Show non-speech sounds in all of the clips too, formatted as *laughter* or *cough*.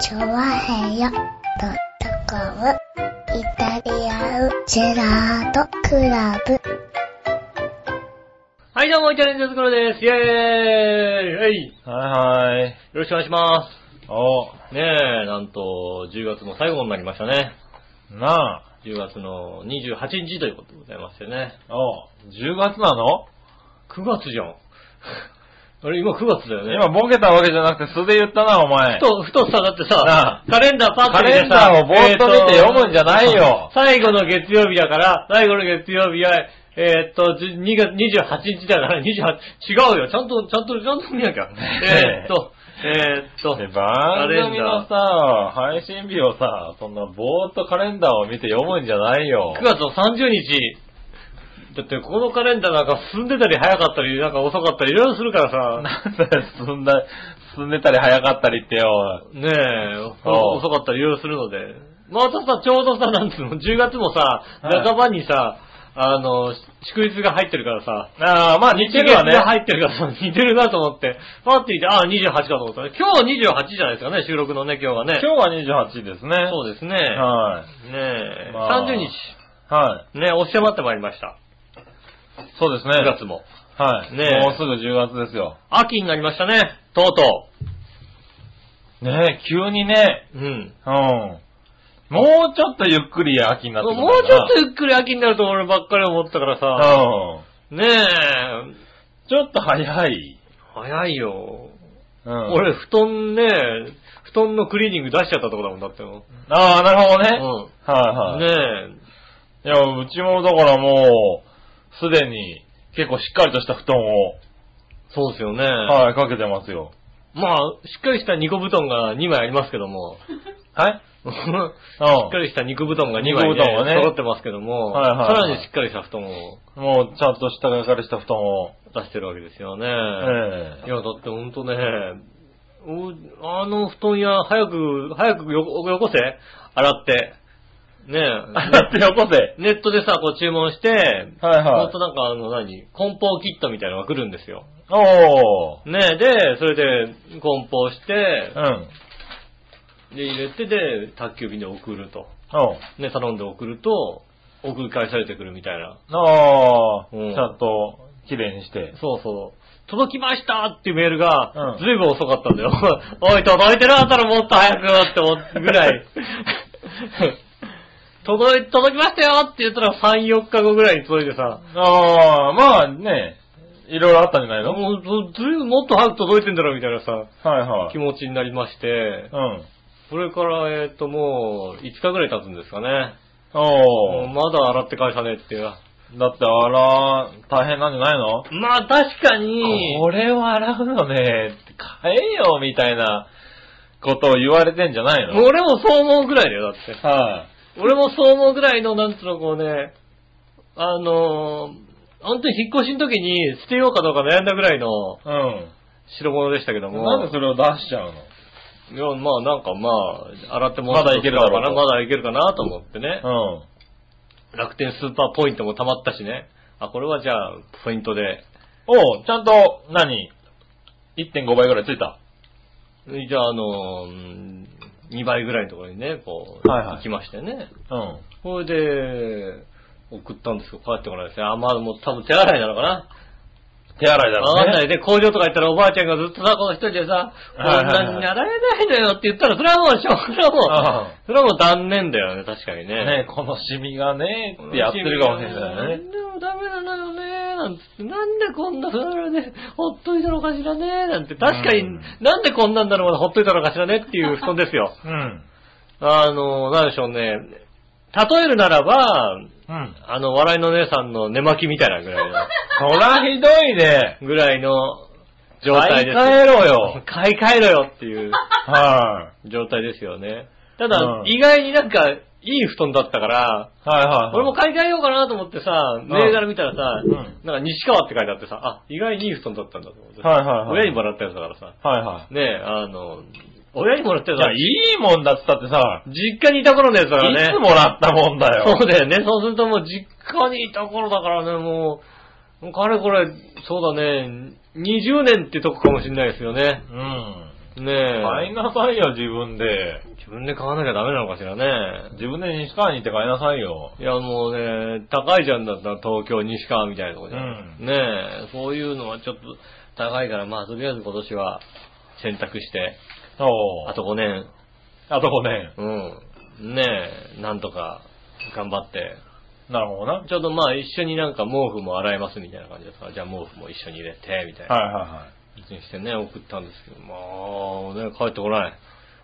チョワヘヨドットコムイタリアンジェラートクラブ。はい、どうも、イタリアンジャズクロです。イェーイはい。よはいはい。ろしくお願いしまお、す。ねえ、なんと、10月も最後になりましたね。なあ、 10月の28日ということでございますよね。お、10月なの9月じゃん。 *laughs* あれ、今9月だよね。今ボケたわけじゃなくて素で言ったな、お前ふ。と、ふとさ、だってさな、カレンダーパッて見てさカレンダーをぼーっと見て読むんじゃないよえーと最後の月曜日だから、最後の月曜日は、えーっと、じゅ2月28日だから、28、違うよ。ちゃんと、ちゃんと、ちゃんと見なき *laughs* ゃ。えーっと、えーっとで、番組のさ、配信日をさ、そんなぼーっとカレンダーを見て読むんじゃないよ9。月の30日。だって、このカレンダーなんか進んでたり早かったり、なんか遅かったり、いろいろするからさ、なんだよ進んだ、進んでたり早かったりってよ。ねえ、そう遅かったりいろいろするので。またさ、ちょうどさ、なんつうの、10月もさ、はい半ばにさ、あの、祝日が入ってるからさ、ああ、まあ似てる日わ月がね。入ってるからさ、似てるなと思って、パッて見て、ああ、28かと思ったら。今日28じゃないですかね、収録のね、今日はね。今日は28ですね。そうですね。はねえ、まあ30日、い。はい。ね、押し迫ってまいりました。そうですね。 9月も。はい。ねえもうすぐ10月ですよ。秋になりましたね、とうとねえ、急にね。う。うん。うん。もうちょっとゆっくり秋になってくるもうちょっとゆっくり秋になると俺ばっかり思ったからさ、と。うん。ねえ、ちょっと早い。早いよ。うん俺、布団ね、布団のクリーニング出しちゃったとこだもんだってよ。ああ、なるほどね。うんはいはい。ねいや、うちもだからもう、すでに結構しっかりとした布団を、え、そうですよね。はい、かけてますよ。まあ、しっかりした肉布団が2枚ありますけど *laughs* も、はいしっうかりした肉布団が2枚、ね、肉布団がね揃ってますけども、はいはいはいさらにしっかりした布団をん。もうちゃんとしたがかりした布団を。出してるわけですよね。えいえ *laughs* や、だってほんとね、おあの布団屋、早く、早くよよこせ洗って。ねえ。洗ってよこせ。ネットでさ、こう注文して、はいほんはとなんかあの何、梱包キットみたいなのが来るんですよ。い。おー。ねえ、で、それで梱包してう、ん。で、入れて、で、宅急便で送ると。おうね、頼んで送ると、送り返されてくるみたいな。あー、うんちゃんと綺麗にして。そうそう。届きましたっていうメールがう、んずいぶん遅かったんだよ。 *laughs* おい、届いてなかったらもっと早くって思ってぐらい。 *laughs* 届い、届きましたよって言ったら3、4日後ぐらいに届いてさ、あー、まあね、いろいろあったんじゃないの、もうずずいぶんもっと早く届いてんだろみたいなさ、はいは気い。持ちになりまして、うん。それから、えっ、と、もう、5日ぐらい経つんですかね。おもーう。まだ洗って返さねえっていう。だって、あら、大変なんじゃないのまあ確かに、これを洗うのね、買えよ、みたいなことを言われてんじゃないの俺もそう思うぐらいだよ、だって。はい、俺もそう思うぐらいの、なんつうの、こうね、あのー、本当に引っ越しの時に捨てようかどうか悩んだぐらいの代物でしたけどうも。ん。なんでそれを出しちゃうのいや、まあなんかまあ、洗ってもらまだいけるだろかうな、とまだいけるかなと思ってね。うん。楽天スーパーポイントも溜まったしね。あ、これはじゃあ、ポイントで。おうちゃんと何、?1.5 倍ぐらいついた。じゃあ、あのー、2倍ぐらいのところにね、こう、はいはい行きましてね。うん。それで、送ったんですけど、帰ってこないですね。あ、まあもう多分手洗いなのかな。手洗いだわろうね。かんないで、工場とか行ったらおばあちゃんがずっとさ、この一人でさ、こんはいはいはいなになられないのよって言ったら、それはもうしょう、それはもあう、それはもう断念だよね、確かにね。ねこのシミがね、ってやってるかもしれないね。でもダメなのよね、なんつって、なんでこんなふうにね、ほっといたのかしらね、なんて、確かにうん、なんでこんなんなのまでほっといたのかしらねっていう布団ですよ。うん。あの、なんでしょうね。例えるならば、うん。あの、笑いの姉さんの寝巻きみたいなぐらいそらひどいね。の、ぐらいの状態買いです。替えろよ。買い替えろよっていうは状態ですよね。ただ、うん意外になんか、いい布団だったから、い。はいはい、はい。俺も買い替えようかなと思ってさ、ん銘柄見たらさ、うんなんか西川って書いてあってさ、あ、意外にいい布団だったんだと思って。はいはいはい親にもらったやつだからさ、はいはねえ、あの、親にもらったやい。いつだや、いいもんだって言ったってさ、実家にいた頃のやつだからね。いつもらったもんだよ。そうだよね。そうするともう実家にいた頃だからね、もう、もうかれこれ、そうだね、20年ってとこかもしれないですよね。うん。ねえ。買いなさいよ、自分で。自分で買わなきゃダメなのかしらね。自分で西川に行って買いなさいよ。いや、もうね、高いじゃんだったら東京、西川みたいなとこじゃん。うんねえ、そういうのはちょっと高いから、まあ、とりあえず今年は選択して、おうあと5年、あと5年。うん。ねえ、なんとか頑張って。なるほどな。はいちょうどまあ一緒になんか毛布も洗えますみたいな感じですから、じゃあ毛布も一緒に入れて、みたいな。はいはい。別にしてね、送ったんですけど、まあ、ね、帰ってこない。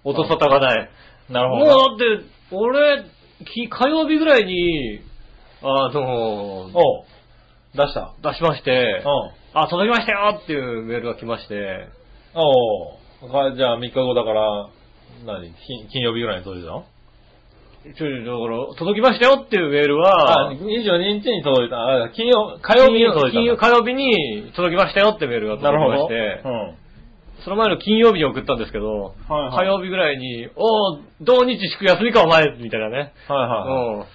音沙汰がない。なるほもうどだな。って、俺、き火曜日ぐらいに、あの、おう出した。出しまして、おうあ、届きましたよっていうメールが来まして、おうかじゃあ3日後だから、何金金曜日ぐらいに届いたのちょ、だから、届きましたよっていうメールあ、は、 22日に届いた。あ、金曜、火曜日に届いた金ん曜だ。火曜日に届きましたよってメールがな届るきほましど。て、うん。その前の金曜日に送ったんですけど、はいはい火曜日ぐらいに、おー土日祝休みかお前みたいなね。はいはうんいはい。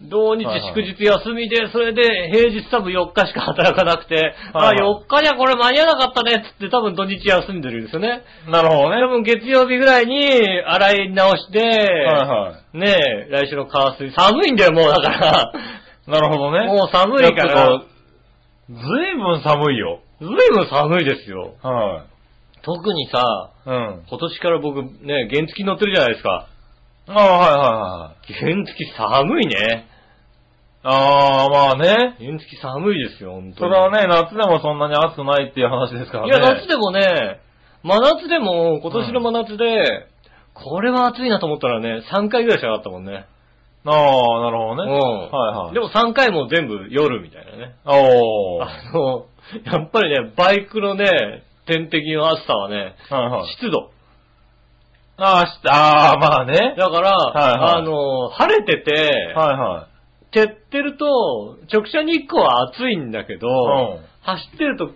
土日はいはい祝日休みで、それで平日多分4日しか働かなくて、はいはいあ、4日じゃこれ間に合わなかったねっつって多分土日休んでるんですよね。なるほどね。多分月曜日ぐらいに洗い直して、はいはねえ、来週の川水、寒いんだよもうだから。い。なるほどね。もう寒いから。ずいぶん寒いよ。ずいぶん寒いですよ。は特にさ、い。うん。今年から僕ね、原付き乗ってるじゃないですか。ああ、はいはいはい。原付き寒いね。ああ、まあね。原付き寒いですよ、本そ当れに。はね、夏でもそんなに暑くないっていう話ですからいね。や、夏でもね、真夏でも、今年の真夏で、これは暑いなと思ったらね、3回ぐらいしかなかったもんね。ああ、なるほうどん。ね。はいはい。でも3回も全部夜みたいなね。おー。はあの、やっぱりね、バイクのね、天敵の暑さはね、いはい。湿度。あーしあー、まあね。だから、はいはいあの、晴れてて、はいは照ってると、直射日光は暑いんだけど、うん走ってると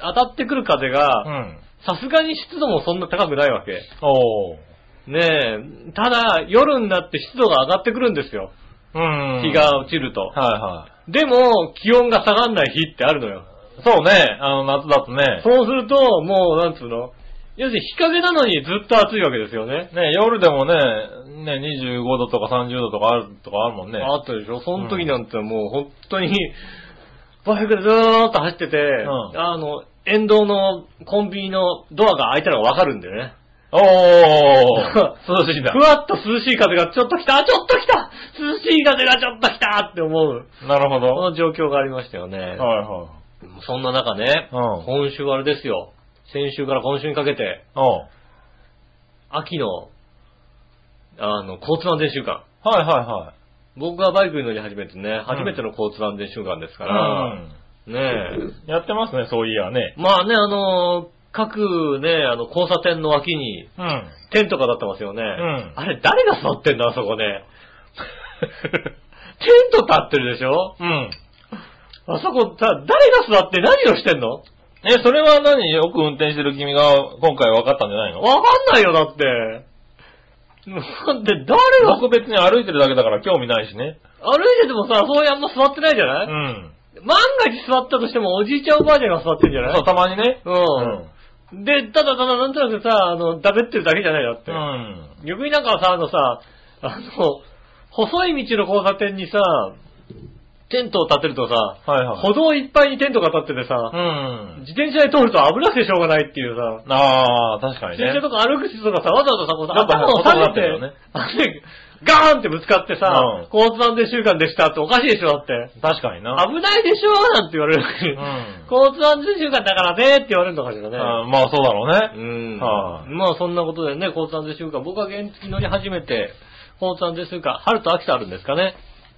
当たってくる風が、い。うん。さすがに湿度もそんな高くないわけ。おー。ねえ、ただ夜になって湿度が上がってくるんですよ。うん。日が落ちると。はいはでも、気温が下がんない日ってあるのよ。い。そうね、あの、夏だとね。そうすると、もう、なんつうの要するに日陰なのにずっと暑いわけですよね。ね、夜でもね、ね、25度とか30度とかあるとかあるもんね。あったでしょその時なんてもう本当に、バイクでずーっと走ってて、んあの、沿道のコンビニのドアが開いたのがわかるんだよね。お *laughs* ー。涼しいんだふ。わっと涼しい風がちょっと来たちょっと来た涼しい風がちょっと来たって思う。なるほど。そはの状況がありましたよねい。はい。そんな中ね、うん今週はあれですよ。先週から今週にかけて、おう秋の、あの、交通安全週間。はいはいはい。僕がバイクに乗り始めてね、初めての交通安全週間ですから、ねうんやってますね、そういやねえ。。まあね、あの、各ね、あの、交差点の脇に、うん。テントが立ってますよね。んあれ、誰が座ってんだ、あそこね。 *laughs* テント立ってるでしょうん。あそこさ、誰が座って何をしてんのえ、それは何よく運転してる君が今回分かったんじゃないのわかんないよ、だ *laughs* って。なんで、誰が僕別に歩いてるだけだから興味ないしね。歩いててもさ、そういうあんま座ってないじゃうない、ん。万が一座ったとしても、おじいちゃんおばあちゃんが座ってるんじゃなそ、いうたまにね。うん。で、ただただなんとなくさ、あの、だべってるだけじゃないだって。うん。逆になんかはさ、あのさ、あの、細い道の交差点にさ、テントを立てるとさ、はいはい歩道いっぱいにテントが立っててさう、ん。自転車で通ると危なくてしょうがないっていうさ、ああ、確かに自転ね車。とか歩く人とかさ、わざわざさ、こうやっぱ頭を下げて、そうなってガーンってぶつかってさ、うん交通安全週間でしたっておかしいでしょだって。確かにな。危ないでしょなんて言われる。ん交通安全週間だからねって言われるのかしらね。あーまあそうだろううね。ん。はいまあそんなことでね、交通安全週間。僕は原付乗り始めて、交通安全週間、春と秋とあるんですかね。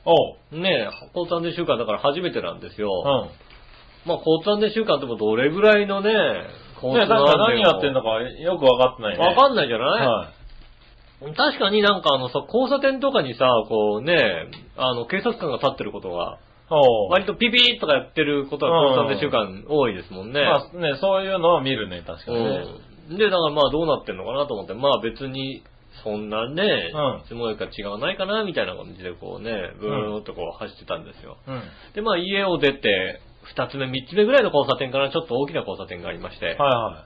おう。ねえ、交通安全週間だから初めてなんですよ。うん。まあ交通安全週間ってもどれぐらいのね、交ね、通安確か全をに何やってんのかよく分かってないね。わかんないじゃない、は確かになんかあのさ、交差点とかにさ、こうね、あの、警察官が立ってることが、い。おう。割とピピーとかやってることはうん交差点週間多いですもんね。まあね、そういうのは見るね、確かにね。うん。で、だからまあどうなってんのかなと思って、まあ別に、そんなね、うんいつもよりか違わないかな、みたいな感じでこうね、ブーンとこう走ってたんですよ。うん。で、まあ家を出て、二つ目、三つ目ぐらいの交差点からちょっと大きな交差点がありまして、はいは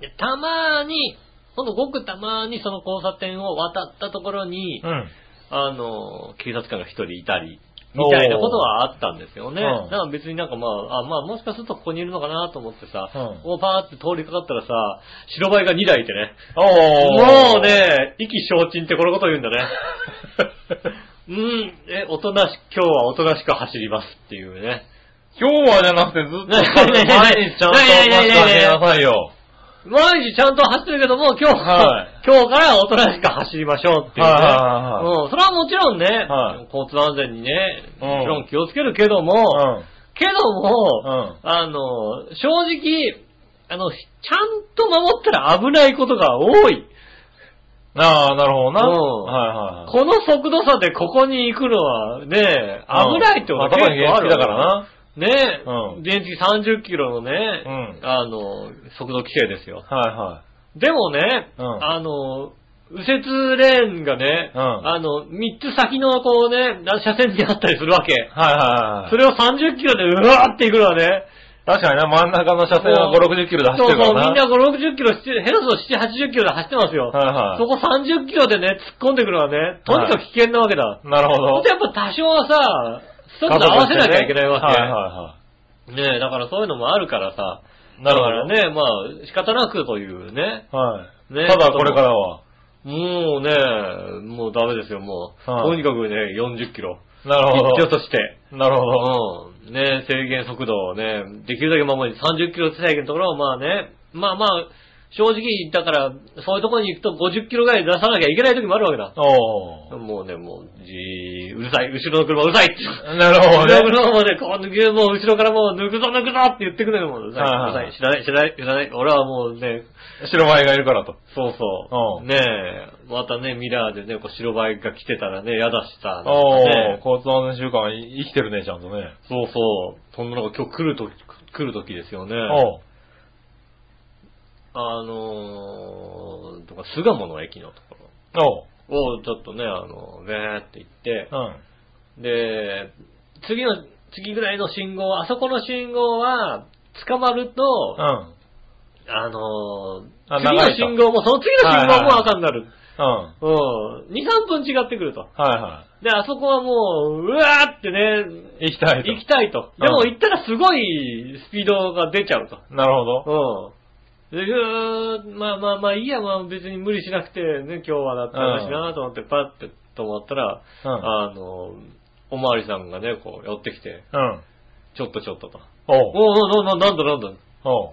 でたまーに、ほんとごくたまーにその交差点を渡ったところに、うん。あの、警察官が一人いたり、みたいなことはあったんですよね。うんだから別になんかまあ、あ、まあもしかするとここにいるのかなと思ってさ、うんもうパーって通りかかったらさ、白バイが2台いてね。おー。もう。ね、意気消沈ってこのこと言 *laughs* うんだね。うん、え、おとなし、今日はおとなしく走りますっていうね。今日はじゃなくてずっと毎日ちゃんとマスク開けなさいよ。毎日ちゃんと走ってるけども、今日は、はい *laughs* 今日からおとなしく走りましょうっていうね。はいはいはうん、それはもちろんね、はい交通安全にね、うんもちろん気をつけるけども、うん。けども、うんあの、正直、あの、ちゃんと守ったら危ないことが多い。ああ、なるほどな。うんはいはいはい。この速度差でここに行くのはね、危ないってこと頭に原付だからな。ね、うん電池30キロのね、うんあの、速度規制ですよ。はいはでもね、うんあの、右折レーンがね、うんあの、3つ先のこうね、車線にあったりするわけい。。はいはいはい。それを30キロでうわーって行くのはね、確かにな、真ん中の車線は5、60キロで走そっうてそう、るみからんな。な5、60キロ、7ヘルスを7、80キロで走ってますよ。はいはいそこ30キロでね、突っ込んでくるのはね、とにかく危険なわけだ。なるほほんどと。やっぱ多少はさ、ストップ合わせなきゃいけないわけ。はいはいはねえ、だからそういうのもあるからさ。い。なるほだど。からね、まあ、仕方なくというね。はい。ねただこれからは。もうね、もうダメですよ、もう。はいとにかくね、40キロ。なるほ一ど。挙として。なるほど。うん。ね、制限速度をね、できるだけ守り、30キロ制限のところはまあね、まあまあ、正直、だから、そういうところに行くと50キロぐらい出さなきゃいけない時もあるわけだ。おもうね、もう、じー、うるさい、後ろの車うるさいって。ー。なるほ後ろの車もどね。ね、こう抜け、もう後ろからもう抜くぞ抜くぞって言ってくれるもん。うるさい、はうるさいはいい、知らない、知らない、知らない。俺はもうね、白バイがいるからと。そうそうう。んねえ、またね、ミラーでね、こう白バイが来てたらね、嫌だしさ。なんかおー、ね交通安全習慣はい生きてるね、ちゃんとね。そうそう。そんなのが今日来るとき、来るときですよね。おう。あのー、とか、巣鴨の駅のとこおう。ろを、ちょっとね、あの、べーって行ってう、ん。で、次の、次ぐらいの信号、あそこの信号は、捕まると、うん。あのあー、次長のいと信号も、その次の信号も赤になる。うん。はうん。2、3分違ってくると。いはで、あそこはもう、うわーってね、い。行きたいと。行きたいと。うんでも行ったらすごいスピードが出ちゃうと。なるほど。うん。で、うーんまあまあまあいいや、まあ別に無理しなくてね、今日はだったらしなと思って、パッて止まったら、うん。あの、おまわりさんがね、こう寄ってきて、うん。ちょっとちょっとと。おう。おおな、な、なんだなんだ。おう。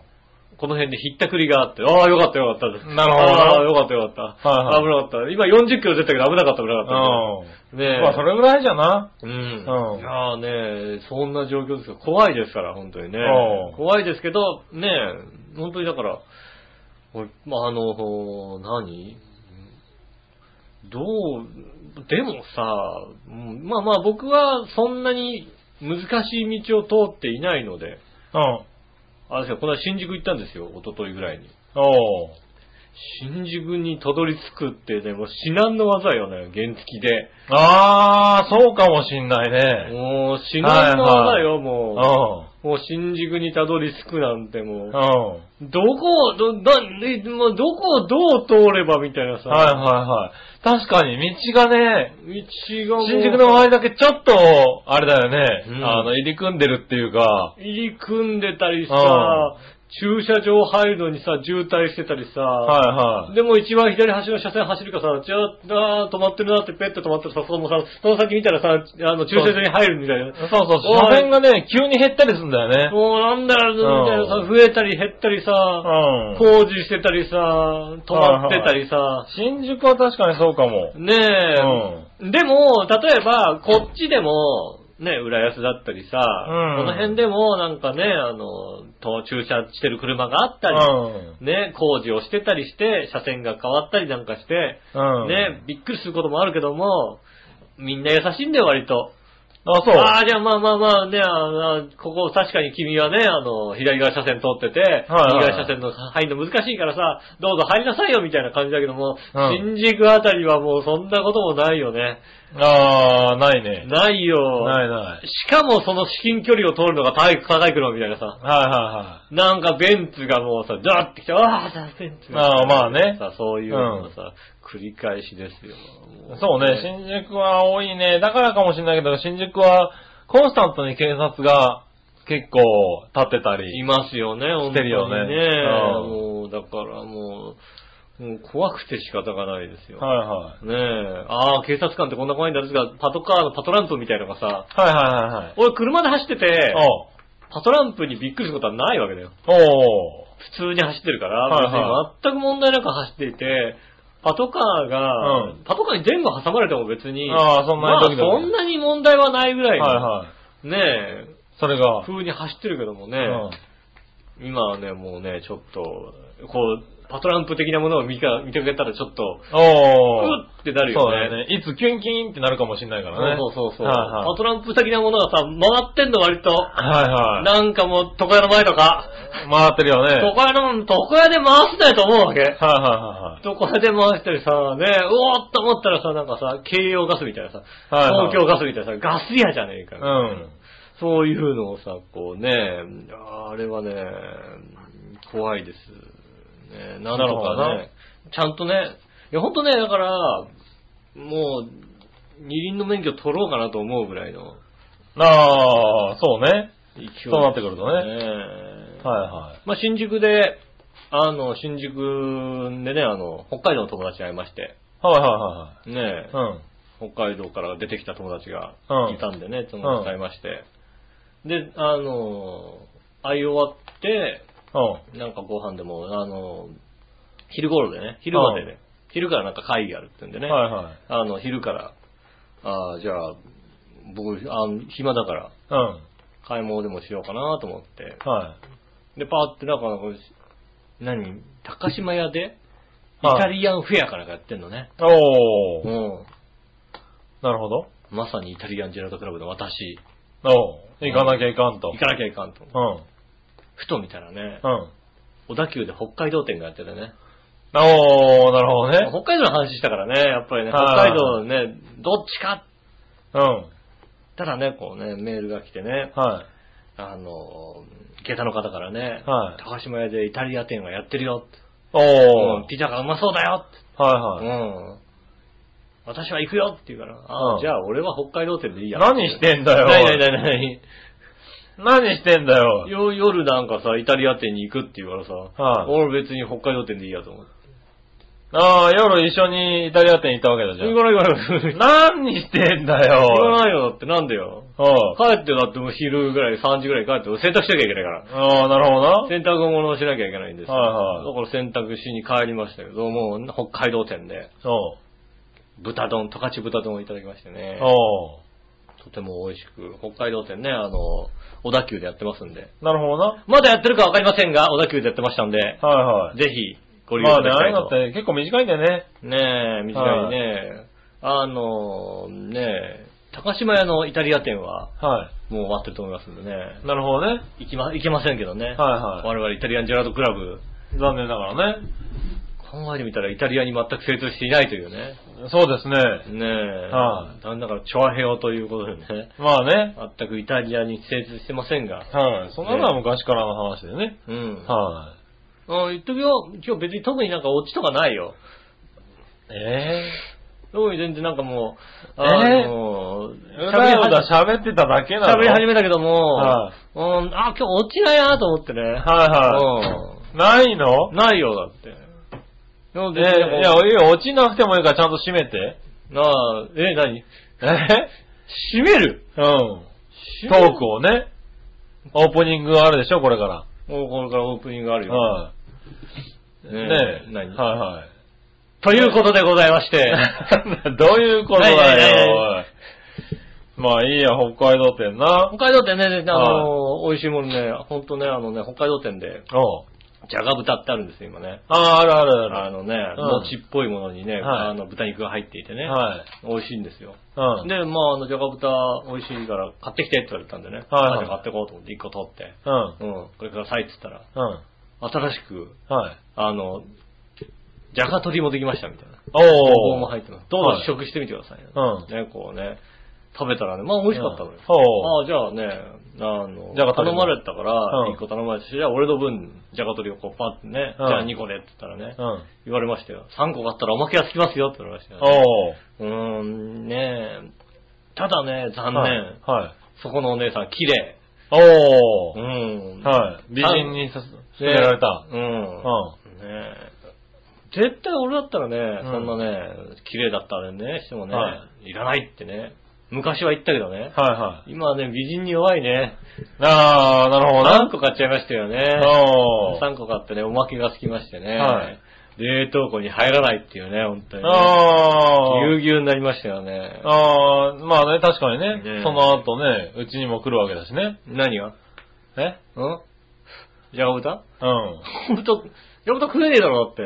この辺でひったくりがあって、ああ、よかったよかった。なるほどああ、よかったよかった。はいはい危なかった。今40キロ出たけど危なかった危なかった。うん。ねえ。まあ、それぐらいじゃな。ううんん。いやあねえ、そんな状況ですよ。怖いですから、本当にねうん。怖いですけど、ねえ、本当にだから、おいまああの、ほう何どう、でもさ、うんまあまあ僕はそんなに難しい道を通っていないので、うん。あれですよ、この間新宿行ったんですよ、一昨日ぐらいに。おう。新宿にたどり着くってね、もう至難の技よね、原付きで。ああ、そうかもしんないね。もう至難の技よ、うもん。う。もう新宿にたどり着くなんてもう、うん。どこを、ど、ど、ねもうどこをどう通ればみたいなさ、はいはいはい。確かに、道がね、道がもう新宿の周りだけちょっと、あれだよね、うんあの、入り組んでるっていうか、入り組んでたりうんさ、駐車場入るのにさ、渋滞してたりさ、はいはい。でも一番左端の車線走るからさ、じゃあ、あー止まってるなってペッて止まったらさ、そこもさ、その先見たらさ、あの、駐車場に入るみたいな。そうそう、おい車線がね、急に減ったりするんだよね。もうなんだろう、みたいなうんさ、増えたり減ったりさ、うん。工事してたりさ、止まってたりさ、新宿は確かにそうかも。ねえ、でも、例えば、こっちでも、ね、浦安だったりさ、うんこの辺でもなんかね、あの、と駐車してる車があっうたり、ん。ね、工事をしてたりして、車線が変わったりなんかして、うん。ね、びっくりすることもあるけども、みんな優しいんだよ、割と。あ、そう。ああ、じゃあまあまあまあね、あのここ確かに君はね、あの、左側車線通ってて、はいはい右側車線の入るの難しいからさ、どうぞ入りなさいよみたいな感じだけども、うん新宿あたりはもうそんなこともないよね。あー、ないね。ないよ。ないない。しかもその至近距離を通るのが体育高い車みたいなさ。はなんかベンツがもうさ、ドーってきて、わあさ、ベンツが。ああまあねさ、そういうのがさ、繰り返しですよ。いはいもはい。そうね、新宿は多いね。だからかもしれないけど、新宿はコンスタントに警察が結構立ってたいり。ますよね、本当にてるよねうんもう、だからもう、もう怖くて仕方がないですよ。はいはい。ねえ、ああ、警察官ってこんな怖いんだですが、パトカーのパトランプみたいのがさ、はいはいはいはい。俺車で走ってて、おうパトランプにびっくりすることはないわけだよ。おう普通に走ってるから、はいは別に全く問題なく走っていて、パトカーが、うんパトカーに前後挟まれても別に、ああそんなにまあドキドキそんなに問題はないぐらはいいの、はい。ねえ、それが。風に走ってるけどもね、うん今はね、もうね、ちょっと、こう、パトランプ的なものを見か見てくれたらちょっと、うおーっってなるそうよだよね。ね。いつキュンキュンってなるかもしれないかそうらね。そうそうそう、はいはいパトランプ的なものがさ、回ってんの割と。はいはなんかもう、床屋の前とか、い。回ってるよね。はい床屋の、床屋で回せないと思うわけ。はどこで回したりさ、ね、うおーっと思ったらさ、なんかさ、京葉ガスみたいなさ、はいはい東京ガスみたいなさ、ガス屋じゃねえかいはい。うん。そういうのをさ、こうね、あれはね、怖いです。ね、なんなるとほどかなね、ちゃんとね、いや、ほんとね、だから、もう、二輪の免許取ろうかなと思うぐらいのああ、そうね。勢いですそうなってくるとねねはいはい。まあ、新宿で、あの、新宿でね、あの、北海道の友達に会いまして、はいはねえいはい。うん。北海道から出てきた友達がうんいたんでね、その使いまして。で、あのー、会い終わって、うん。なんかご飯でも、あのー、昼頃でね、昼までうね、昼からなんか会議あるってんでね、はいはい。あの、昼から、あーじゃあ、僕、あの暇だから、うん。買い物でもしようかなと思って、はい。で、パーってなんか、なんか何高島屋で、イはいタリアンフェアからやってんのね。おうー。ん。なるほど。まさにイタリアンジェラートクラブの私。おー。行かなきゃいかんと行。かなきゃいかんと。うん。ふと見たらね、うん。小田急で北海道店がやっててね。おー、なるほどね。北海道の話したからね、やっぱりね、北はい海道のね、どっちかうん。たらね、こうね、メールが来てね、はあの、下駄の方からね、はい高島屋でイタリア店がやってるよって、い。おー。うんピザがうまそうだよってはいはい。うん。私は行くよって言うから、あ、うんじゃあ俺は北海道店でいいや。何してんだよないないないない。何してんだよ。よ夜なんかさ、イタリア店に行くって言うからさ、はい俺別に北海道店でいいやと思って。ああ、夜一緒にイタリア店行ったわけだじゃ行ん。かない行かない。何してんだよ。行かないよだってなんでよ。おい帰ってだってもう昼ぐらい、3時ぐらいに帰って、洗濯しなきゃいけないから。ああ、なるほどな。洗濯物をしなきゃいけないんですよはいはだから洗濯しに帰りましたけど、もう北海道店で、おう。豚丼、十勝豚丼をいただきましてね。おとても美味しく、北海道店ね、あの、小田急でやってますんで。う。なるほどな。まだやってるかわかりませんが、小田急でやってましたんで、はいはい。ぜひご利ま用あくね、だあさあいいうのと。って結構短いんだよね。ねえ、短いね。あの、ねえ、高島屋のイタリア店は、はもう終わってると思いますんでねい。。なるほどね。行きま、行けませんけどね。はいは我々イタリアンジェラートクラブ、い。残念ながらね。考えてみたらイタリアに全く精通していないというね。そうですね。ねえ。はいなんだから、チョアヘオということでね。まあね。全くイタリアに精通してませんが。はい。そんなのは昔からの話でね。うん。はうん、言っとくよ。今日別に特になんかオチとかないよ。い。え特に全然なんかもう、えーのえーうだうだ始喋ってただけめなの喋り始めめたけども、はいうん、あ、今日オチないなと思ってね。はいはい。ないのうん。ないよ、だって。なのえで、いや、いいよ落ちなくてもいいからちゃんと閉めて。なあ、え、何え閉めるうん。トトークをね。オープニングあるでしょ、これから。もうこれからオープニングあるよ。はねい。ねええ。何はいはい。ということでございま *laughs* して。どういうことないないだないよ、おい。まあいいや、北海道店な。北海道店ね、あの、美味しいものね、ほんとね、あのね、北海道店で、おうじゃが豚ってあるんですよ、今ね。ああ、あるあるあある。のね、うん餅っぽいものにね、はいあの、豚肉が入っていてね、はい。美味しいんですよ。うん。で、まあ、あの、じゃが豚美味しいから買ってきてって言われたんでね、はいはいあじゃあ買ってこうと思って1個取って、うん。うん、これくださいって言ったら、うん。新しく、はい。あの、じゃが取りもできましたみたいな。おごぼうー。も入ってます。どうぞはい試食してみてください。うんね、こうね、食べたらね、まあ美味しかったのよ。ほああ、じゃあね、あの、じゃが取頼りもまれたからう、ん1個頼まれたし、じゃあ俺の分、じゃが取りをこうパッてね、じうんゃあ2個でって言ったらねう。、うん。言われましたよ。3個買ったらおまけがつきますよって言われましたよ、ね。おー。うーん、ねえ、ただね、残念。はいはい。そこのお姉さん、綺麗。おうー。ん。はい。美人にさす勧められた。う。うんん。ねえ。絶対俺だったらね、うんそんなね、綺麗だったらね、してもね、、はいらないってね。昔は言ったけどね。はいは今はね、美人に弱いね。い。ああ、なるほど3な。個買っちゃいましたよね。おー。 3個買ってね、おまけがつきましてね。はい冷凍庫に入らないっていうね、本当にね、ぎゅあうー。ぎゅうになりましたよね。あー、まあね、確かにねね。その後ね、うちにも来るわけだしね。何がえうんじゃが豚うん。ほんと、じゃが豚食えねえだろだって。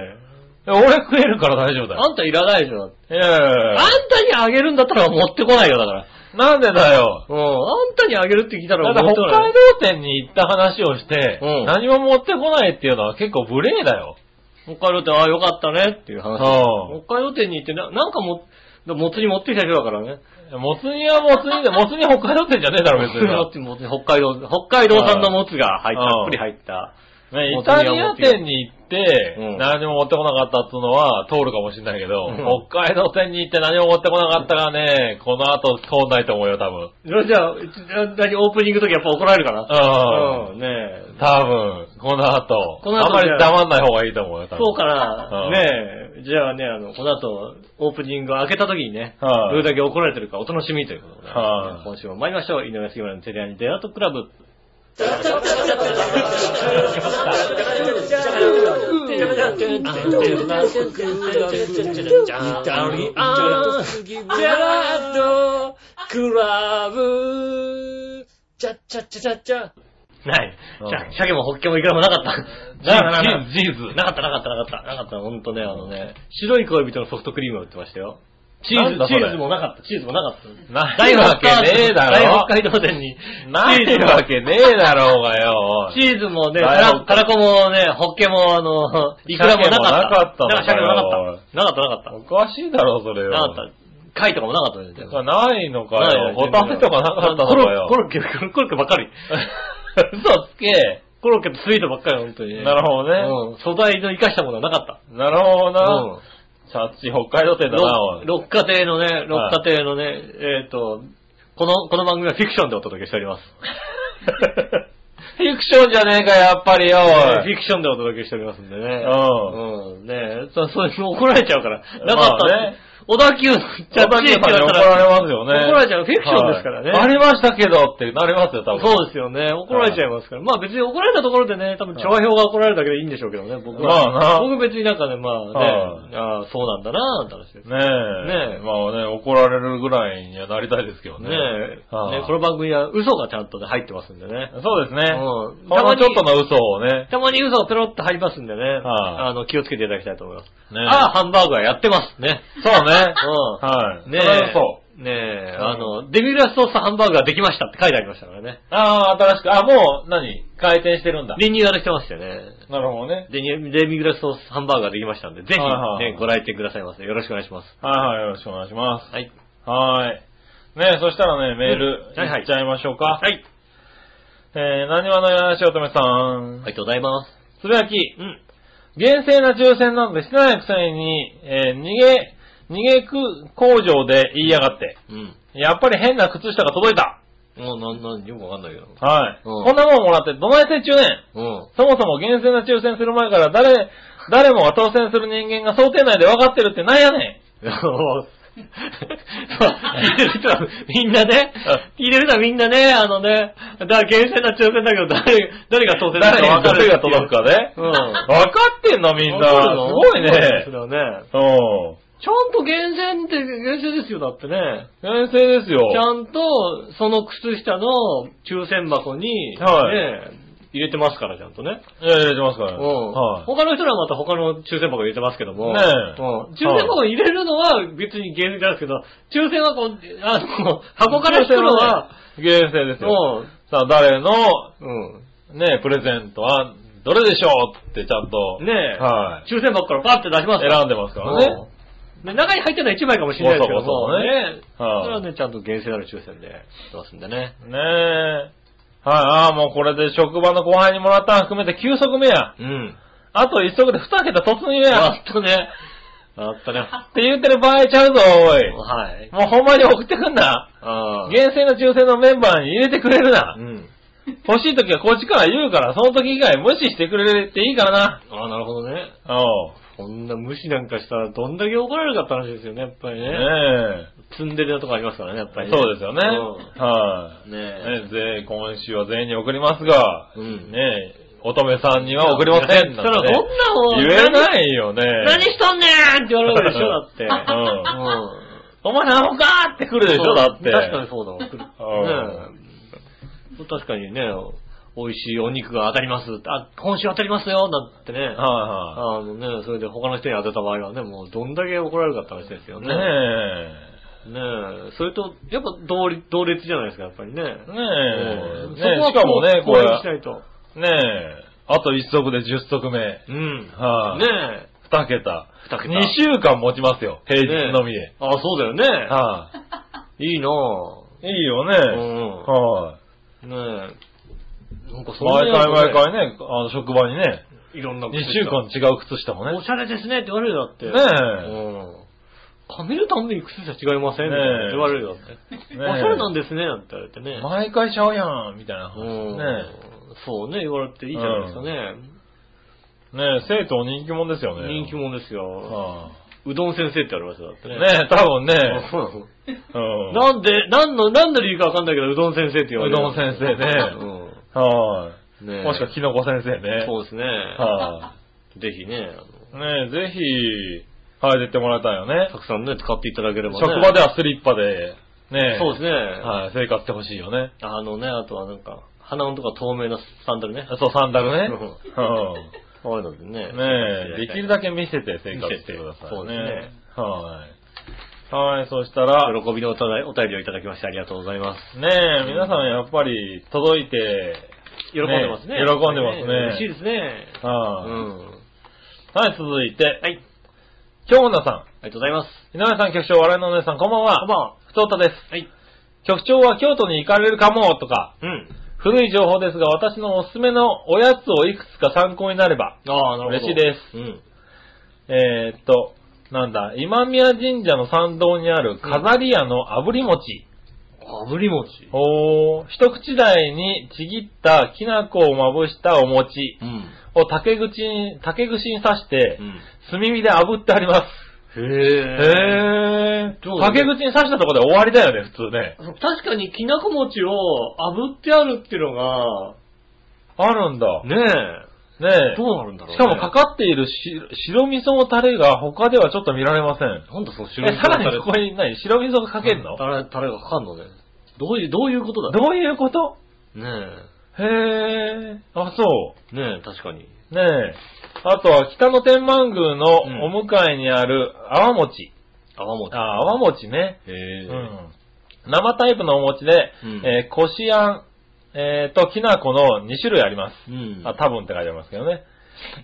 え俺食えるから大丈夫だよ。あんたいらないでしょ。いやいやいあやんたにあげるんだったら持ってこないよ、だから。なんでだよ。うん、あんたにあげるって聞いただらって持北ってこな海い。道店に行った話をして、うん何も持ってこないっていうのは結構無礼だよ。北海道店、ああ、よかったねっていう話。う北海道店に行ってな、なんかも、もつに持ってきた人だからね。もつ煮はもつ煮で、もつ煮北海道店じゃねえだろ別 *laughs* にもつにもつに北海道、北海道産のもつが入った、うんたっぷり入った。ね。もイつ煮はタリア店に行って、うん何も持ってこなかったっていうのは通るかもしれないけど、うん北海道店に行って何も持ってこなかったからね、この後通んないと思うよ、多分。じゃあじゃあ、何オープニングの時やっぱ怒られるかなうん。うん、ねえ。多分、この後、この後あんまり黙んない方がいいと思うよ、多分。そうかな、うんねえ。じゃあね、あの、この後、オープニングを開けた時にね、はいどれだけ怒られてるかお楽しみということで、はい今週も参りましょう。井上杉村のテレアニデアートクラブ。ない。うんじゃあ、鮭もホッケもいくらもなか *laughs* った。ジーなかったジーズなかった、なかった、なかった。なかった、ほんとね、あのね、白い恋人のソフトクリームを売ってましたよ。チなーんだズ、そチれーズもなかった、チーズもなかった。ないわけねえだろ大北海道店に。ないわけねえだろうがよ、おいチーズもね、た大ら北たらこもね、ホッケも、あ *laughs* の、いくらもなかった。鮭もななかっんか鮭もなかった。なかった、なかった。おかしいだろ、それよ。なかった。貝とかもなかったですだからないのかよ。ホタテとかなかったコのかロよ。コロッケ、コロッケばっかり。 *laughs* 嘘つけ。コロッケとスイートばっかり、本当にね。なるほどねうん。素材の生かしたものはなかっなるほどた。な。シャチ、北海道店だな、おろい。六家庭のね、六家庭のね、えっと、この、この番組はフィクションでお届けしております。 *laughs* フィクションじゃねえか、やっぱりよ、おフい。ィクションでお届けしておりますんでね。うんうん。ねえ、そ、それもう怒られちゃうから。なかったまあねね。小田急のシャチチャに怒らったれますよね。怒られちゃう。フィクションですからね。はいありましたけどってなりますよ、多分。そうですよね。怒られちゃいますから。まあ別に怒られたところでね、多分調和表が怒られるだけでいいんでしょうけどね、僕は。まあな僕別になんかね、まあね、はいああそうなんだなぁって話です。ねねえ。ねえまあね、怒られるぐらいにはなりたいですけどえ、ね。ねはいこの番組は嘘がちゃんとね入ってますんでね。そうですね。うんほんのちょっとの嘘をね。たまに嘘がペロッと入りますんでね、はいあの、気をつけていただきたいと思います。ねああ、ハンバーグはやってますね。そうね。うはい。ん。ねそれはえ、そねう。え、あの、デミグラスソースハンバーグができましたって書いてありましたからね。ああ、新しく、あ、もう、何回転してるんだ。リニューアルしてましたよね。なるほどね。デニデミグラスソースハンバーグができましたんで、ぜひ、はいはいはいね、ご来店くださいませ。よろしくお願いします。はいはい、よろしくお願いします。はい。はーい。ねそしたらね、メール、うんはいはいいっちゃいましょうか。はい。えー、何話のよしおとめさん。ありがとうございます。つぶやき、うん。厳正な抽選なんてしてないくせに、えー、逃げ、逃げく工場で言いやがって。うん。やっぱり変な靴下が届いた。もう、なん、なん、よくわかんないけど。はい。うんこんなもんもらって、どないせ中年うん。 *laughs* そもそも厳正な抽選する前から誰、誰もが当選する人間が想定内で分かってるってなんやねん。そう聞いてる人はみんなね、聞いてる人はみんなね、あのね、だから厳選な抽選だけど、誰、誰が当選だ誰かに分かる誰が届くかね。うん分かってんのみんな。わかるすのごいねそう。だよね。うん。ちゃんと厳選って、厳選ですよ、だってね。厳正ですよ。ちゃんと、その靴下の抽選箱に、はいね、入れてますから、ちゃんとね。いや、入れてますからうね。ん。はい。他の人らはまた他の抽選箱入れてますけども。ねえうん。抽選箱入れるのは別に芸人なんですけど、抽選箱、あの、箱から引くのは、厳正ですよ。もさあ、誰う、の、うん。ね、プレゼントはどれでしょうってちゃんと。ねえはい。抽選箱からパッて出しますから選んでますからねうんで中に入ってるのは1枚かもしれないですけどそうそうそうね。そはいれはね、ちゃんと厳正なる抽選で出ますんでね。ねえ。はい、ああ、もうこれで職場の後輩にもらったの含めて9足目や。うん。あと1足で2桁突入や。やっとね。やったね。って言ってる場合ちゃうぞ、おい。はい。もうほんまに送ってくんな。あー厳正の抽選のメンバーに入れてくれるなう。ん。欲しい時はこっちから言うから、その時以外無視してくれていいからな。ああ、なるほどね。おう。こんな無視なんかしたらどんだけ怒られるかって話ですよね、やっぱりね。ねツンデレなとこありますからね、やっぱえ。りね。そうですよね。はうい。ん。ねえ。ね、ぜ今週は全員に送りますが、うんねえ、乙女さんには送りませんそしたならんそんてねなもん。言えないよね。何何しとんねんって言われるでしょ、だって。 *laughs* うんうん。お前何もかーって来るでしょ、だって。確かにそうだわ。来るねうえ確かにね、美味しいお肉が当たります。あ、今週当たりますよ、なんてね。はあのね、それで他の人に当てた場合はね、もうどんだけ怒られるかって話ですよいね。はい。ねねえそれと、やっぱ同率同列じゃないですか、やっぱりね。ねえ。ねええ。ねえしかもね、こ公れ平に、しないと。ねえ、あと1足で10足目。うん。はい、ねえ。 2桁。二桁2週間持ちますよ、平日のみで。ねえあ、そうだよね。はいいなぁ。い、いいよね。うんはい、ねえ。なんかそんな毎にや回ると毎回ね、あの、職場にね、いろんな2靴下週間違う靴下もね。おしゃれですねって言われるよだって。ねうん。髪のたんびに靴下違いませんねえって言われるよだって。えおしゃれなんですねなんて言われてね。毎回ちゃうやん、みたいな話うんねそうね、言われていいじゃないですかね。え。ねえ、生徒人気者ですよね。人気者ですよ。はうどん先生って言われました、だっていね。ねえ、多分ね。ううんん *laughs* なんで、なんの、なんの理由かわかんないけど、うどん先生って言われる。うどん先生ねはうん。い、ねえもしくはキノコ先生ね。そうですね。はぜひね、あのい、ねえ、ぜひ、はい、出てもらいたいよね。たくさんね、使っていただければね。職場ではスリッパで、ねえ。そうですね。はい、生活してほしいよね。あのね、あとはなんか、鼻のとこ透明なサンダルね。そう、サンダルね。うこういうのでねう。ん。ねえ、できるだけ見せて生活してください、ね。そうですはい。はい、そしたら、ね喜びのおただいお便りをいただきましてありがとうございます。え、皆さんやっぱり届いて、喜んでますね。ね喜んでますね嬉しいですね。うん。はい、あはい、続いて、はい。京女さりがとうございます。ん、井上さん局長、笑いのお姉さん、こんばんは。こんばんは。ふとうたです。はい。局長は京都に行かれるかも、とか、うん。古い情報ですが、私のおすすめのおやつをいくつか参考になれば、ああ、なるほど。。嬉しいですうん。えーっと、なんだ、今宮神社の参道にある飾り屋の炙り餅。炙り餅。おー一口大にちぎったきな粉をまぶしたお餅うん。を竹口に、竹串に刺してう、ん。炭火で炙ってあります。へえ。へどー。うだ竹口に刺したところで終わりだよね、普通ね。確かにきなこ餅を炙ってあるっていうのが、あるんだ。ねねえ。え。どうなるんだろうね。しかもかかっているし白味噌のタレが他ではちょっと見られません。なんだその白え、いさらにここに何白味噌がかけるのタレ、タレがかかんのね。どういう、どういうことだどういうことねへえ。あ、そう。え。ねえ、確かに。ねえ。あとは北の天満宮うんのお向かいにある泡餅。泡餅。あ、泡餅ね。へうえ。ん。生タイプのお餅で、うんえーこしあん、えー、と、きな粉の2種類あります。うん。あ、多分って書いてありますけどね。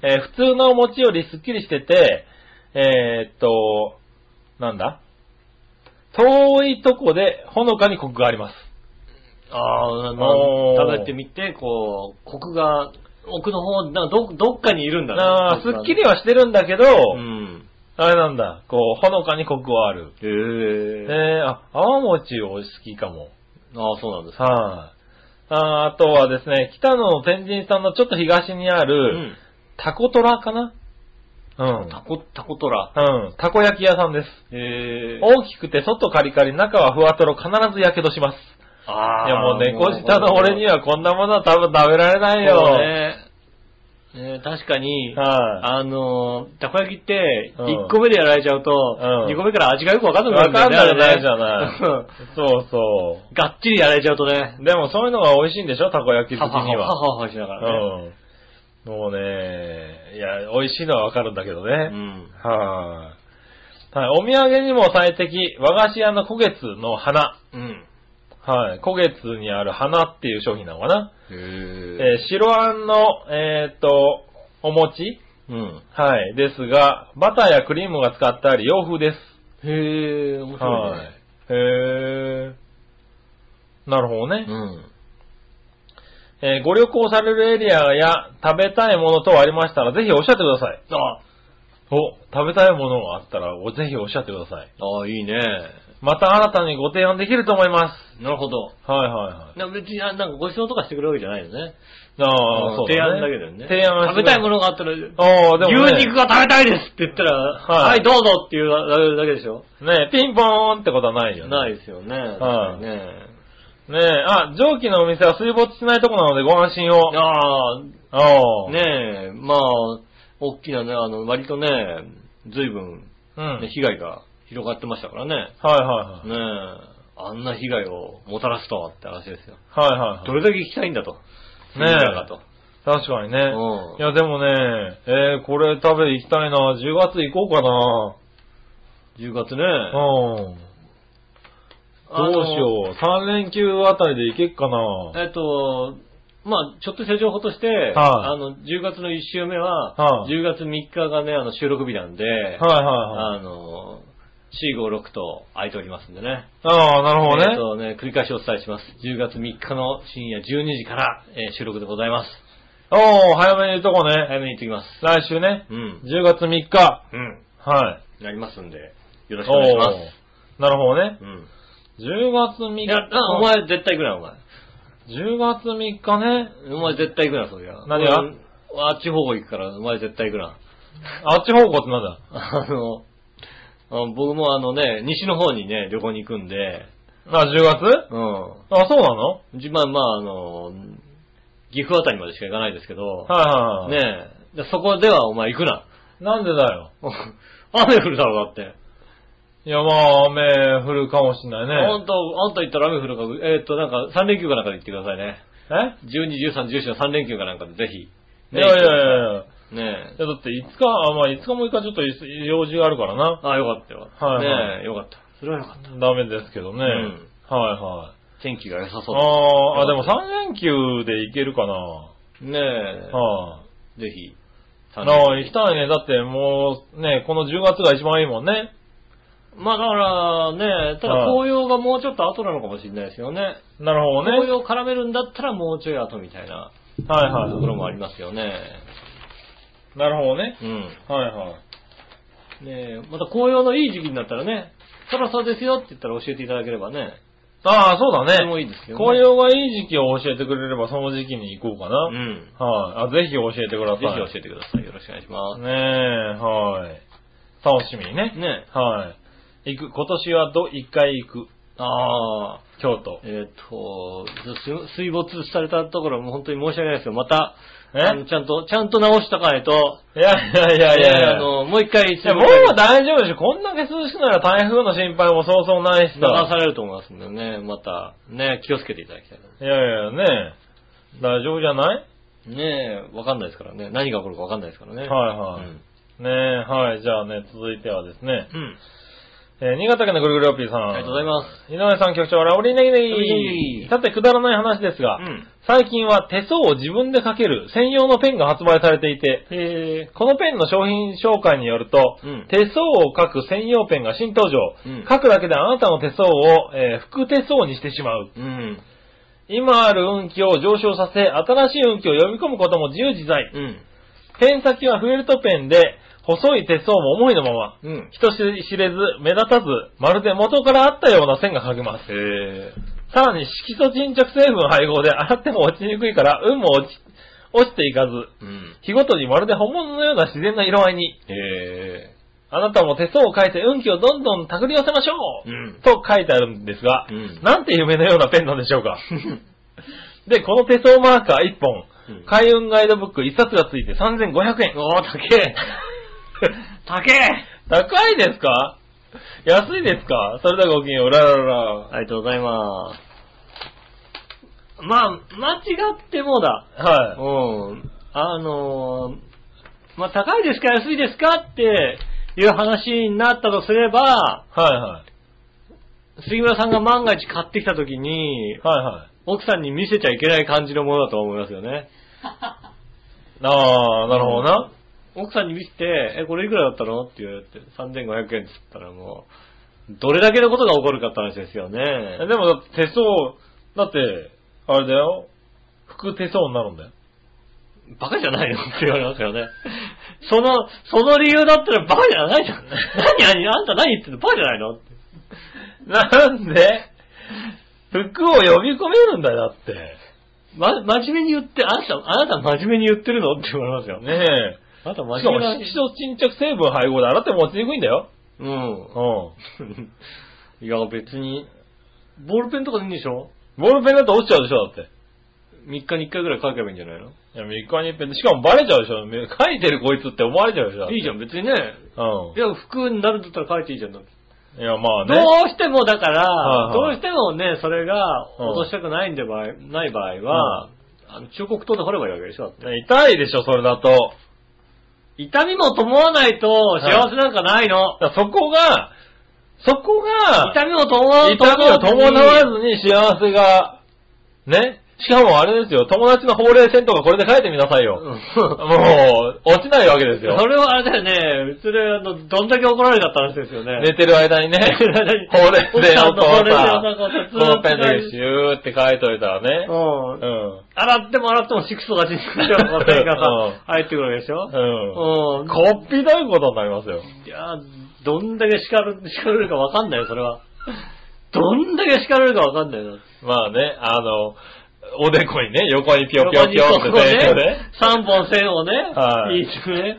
えー普通のお餅よりすっきりしてて、えーっと、なんだ遠いとこでほのかにコクがあります。ああ、まおーあ、食べてみて、こう、コクが、奥の方、なんかど、どっかにいるんだね。ああ、コすクがっねきりはしてるんだけど、うん。あれなんだ、こう、ほのかにコクはある。へねえ。えあ、泡餅を好きかも。ああ、そうなんです。はい、あ。あとはですね、北野の天神さんのちょっと東にあうる、ん。タコトラかなうん。タコ、タコトラ。うん。たこ焼き屋さんです。へえ。大きくて外カリカリ、中はふわとろ、必ず火傷します。ああ。いやもう猫舌の俺にははこんなものは多分食べられないよ。そうはい、ね。ね確かに、あのー、たこ焼きって、うん1個目でやられちゃうと、うん2個目から味がよくわかんなくなるわかんなくなるじゃない。ない。そうそがっちりやられちゃうとね、う。でもそういうのが美味しいんでしょたこ焼き好はきには *laughs* は。ははしながらね。うん。もうね、いや、美味しいのはわかるんだけどね。うん。はい、はい、お土産にも最適、和菓子屋の古月の花。うん。はい、古月にある花っていう商品なのかな。へえ。えー白あんの、えーっと、お餅うん。はい。ですが、バターやクリームが使ってあり、洋風です。へえ、面白いね。へー。なるほどね。うん。えーご旅行されるエリアや食べたいもの等ありましたら、ぜひおっしゃってください。あ、お、食べたいものがあったら、おぜひおっしゃってください。ああ、いいね。また新たにご提案できると思いまなるほど。す。はいはいはい。な別に、あなんかご馳走とかしてくれるわけじゃないよね。ああ、そう提だ案ね。だけだよね。提案は食べたいもの。のがあったら、ああ、でも、ね。牛肉が食べたいですって言ったら、ははいい、どうぞっていうだけでしょ。ねえ、ピンポーンってことはないよね。。ないいですよね。はい確かにね。ねえ、あ、蒸気のお店は水没しないとこなのでご安心を。ああ、ああ。。ねえ、まあ、大きなね、あの、割とね、随分、うん。ね、被害が広がってましたからね。はいはいはい。ねえ、あんな被害をもたらすとはって話ですよ。はいはいはい。どれだけ行きたいんだと。えみんながと。確かにね。うんいや、でもね、えー、これ食べ行きたいな。10月行こうかな。 10月ね。うん。あのどうしよう。3連休あたりで行けっかな。えっと、まあちょっとした情報として、あの、10月の1週目は、はい10月3日がね、あの、収録日なんで、はいはいはい。あの、456と空いておりますんでね。ああ、なるほどえっね。とね、繰り返しお伝えします。10月3日の深夜12時から、えー収録でございます。おー、早めに言うとこね。早めに行ってきます。来週ね。うん。 10月3日。うん。はい。なりますんで、よろしくおお願いします。ーなるほどね。うん。 10月3日。いや、あお前絶対行くな、お前。 10月3日ね。お前絶対行くな、そりゃ。何が俺あっち方向行くから、お前絶対行くな。あっち方向ってなんだあの、あの僕もあのね、西の方にね、旅行に行くんで、あ、10うん。月あ、そうなの自慢、まああの、岐阜あたりまでしか行かないですけど、はいはいはい。ねえ、でそこではお前行くな。 *laughs* なんでだよ。雨降るだろ、だって。いや、まあ、雨降るかもしんないあねん。た、あんた行ったら雨降るから、えーっと、なんか3連休かなんかで行ってくださいね。え12、13、14の3連休かなんかでぜひ。いやいやいやいや。ねえい。や、だって5日、あ、まあ5日も5日ちょっと用事があるからな。ああ、よかったよ。はいはいねえ、よかった。それはよかった。ダメですけどね。んはいはい。天気が良さそうだあーあ、でも3連休で行けるかな。ねえ、はぜひ。あ。ああ、行きたいね。だってもう、ね、この10月が一番いいもんね。まあだからね、ただはい紅葉がもうちょっと後なのかもしれないですよね。なるほどね。紅葉を絡めるんだったらもうちょい後みたいなはいはい。ところもありますよね。なるほどね。うん。はいはい。ねえ、また紅葉のいい時期になったらね、そろそろですよって言ったら教えていただければね。ああ、そうそだれもいいね。ですよね。紅葉がいい時期を教えてくれれば、その時期に行こうかな。うん。はい、あ。ぜひ教えてくださぜい。ひ教えてください。よろしくお願いします。ねえ、はい。楽しみにね。ねえ。はい。行く、今年はど、一回行く。ああ、京都。えっ、と、す水没されたところも本当に申し訳ないですよ。また、えあのちゃんと、ちゃんと直しとかないと、いやいやいやいやいや。あの、もう一回、いやもう大丈夫でしょ。こんだけ涼しくなら台風の心配もそうそうないし流ささ。れると思いますんでね、また、ね、気をつけていただきたいいやいやね。大丈夫じゃないな。ねえ、わかんないですからね。何が起こるかわかんないですからね。はいはいうん。ねえ、はい。じゃあね、続いてはですね。うんえー新潟県のぐるぐるおっぴーさん。ありがとうございます。井上さん局長、ラオリーネギラオリネネギ。ギさて、くだらない話ですが、うん最近は手相を自分で書ける専用のペンが発売されていて、このペンの商品紹介によると、うん手相を書く専用ペンが新登場。うん書くだけであなたの手相を、えー副手相にしてしまう。うん。今ある運気を上昇させ、新しい運気を読み込むことも自由自在。うん。ペン先はフェルトペンで、細い手相も重いのまま。うん。人知れず、目立たず、まるで元からあったような線が書けます。へさらに色素沈着成分配合で洗っても落ちにくいから、運も落ち、落ちていかず、うん。日ごとにまるで本物のような自然な色合いに、へえ。あなたも手相を書いて運気をどんどん手繰り寄せましょう、うんと書いてあるんですが、うんなんて夢のようなペンなんでしょ *laughs* うか。で、この手相マーカー1本、うん開運ガイドブック1冊がついて3500円。おー、高 *laughs* え。高え高いですか安いですかそれではごきげんよう、うらららら。ありがとうございます。まあ、間違ってもだ。はうん。あのーまあ、高いですか安いですかっていう話になったとすれば、い。はいはい。杉村さんが万が一買ってきた時に、はいはい。奥さんに見せちゃいけない感じのものだと思いますよね。 *laughs* ああ、なるほどな。奥さんに見せて、え、これいくらだったのって言われて、3500円っつったらもう、どれだけのことが起こるかって話ですよね。でもだって手相、だって、あれだよ。服手相になるんだよ。バカじゃないの *laughs* って言われますよね。その、その理由だったらバカじゃない *laughs* じゃん。何何あんた何言ってんのバカじゃないのって。なんで服を呼び込めるんだよ、だって。ま、真面目に言って、あなた、あなた真面目に言ってるのって言われますよね。ねえ。あなたしか真も面目、色素沈着成分配合で洗っても落ちにくいんだよ。うんう。ん。いや、別に、ボールペンとかでいいんでしょボールペンだと落ちちゃうでしょ、だって。 ?3 日に1回ぐらい書けばいいんじゃないのいや、3日に一遍で。しかもバレちゃうでしょ。め書いてるこいつって思われちゃうでしょ。いいじゃん、別にね。ゃん。ういや、服になるんだったら書いていいじゃん。だってん。いや、まあどね。うしても、だから、はいはいどうしてもね、それが落としたくないんで場合、ない場合は、あの忠告灯で掘ればいいわけでしょだって痛いでしょ、それだと。痛みも伴わないと幸せなんかないの。だからそこが、そこ *laughs* が、痛みを伴わ痛みを伴わずずに幸せが、ね。しかもあれですよ、友達のほうれい線とかこれで書いてみなさいよ。に。もう、落ちないわけですよそ。れはあれだよね、それあの、どんだけ怒られたって話ですよね。寝てる間にね、てる間にほうれい線をこほううれい線さをなんかさ、このペンでシューって書いといたらう。ね。うんん。洗っても洗ってもシクソがちにくるようなペンがうんさ、入ってくるわけでしょうん。うん。こっぴどいことになりますよ。いやーどんだけ叱る、叱られるかわかんないよ、それは。どんだけ叱られるかわかんないよ。まあね、あの、おでこにね、横にピョピョピョって線をね。 3本線をね、はいいくね。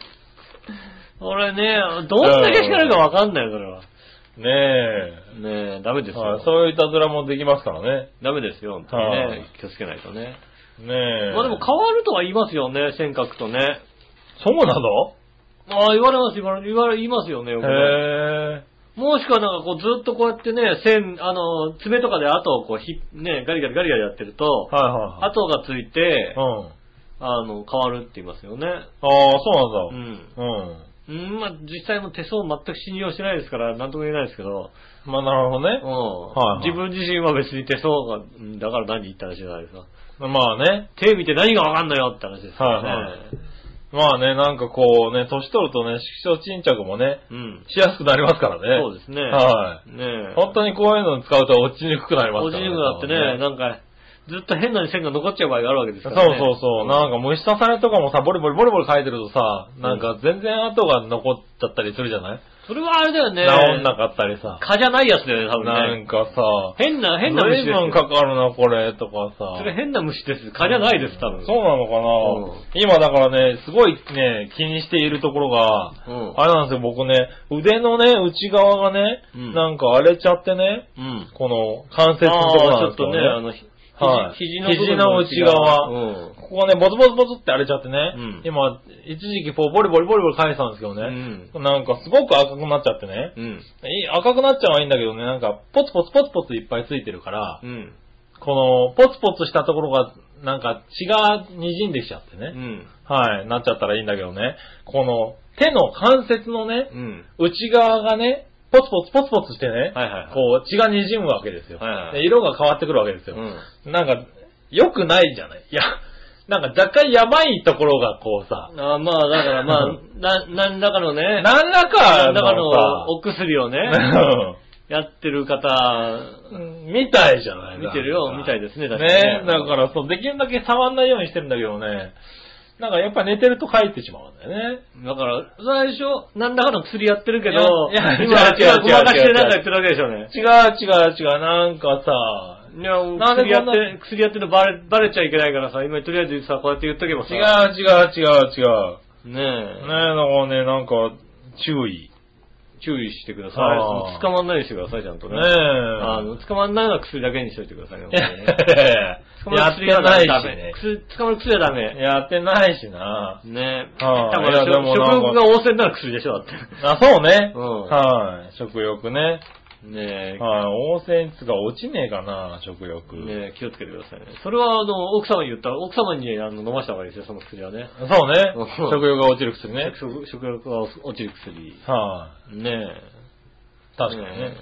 俺ね、どんだけ叱られるかわかんないよ、それは。ねねえ、ダメでえ。すはいよ。そういういたずらもできますからね。ダメですよ、本当にはいね。気をつけないとね。ねえ。まあでも変わるとは言いますよね、尖閣とね。そうなのああ、言われます、言われ、言われ、言いますよね、よくねへえ。もしくはなんかこうずっとこうやってね、線、あの、爪とかで跡をこうひ、ね、ガリガリガリガリやってると、はいはいはい。跡がついてう、ん。あの、変わるって言いますよね。ああ、そううなんだ。ん。うん。うん、まあ実際も手相全く信用してないですから、なんとも言えないですけど、まあなるほどうん。ね。はいはい自分自身は別に手相が、うんだから何言った話じゃないですか。まあね。手見て何がわかんのよって話ですからね。はいはいまあね、なんかこうね、年取るとね、色素沈着もね、うん。しやすくなりますからね。そうですね。はねえい。。本当にこういうの使うと落ちにくくなりま個すか人ら部だってね、なんか、ずっと変な線が残っちゃう場合があるわけですそうからね。そうそう。なんか虫刺されとかもさ、ボリボリボリボリ書いてるとさ、なんか全然跡が残っちゃったりするじゃないそれはあれだよね。治んなかったりさ。蚊じゃないやつだよね、多な分んね。かさ、変な、変な虫です随よ。分かかるな、これ、とかさ。それ変な虫です。蚊じゃないです、多分。そうなのかな、うん今だからね、すごいね、気にしているところが、うんあれなんですよ、僕ね、腕のね、内側がね、うんなんか荒れちゃってね、うん。この関節のとこあろなあー、んですちけょどっとねね、あの、ひはい肘肘肘のの部分部分の内側うん。ここね、ボツボツボツって荒れちゃってね、うん今、一時期こう、ボリボリボリボリ返したんですけどね、なんかすごく赤くなっちゃってね、うん。いい赤くなっちゃうはいいんだけどね、なんか、ポツポツポツポツいっぱいついてるから、うん。この、ポツポツしたところが、なんか血が滲んできちゃってね、うん。はい、なっちゃったらいいんだけどね。この、手の関節のね、うん。内側がね、ポツポツポツポツしてね、はいはいはいこう、血が滲むわけですよ、はいはいで色が変わってくるわけですよ。うんなんか、良くないじゃないいや、なんか若干やばいところがこうさ、あーまあ、だからまあ、な、何らかのね、何らか何らかのさのお薬をね、やってる方、うんみたいじゃない見てるよみたいですね確確かかににねね。だからそう、できるだけ触んないようにしてるんだけどね、なんかやっぱ寝てると帰ってしまうんだよね。だから、最初、何らかの釣りやってるけど、いやい今や違う違う今ごまかし違う違てうなんかやってるわけでしょうね。違う違う違う、なんかさ、いや、なんで薬やこんなって、薬やってるのバレ、バレちゃいけないからさ、今とりあえずさ、こうやって言っとけばさ。違う違う違う違う。う。ねねえ、だからね、なんか、注意。え、注意してくださいあー。捕まんないようにしてください、ちゃんとねね。え。あの、捕まんないのは薬だけにしといてくださいね。本当に *laughs* ね捕まや *laughs* るって薬はないダしメね。薬捕まる薬はダメ。やってないしな。ねえ。はあ多分いやでも食なんか欲が旺盛になる薬でしょ、だって。あ、そうね。うんはい。食欲ね。ねえ。はい。温泉つが落ちねえかな、食欲。ねえ、気をつけてくださいね。それは、あの、奥様に言った、奥様にあの飲ました方がいいですよ、その薬はね。そうねうん。食欲が落ちる薬ね。食食欲が落ちる薬。はねえ。い。確かにね。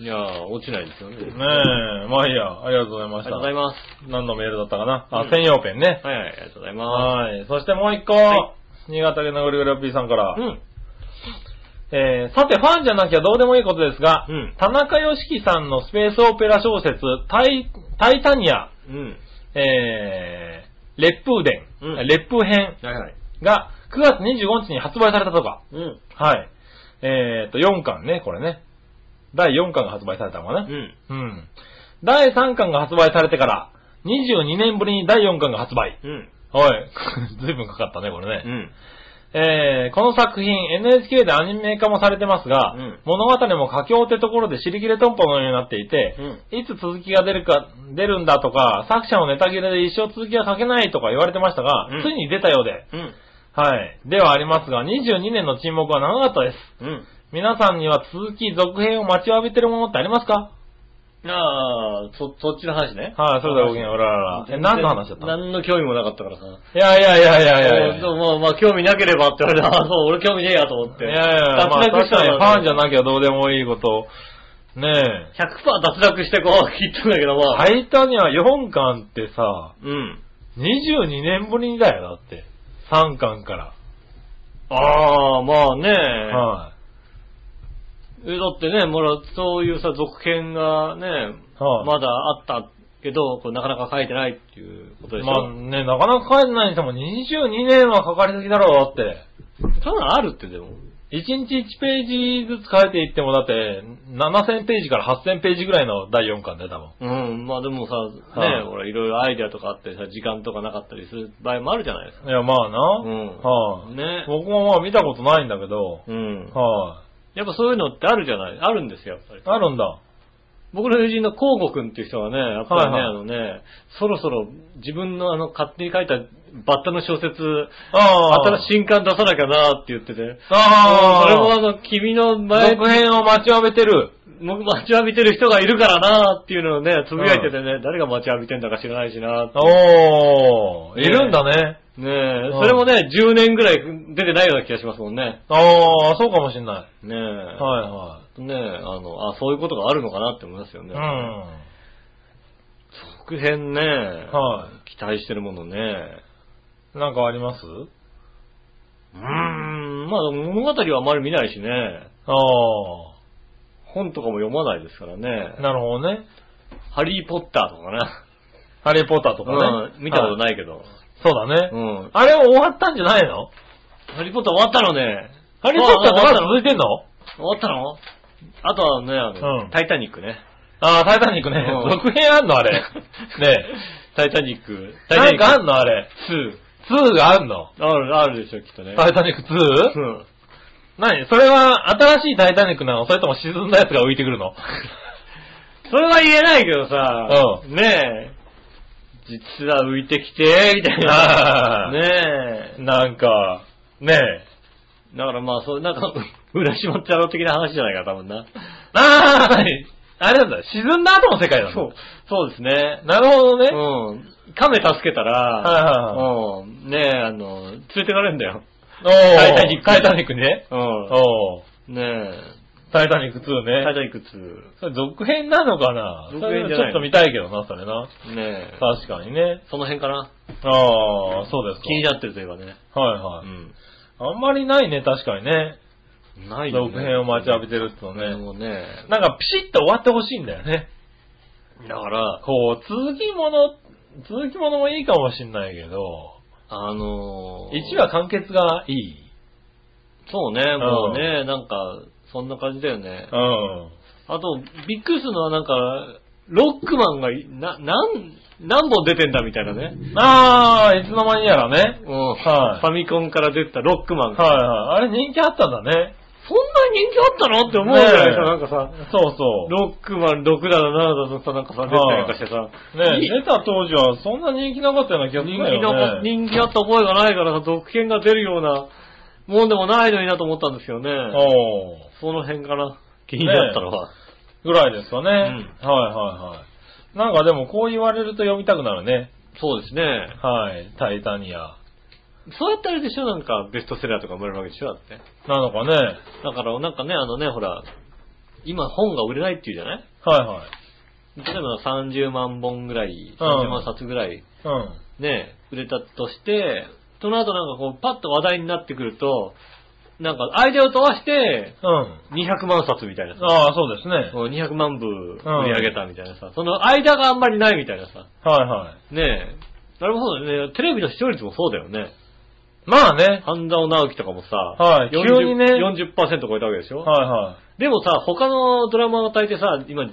えいやー、落ちないですよね。ねえ、まあいいや、ありがとうございあまりしがとうございた。ます。何のメールだったかなうあ、ん専用ペンね。はい、はい、ありがとうございまはい。そしてもう一個。はい新潟県のぐるぐるラッピーさんから。す。うん。えー、さて、ファンじゃなきゃどうでもいいことですが、うん田中良樹さんのスペースオペラ小説、タイ、タイタニア、うん。えー、烈風伝、うん烈風編はいはい。が9月25日に発売されたとか。うん。はい。えーと、4巻ね、これね。第4巻が発売されたのかな。うん。うん。第3巻が発売されてから、22年ぶりに第4巻が発売。うん。はい。 *laughs* ずいぶんかかったね、これね。うん。えーこの作品 NHK でアニメ化もされてますが、うん物語も佳境ってところで尻切れトンポのようになっていて、いつ続きが出るか、出るんだとか、作者のネタ切れで一生続きは書けないとか言われてましたが、うんついに出たようで、うん。はい。ではありますが、22年の沈黙は長かったです。うん。皆さんには続き、続編を待ちわびてるものってありますかあー、そ、そっちの話ね。はい、それではごきげんよう、うららら。え、何の話だったのい何の興味もなかったからさ。やいやいやいやいやいや。そう *laughs* まあまあ、興味なければって言われたら、 *laughs* あそう、俺興味ねえやと思って。いやいや、まあ脱落確したかにファンじゃい。なきゃどうでもいいこと。ねえ。 100%脱落してこう、 *laughs* 聞いたんだけど、まあ。タ。イタニア4巻ってさ、うん。 22年ぶりだよ、だって。3巻から。あー、まあねはえ、だってね、もら、そういうさ、続編がね、はいまだあったけど、これなかなか書いてないっていうことい。でしょ。まあね、なかなか帰んないにしても22年はかかりすぎだろう、だって。多分あるってでも。 1日1ページずつ書いていっても、だって、7000ページから8000ページぐらいの第4巻だよ、多分。うん、まあでもさ、はね、いほら、いろいろアイデアとかあってさ、時間とかなかったりする場合もあるじゃないですか。いや、まあな。うんはい、ね僕もまあ見たことないんだけど、うん。はい、やっぱそういうのってあるじゃない、あるんですよ、やっぱり。あ。るんだ。僕の友人のコウゴくんっていう人がね、やっぱりね、はいはいあのね、そろそろ自分のあの、勝手に書いたバッタの小説、ああ。新しいい。新刊出さなきゃなって言ってて。あそあ。れもあの、君の前、続編を待ちわびてる。僕待ちわびてる人がいるからなっていうのをね、つぶやいててね、誰が待ちわびてんだか知らないしなっておー、いるんだね。ねえ、うんそれもね、10年ぐらい出てないような気がしますもんね。あー、そうかもしんなねえ。い。はいはい。ねえ、あの、あ、そういうことがあるのかなって思いますよね。うん。は続編ね、い。期待してるものね。なんかありますうーん、まあ物語はあまり見ないしね、ああ本とかも読まないですからねー、。なるほどね。ハリーポッターとかね。ハリーポッターとかね。うん、見たことい。ないけど。そうだねう。ん。あれ終わったんじゃないのハリーポッター終わったのね。ハリーポッターってまだあ続いてんの終わったのあとはね、あの、うんタイタニックね。ああ、タイタニックねうん。続編あんのあれ。ね *laughs* タイタニック。え。タイタなニッんかあクんのあれ。 2。 2があんのある、あるでしょ、きっとね。タイタニック 2? うん。何それは新しいタイタニックなのそれとも沈んだやつが浮いてく *laughs* るのそれは言えないけどさ、うねえ、実は浮いてき *laughs* て、みたいな。あーねえ。なんか、ねえ。だからまあ、そう、なんか、 *laughs* 浦島太郎的な話じゃないか、多分な。ああ、はいあれなんだ、沈んだ後の世界な *laughs* んだ。そう、そうですね。なるほどね。うん。亀助けたら、はいはいはうん。ねえ、あの、連れてかれるんだよ。おータイタニックタイタニックね。うおーん。ねえ。タイタニック2タイね。タニック2。それ続編なのかな続編じゃないのそれちょっと見たいけどな、それな。ねえ。確かにね。その辺かなああ、そうですか。気になってるといえばね。はいうはい、ん。あんまりないね、確かにね。ないよ、ね。続編を待ちわびてるってのね。ね。もうね。なんかピシッと終わってほしいんだよね。だから、こう、続きもの、続きものもいいかもしんないけど、あのー、 1話完結がいい。そうね、もうね、なんか、そんな感じだよね。うん。あと、びっくりするのはなんか、ロックマンがい、な、なん、何本出てんだみたいなね。ああ、いつの間にやらね。うん。はいファミコンから出てたロックマンが。はいはい。あれ人気あったんだね。そんなに人気あったのって思うじゃないですか、ねえなんかさ。そうそう。ロックマン6だの7だのさ、なんかさ、出てたりとかしてさ。ねい出た当時はそんな人気なかったような気がするん人だ気の、よね。人気あった覚えがないからさ、続編が出るようなもんでもないのになと思ったんですよね。おーその辺かな。気になったのは。ぐらいですかね。はいんはいはい。なんかでもこう言われると読みたくなるね。そうですね。はい。タイタニア。そうやってあれでしょなんかベストセラーとか生まれるわけでしょだって。なのかね。だからなんかね、あのね、ほら、今本が売れないっていうじゃないはいはい。例えば30万本ぐらい、うん30万冊ぐらい、うん。ね、売れたとして、その後なんかこう、パッと話題になってくると、なんか間を飛ばして、うん。 200万冊みたいなさ、ああ、そうですね。もう200万部売り上げたみたいなさ、その間があんまりないみたいなさ、はいはい。ねえ、あれもそうだよね、テレビの視聴率もそうだよね。まあね。半沢直樹とかもさ、はい40急にね40%超えたわけでしょ、はいはい。でもさ、他のドラマの大抵さ、今10%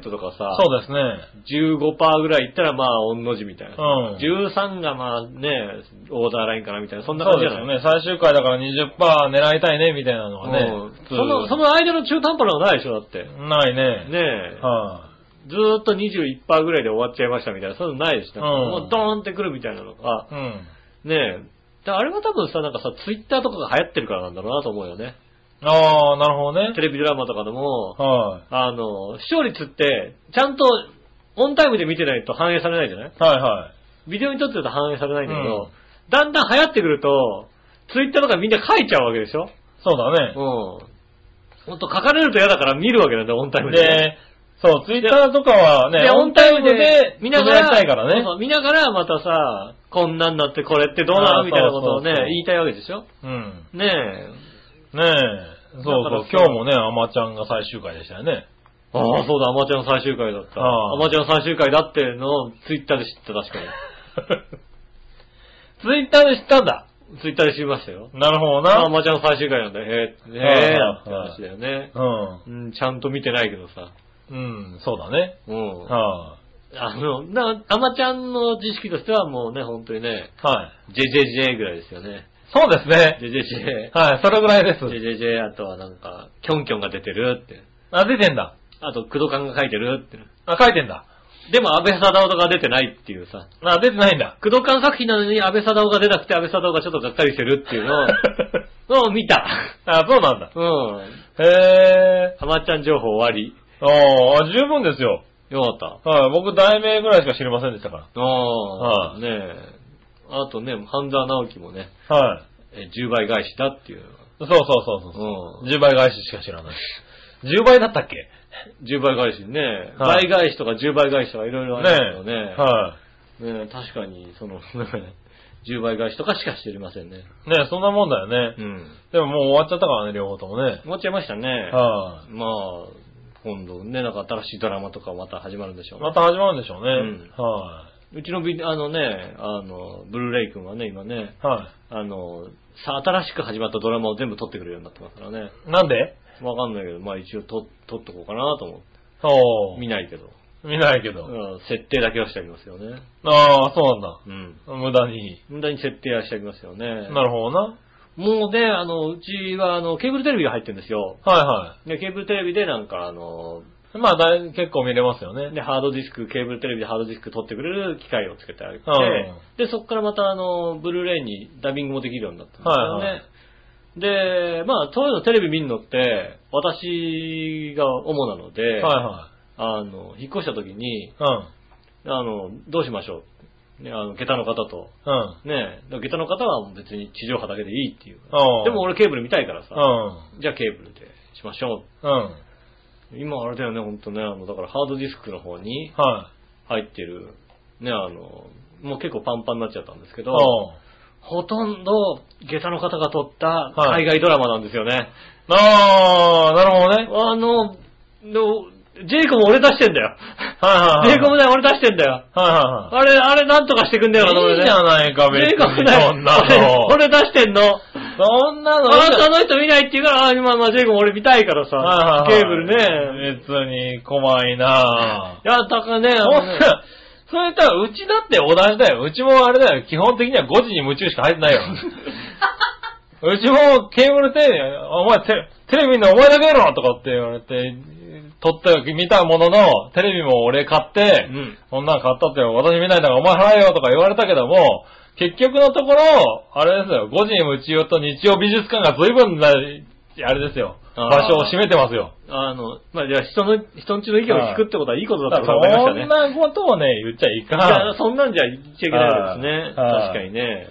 とかさ、そうですね。 15%ぐらいいったらまあ、御の字みたいな。うん13がまあね、オーダーラインかなみたいな、そんなそ感うじでじすゃないよね。最終回だから20%狙いたいね、みたいなのがうんね。普通その、その間の中途半端なのがないでしょ、だって。ねないね。え、はずーっと21%ぐらいで終わっちゃいましたみたいな、そういうのないでしょ。うんもうドーンってくるみたいなのが、い。うん。ねえ。だからあれは多分さ、なんかさ、ツイッターとかが流行ってるからなんだろうなと思うよね。ああ、なるほどねテ。レビドラマとかでも、はあの、視聴率って、ちゃんと、オンタイムで見てないと反映されないじゃないい。はいはい。ビデオに撮ってると反映されないんだけど、うんだんだん流行ってくると、ツイッターとかみんな書いちゃうわけでしょそうだね。うん。ほんと書かれると嫌だから見るわけなんだよ、オンタイムで。で、そう、ツイッターとかはね、オンタイムで見ながら、やりたいからそうね。そう見ながらまたさ、こんなんなってこれってどうなあーのみたいなことをねそうそうそう言いたいわけでしょうん。ねえ。ねえ。そうだからそさ、う今日もね、アマちゃんが最終回でしたよね。ああ、そうだ、アマチュアの最終回だった。あーアマチュアの最終回だっていうのをツイッターで知った、確 *laughs* かツイッターで知ったんだ。に。ツイッターで知りましたよ。なるほどあアな。マチュアの最終回なんだ。へえ、へはいえ、なんて話だよね。うん、ちゃんと見てないけどさ。うん。うん、そうだね。うん。はあの、な、アマちゃんの知識としてはもうね、本当にね、い。はい。 JJJ ぐらいですよね。そうですね。 JJJ。はい、それぐらいです。 JJJ、あとはなんか、キョンキョンが出てるって。あ、出てんだ。あと、工藤勘が書いてるって。あ、書いてんだ。でも、安倍貞夫とか出てないっていうさ。あ、出てないんだ。工藤勘作品なのに安倍貞夫が出なくて安倍貞夫がちょっとがっかりしてるっていう *laughs* のを、を見た。あ、そうなんだ。うん。へえ。ハマちゃん情報終わり。ああ、十分ですよ。よかった。はい、僕、題名ぐらいしか知りませんでしたかああ、はいねえ。あとね、半沢直樹もね、ら。はい。え10倍返しだっていう。そうそうそうそううそう。ん。 10倍返ししか知らない。10倍だったっけね10倍返しね、はい倍返しとか10倍返しとかいろいろあるんだけどはね。ね確かに、その、10倍返しとかしか知りませんね。い。ねそんなもんだようね。ん。でももう終わっちゃったからね、両方ともね。思っちゃいましたね。はまあ、今度ね、なんか新しいドラマとかまた始まるんでしょい。う、また始まるんでしょうね。うはうちのビ、あのね、あの、ブルーレイ君はね、今ね、い。はあの、さ、新しく始まったドラマを全部撮ってくれるようになってますからね。い。なんでわかんないけど、まあ一応撮、撮っとこうかなと思って。そう。見ないけど。見ないけうど。ん、設定だけはしてありますよね。ああ、そうなんうん。だ。無駄に。無駄に設定はしてありますよね。なるほどな。もうね、あの、うちは、あの、ケーブルテレビが入ってるんですよ。はいはい。で、ケーブルテレビでなんか、あの、まあだい、結構見れますよね。で、ハードディスク、ケーブルテレビでハードディスク取ってくれる機械をつけてあげて、うで、そこからまた、あの、ブルーレイにダビングもできるようになったんですよね。はいはいで、まあ、そういうのテレビ見るのって、私が主なので、はいはあの、引っ越した時に、い。うん。あの、どうしましょう。ね、あの、下駄の方と。うん。ね、下駄の方は別に地上波だけでいいっていう。ああでも俺ケーブル見たいからさ。うじゃあケーブルでしましょん。うん。う。今あれだよね、ほんとね、あの、だからハードディスクの方にはい。入ってる、ね、あの、もう結構パンパンになっちゃったんですけど、あほとんど下駄の方が撮った海外ドラマなんですよね。あああ、なるほどね。あの、のジェイコム俺出してんだよ。はいはいはい。ジェイコムで俺出してんだよ。はいはいはあれ、あれなんとかしてくんだよなと思っい。ていいねじゃないか、別ジェイに。コムねそんなの。俺俺出してんの。そんなあの。なたの人見ないって言うから、あ、今、まあ、ジェイコム俺見たいからはいさ、はいはいケーブルね。別に、怖いなぁ。いや、だからね、あ *laughs* そのんねな、それたら、うちだって同じだよ。うちもあれだよ。基本的には5時に夢中しか入ってな *laughs* いよ。うちもケーブルテレビ、お前テレテレビ見んのお前だけやろとかって言われて、撮って見たものの、テレビも俺買って、うんこんなん買ったって私見ないんだからお前払えよとか言われたけども、結局のところ、あれですよ、5時に夢中と日曜美術館が随分な、あれですよ、あー場所を占めてますよ。あの、まあ、じゃあ人の、人んちの意見を聞くってことはいいことそだったと思いましたんね。なことをね、言っちゃいいかん。や、そんなんじゃ言っちゃいけないですね。は確いかにね。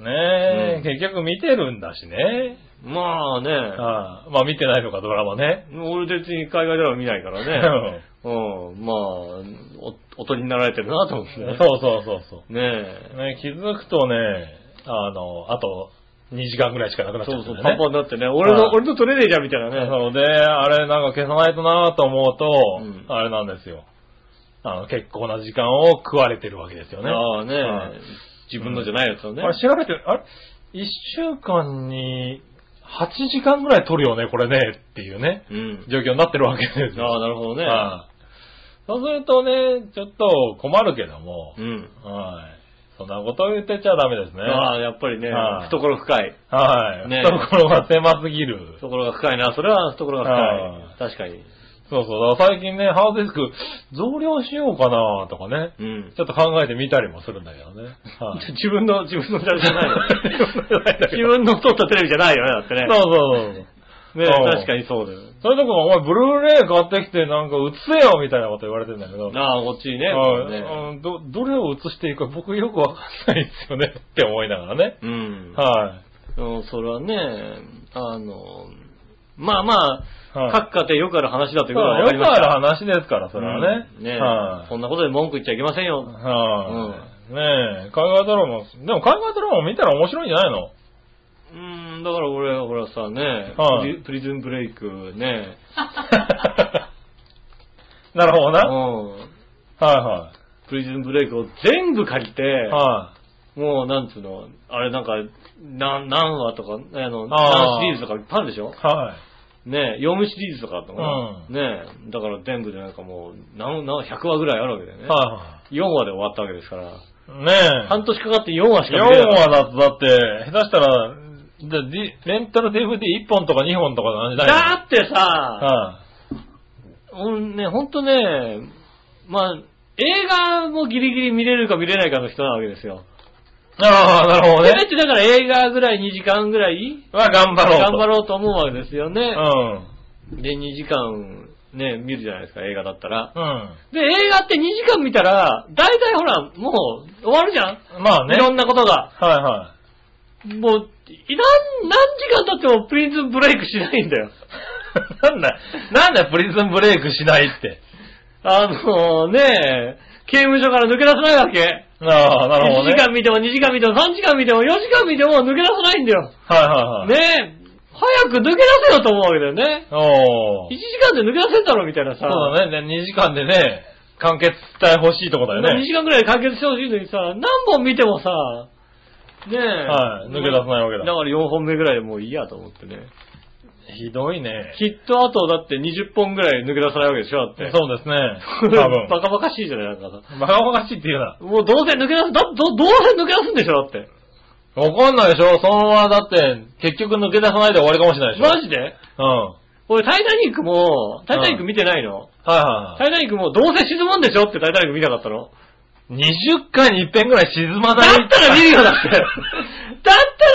ねえ、うん結局見てるんだしね。まあね、はいまあ見てないのか、ドラマね。俺別に海外ドラマ見ないからね。 *laughs* うん、まあ、お大人になられてるなと思ってそねう。そうそうそねう。え。ね、気づくとね、あの、あと2時間ぐらいしかなくなっちゃそううんそだう、パよンね。パンになってね。俺の、はい俺の取れねえじゃんみたいなねね。そうで、あれなんか消さないとなと思うと、うんあれなんですよ。あの、結構な時間を食われてるわけですよね。ああね、はい自分のじゃないやつをね。あれ調べて、あれ ?1 週間に8時間ぐらい取るよね、これね、っていうね、うん。状況になってるわけですああ、よ。なるほどね。はいそうするとね、ちょっと困るけども、うん。はい。そんなことを言ってちゃダメですね。ああ、やっぱりねは、い懐深い。はい。ね懐が狭すぎる。懐が深いな。それは懐がは深い。確かに。そうそう。だから最近ね、ハードディスク増量しようかなとかね。うん。ちょっと考えてみたりもするんだけどね。はい *laughs* 自分の、自分のじゃないよね自 *laughs* 自分の撮ったテレビじゃないよね、だってね。そうそうそう。ねそう確かにそうだよ。そういうとこ、お前、ブルーレイ買ってきて、なんか映せよみたいなこと言われてんだけど。なあ、こっちにね。はいねうんど、どれを映していいか僕よくわかんないですよねって思いながらね。うん。はうんそれはね、あの、まあまあ、はい各家庭よくある話だとい。いうことは分よくあかりました。る話ですから、それはね。うんねはい、そんなことで文句言っちゃいけませんよ。はい、ねえ、海外ドラマ、でも海外ドラマ見たら面白いんじゃないの *laughs* うん、だから俺、ほらさ、ね、はいプリプリズンブレイクね、なるほどな。はうん、いはプリズンブレイクを全部借りて、い。はもうなんつうの、あれなんか、何、何話とか、あの、あ何ーシリーズとかいっぱいあるでしょい。はい。ね読むシリーズとかあったのうねだから全部でなんかもう、何、何、100話ぐらいあるわけだよね。は4話で終わったわけですから。いはい。ねえ。半年かかって4話しか4見れない。話だとだって、下手したら、でディレンタル DVD1 本とか2本とかなんじゃないだってのさ、は俺ね、ほんとね、まあ、映画もギリギリ見れるか見れないかの人なわけですよ。い。ああ、なるほどせめね。てだから映画ぐらい2時間ぐらいは頑張ろうと。頑張ろうと思うわけですよね。う。で、2時間ね、見るじゃないですか、映画だったら。ん。で、映画って2時間見たら、だいたいほら、もう終わるじゃんうん。まあね。いろんなことが。はいもう、はい何、何時間経ってもプリズンブレイクしないんだよ。い。 *laughs* なんだ、なんだよプリズンブレイクしないって。あのねえ、刑務所から抜け出せないわけ。ああ、なるほどね。 *laughs* 1時間見ても2時間見ても3時間見ても4時間見ても抜け出せないんだよ。はいはいはい。。ねえ、早く抜け出せよと思うわけだよね。おお1時。間で抜け出せんだろみたいなさ。そうだね。2時間でね、完結してほしいとこだよ2ね。時間くらいで完結してほしいのにさ、何本見てもさ、ねえ。はい。抜け出さないわけだだ。から4本目ぐらいでもういいやと思ってね。ひどいね。きっとあとだって20本ぐらい抜け出さないわけでしょだって。。そうですね *laughs* 多分。バカバカしいじゃないなんかさ。バカバカしいって言うな。もうどうせ抜け出す、だ、ど、どうせ抜け出すんでしょだって。わかんないでしょそのままだって、結局抜け出さないで終わりかもしれないでしょマジでうん。は俺、タイタニックも、タイタニック見てないの、いはいはタイタニックも、どうせ沈むんでしょってタイタニック見なかったのい。20回に一遍ぐらい沈まだない。ったら見るよ、だ *laughs* って。だ *laughs* っ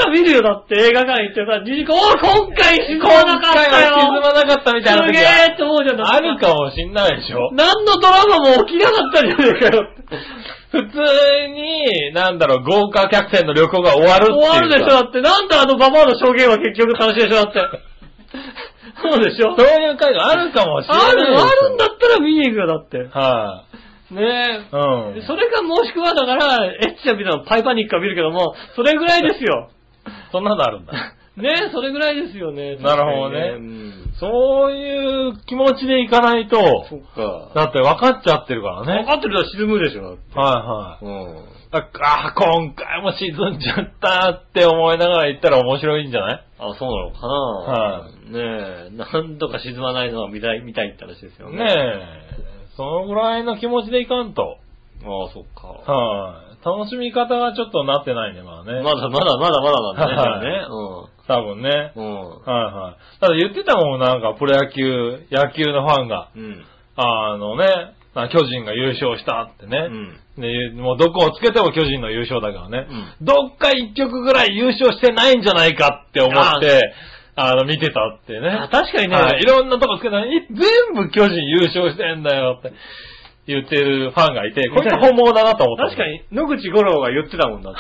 たら見るよ、だって。映画館行ってさ、2時間、おい今回沈今まなかっ回たは沈よまなかったみたいなす時げはーって思うじゃん。ある。かもしんないでしょ何のドラマも起きなかったじゃねえかよって。普通に、なんだろう、豪華客船の旅行が終わるっていう。終わるでしょ、だ。って。なんであのババアの証言は結局話でしょ、だって。そうでしょそういう回があるかもしれない。ある、あるんだ。ったら見に行くよ、だって。はねい。うんえ。。それかもしくはだから、エッチなビデオのパイパニックは見るけども、それぐらいですよ。そんなのあるんだ。ねえ、それぐらいですよね。 *laughs* なるほどね確かにうんそういう気持ちでいかないと、そっか。だって分かっちゃってるから分ね。かってると沈むでしょ。はいはい。うん。あ、あ今回も沈んじゃったって思いながら行ったら面白いんじゃないあ、そうなのかなはねえ、何とか沈まないのは見たい、見たいって話ですよね。ねえ。そのぐらいの気持ちでいかんと。ああ、そっか。はい、楽しみ方がちょっとなってないね、まあね。まだまだまだまだなんだね。多分ね。はいじゃあねうん。はい。ただ言ってたもん、なんかプロ野球、野球のファンが、うん。あのね、あ巨人が優勝したってうね。ん。でもうどこをつけても巨人の優勝だからね。どっか一局ぐらい優勝してないんじゃないかって思って、あの、見てたってね。あ確かにね、はい、いろんなとこつけたのに、全部巨人優勝してんだよって言ってるファンがいて、こいつ本物だなと思った。 *laughs* 確か。に野口五郎が言ってたもんだっ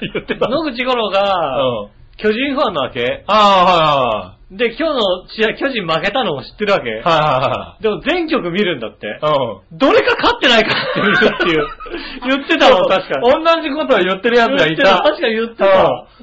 て。 *laughs* 言ってた。野口五郎が、う巨人ファンなわけああ、で、今日の試合、巨人負けたのも知ってるわけはいはでも全曲見るんだっていはい。はい。どれか勝ってないかって見るって *laughs* いう。言ってたもん、確かに。うん。同じことを言ってるやつがいた。言ってた確かに言ってたうん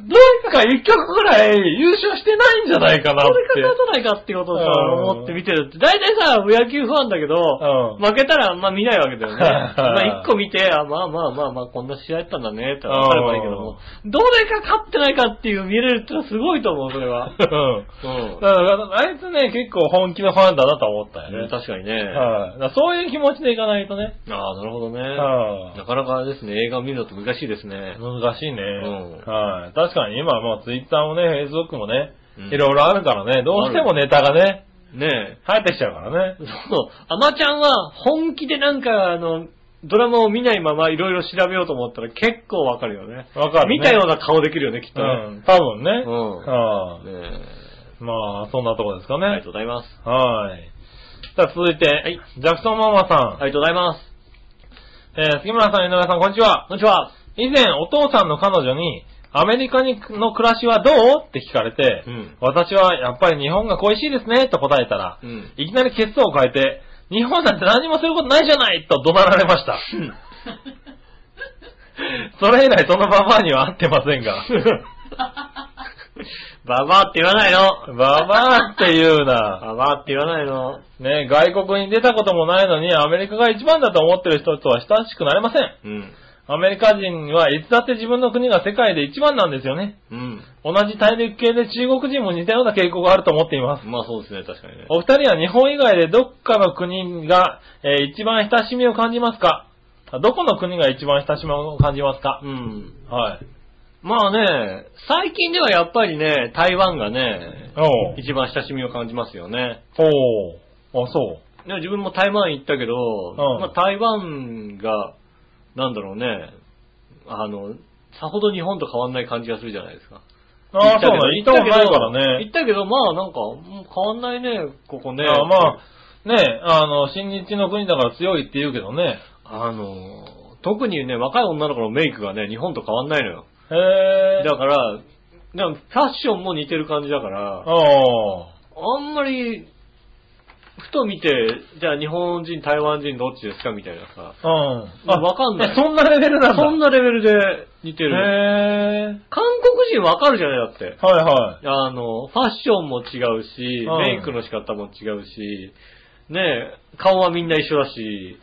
どれか一曲ぐらい優勝してないんじゃないかなっどれかて。勝たないかってことをさ、うん思って見てるって。大体さ、野球ファンだけど、うん。負けたらあんま見ないわけだよね。はいまあ一個見て、あまあまあまあまあ、こんな試合やったんだね、ってわかればいいけども、どれか勝ってないかっていう見れるってのはすごいと思う、それは。うんうんだから、あいつね、結構本気のファンだなと思ったよね。ね確かにね。はい。だからそういう気持ちでいかないとね。ああ、なるほどね。はいなかなかあれですね、映画を見るのって難しいですね。難しいうね。んはい。確かに今はもうツイッターもね、フェイスブックもねうん、いろいろあるからね、どうしてもネタがね、ねえ。入ってきちゃうからね。そう、アマちゃんは本気でなんか、あの、ドラマを見ないままいろいろ調べようと思ったら結構わかるよね。わかるね見たような顔できるよね、きっとうね。ん。多分ね。うんはいねまあ、そんなとこですかえね。ありがとうございます。はい。じゃあ続いて、いジャクソンママさん、ありがとうございます。えー、杉村さん、井上さん、こんにちは。こんにちは。以前、お父さんの彼女に、アメリカにの暮らしはどうって聞かれて、うん私はやっぱり日本が恋しいですね、と答えたら、うんいきなり血相を変えて、日本なんて何もすることないじゃないと怒鳴られ *laughs* ました。それ以来そのババアには会ってませんが。 *laughs* ババアって言わないの。ババアって言うな。ババアって言わないの。ね、外国に出たこともないのに、アメリカが一番だと思ってる人とは親しくなれません。うん。アメリカ人はいつだって自分の国が世界で一番なんですよね。うん。同じ大陸系で中国人も似たような傾向があると思っています。まあそうですね、確かにね。お二人は日本以外でどっかの国が、えー一番親しみを感じますかあどこの国が一番親しみを感じますかうん。はい。まあね、最近ではやっぱりね、台湾がね、おう一番親しみを感じますよね。おうあ、そう。でも自分も台湾行ったけど、んまあ、台湾が、なんだろうね、あの、さほど日本と変わんない感じがするじゃないですか。ああ、そけうどだ。行ったことないから行ね。ったけど、まあなんか、うん変わんないね、ここね。ああまあ、ねあの、新日の国だから強いって言うけどね。あの、特にね、若い女の子のメイクがね、日本と変わんないのよ。へえ。だから、でもファッションも似てる感じだから、あああ。んまり、ふと見て、じゃあ日本人、台湾人どっちですかみたいなさ。うん。あわかんないえそんなレベルなんだ。そんなレベルで似てる。へー。韓国人わかるじゃないだって。はいはあの、ファッションも違うし、うんメイクの仕方も違うし、ねえ、顔はみんな一緒だし、い。一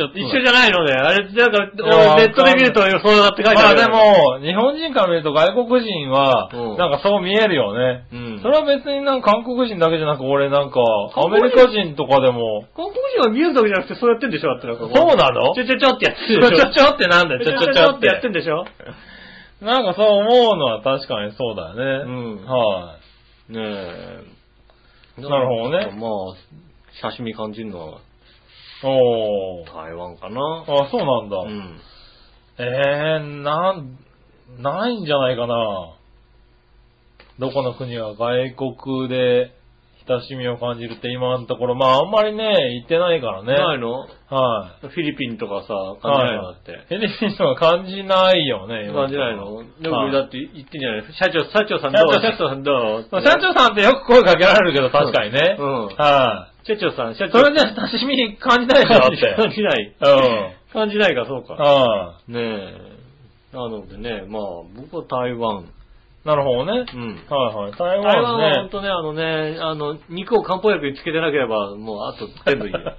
緒一緒じゃないのね。あれ、なんか、や俺ネットで見ると、そうだって書いてまあある。で、も、日本人から見ると外国人はうん、なんかそう見えるよね。うん。それは別になんか韓国人だけじゃなく、俺なんか、アメリカ人とかでも、韓国人は見るだけじゃなくて、そうやってんでしょだってなんかこ。そうなのちちょょちょちょってやってちるでしょ。ょちょってなんだよ、ちょちょちょっってやっててん。でしょなんかそう思うのは確かにそうだよね。うんはい。ねえ。なるほどねまあ、親しみ感じるのはおー。台湾かな。あ、そうなんうだ。ん。えー、なん、ないんじゃないかな。どこの国は外国で親しみを感じるって今のところ、まああんまりね、行ってないからね。ないのはフィリピンとかさ、い。感じないのだはっい。て。フィリピンとか感じないよね、今感じないのではもいだって言ってんじゃない社長、社長さんどう社社長長さんどうまあ社長さんってよく声かけられるけど、確かにね。うんは社長さん、社い。そ長れじゃ親しみ感じないよ、だっ *laughs* 感 *laughs* て。じない。うん。感じないか、そうか。ああ。ねえ。なのでね、まあ、僕は台湾。なるほどね。うん。はいはい。台台湾湾は本ね。当ね、あのね、あの、肉を漢方薬につけてなければ、もうあと全部いいよ。 *laughs*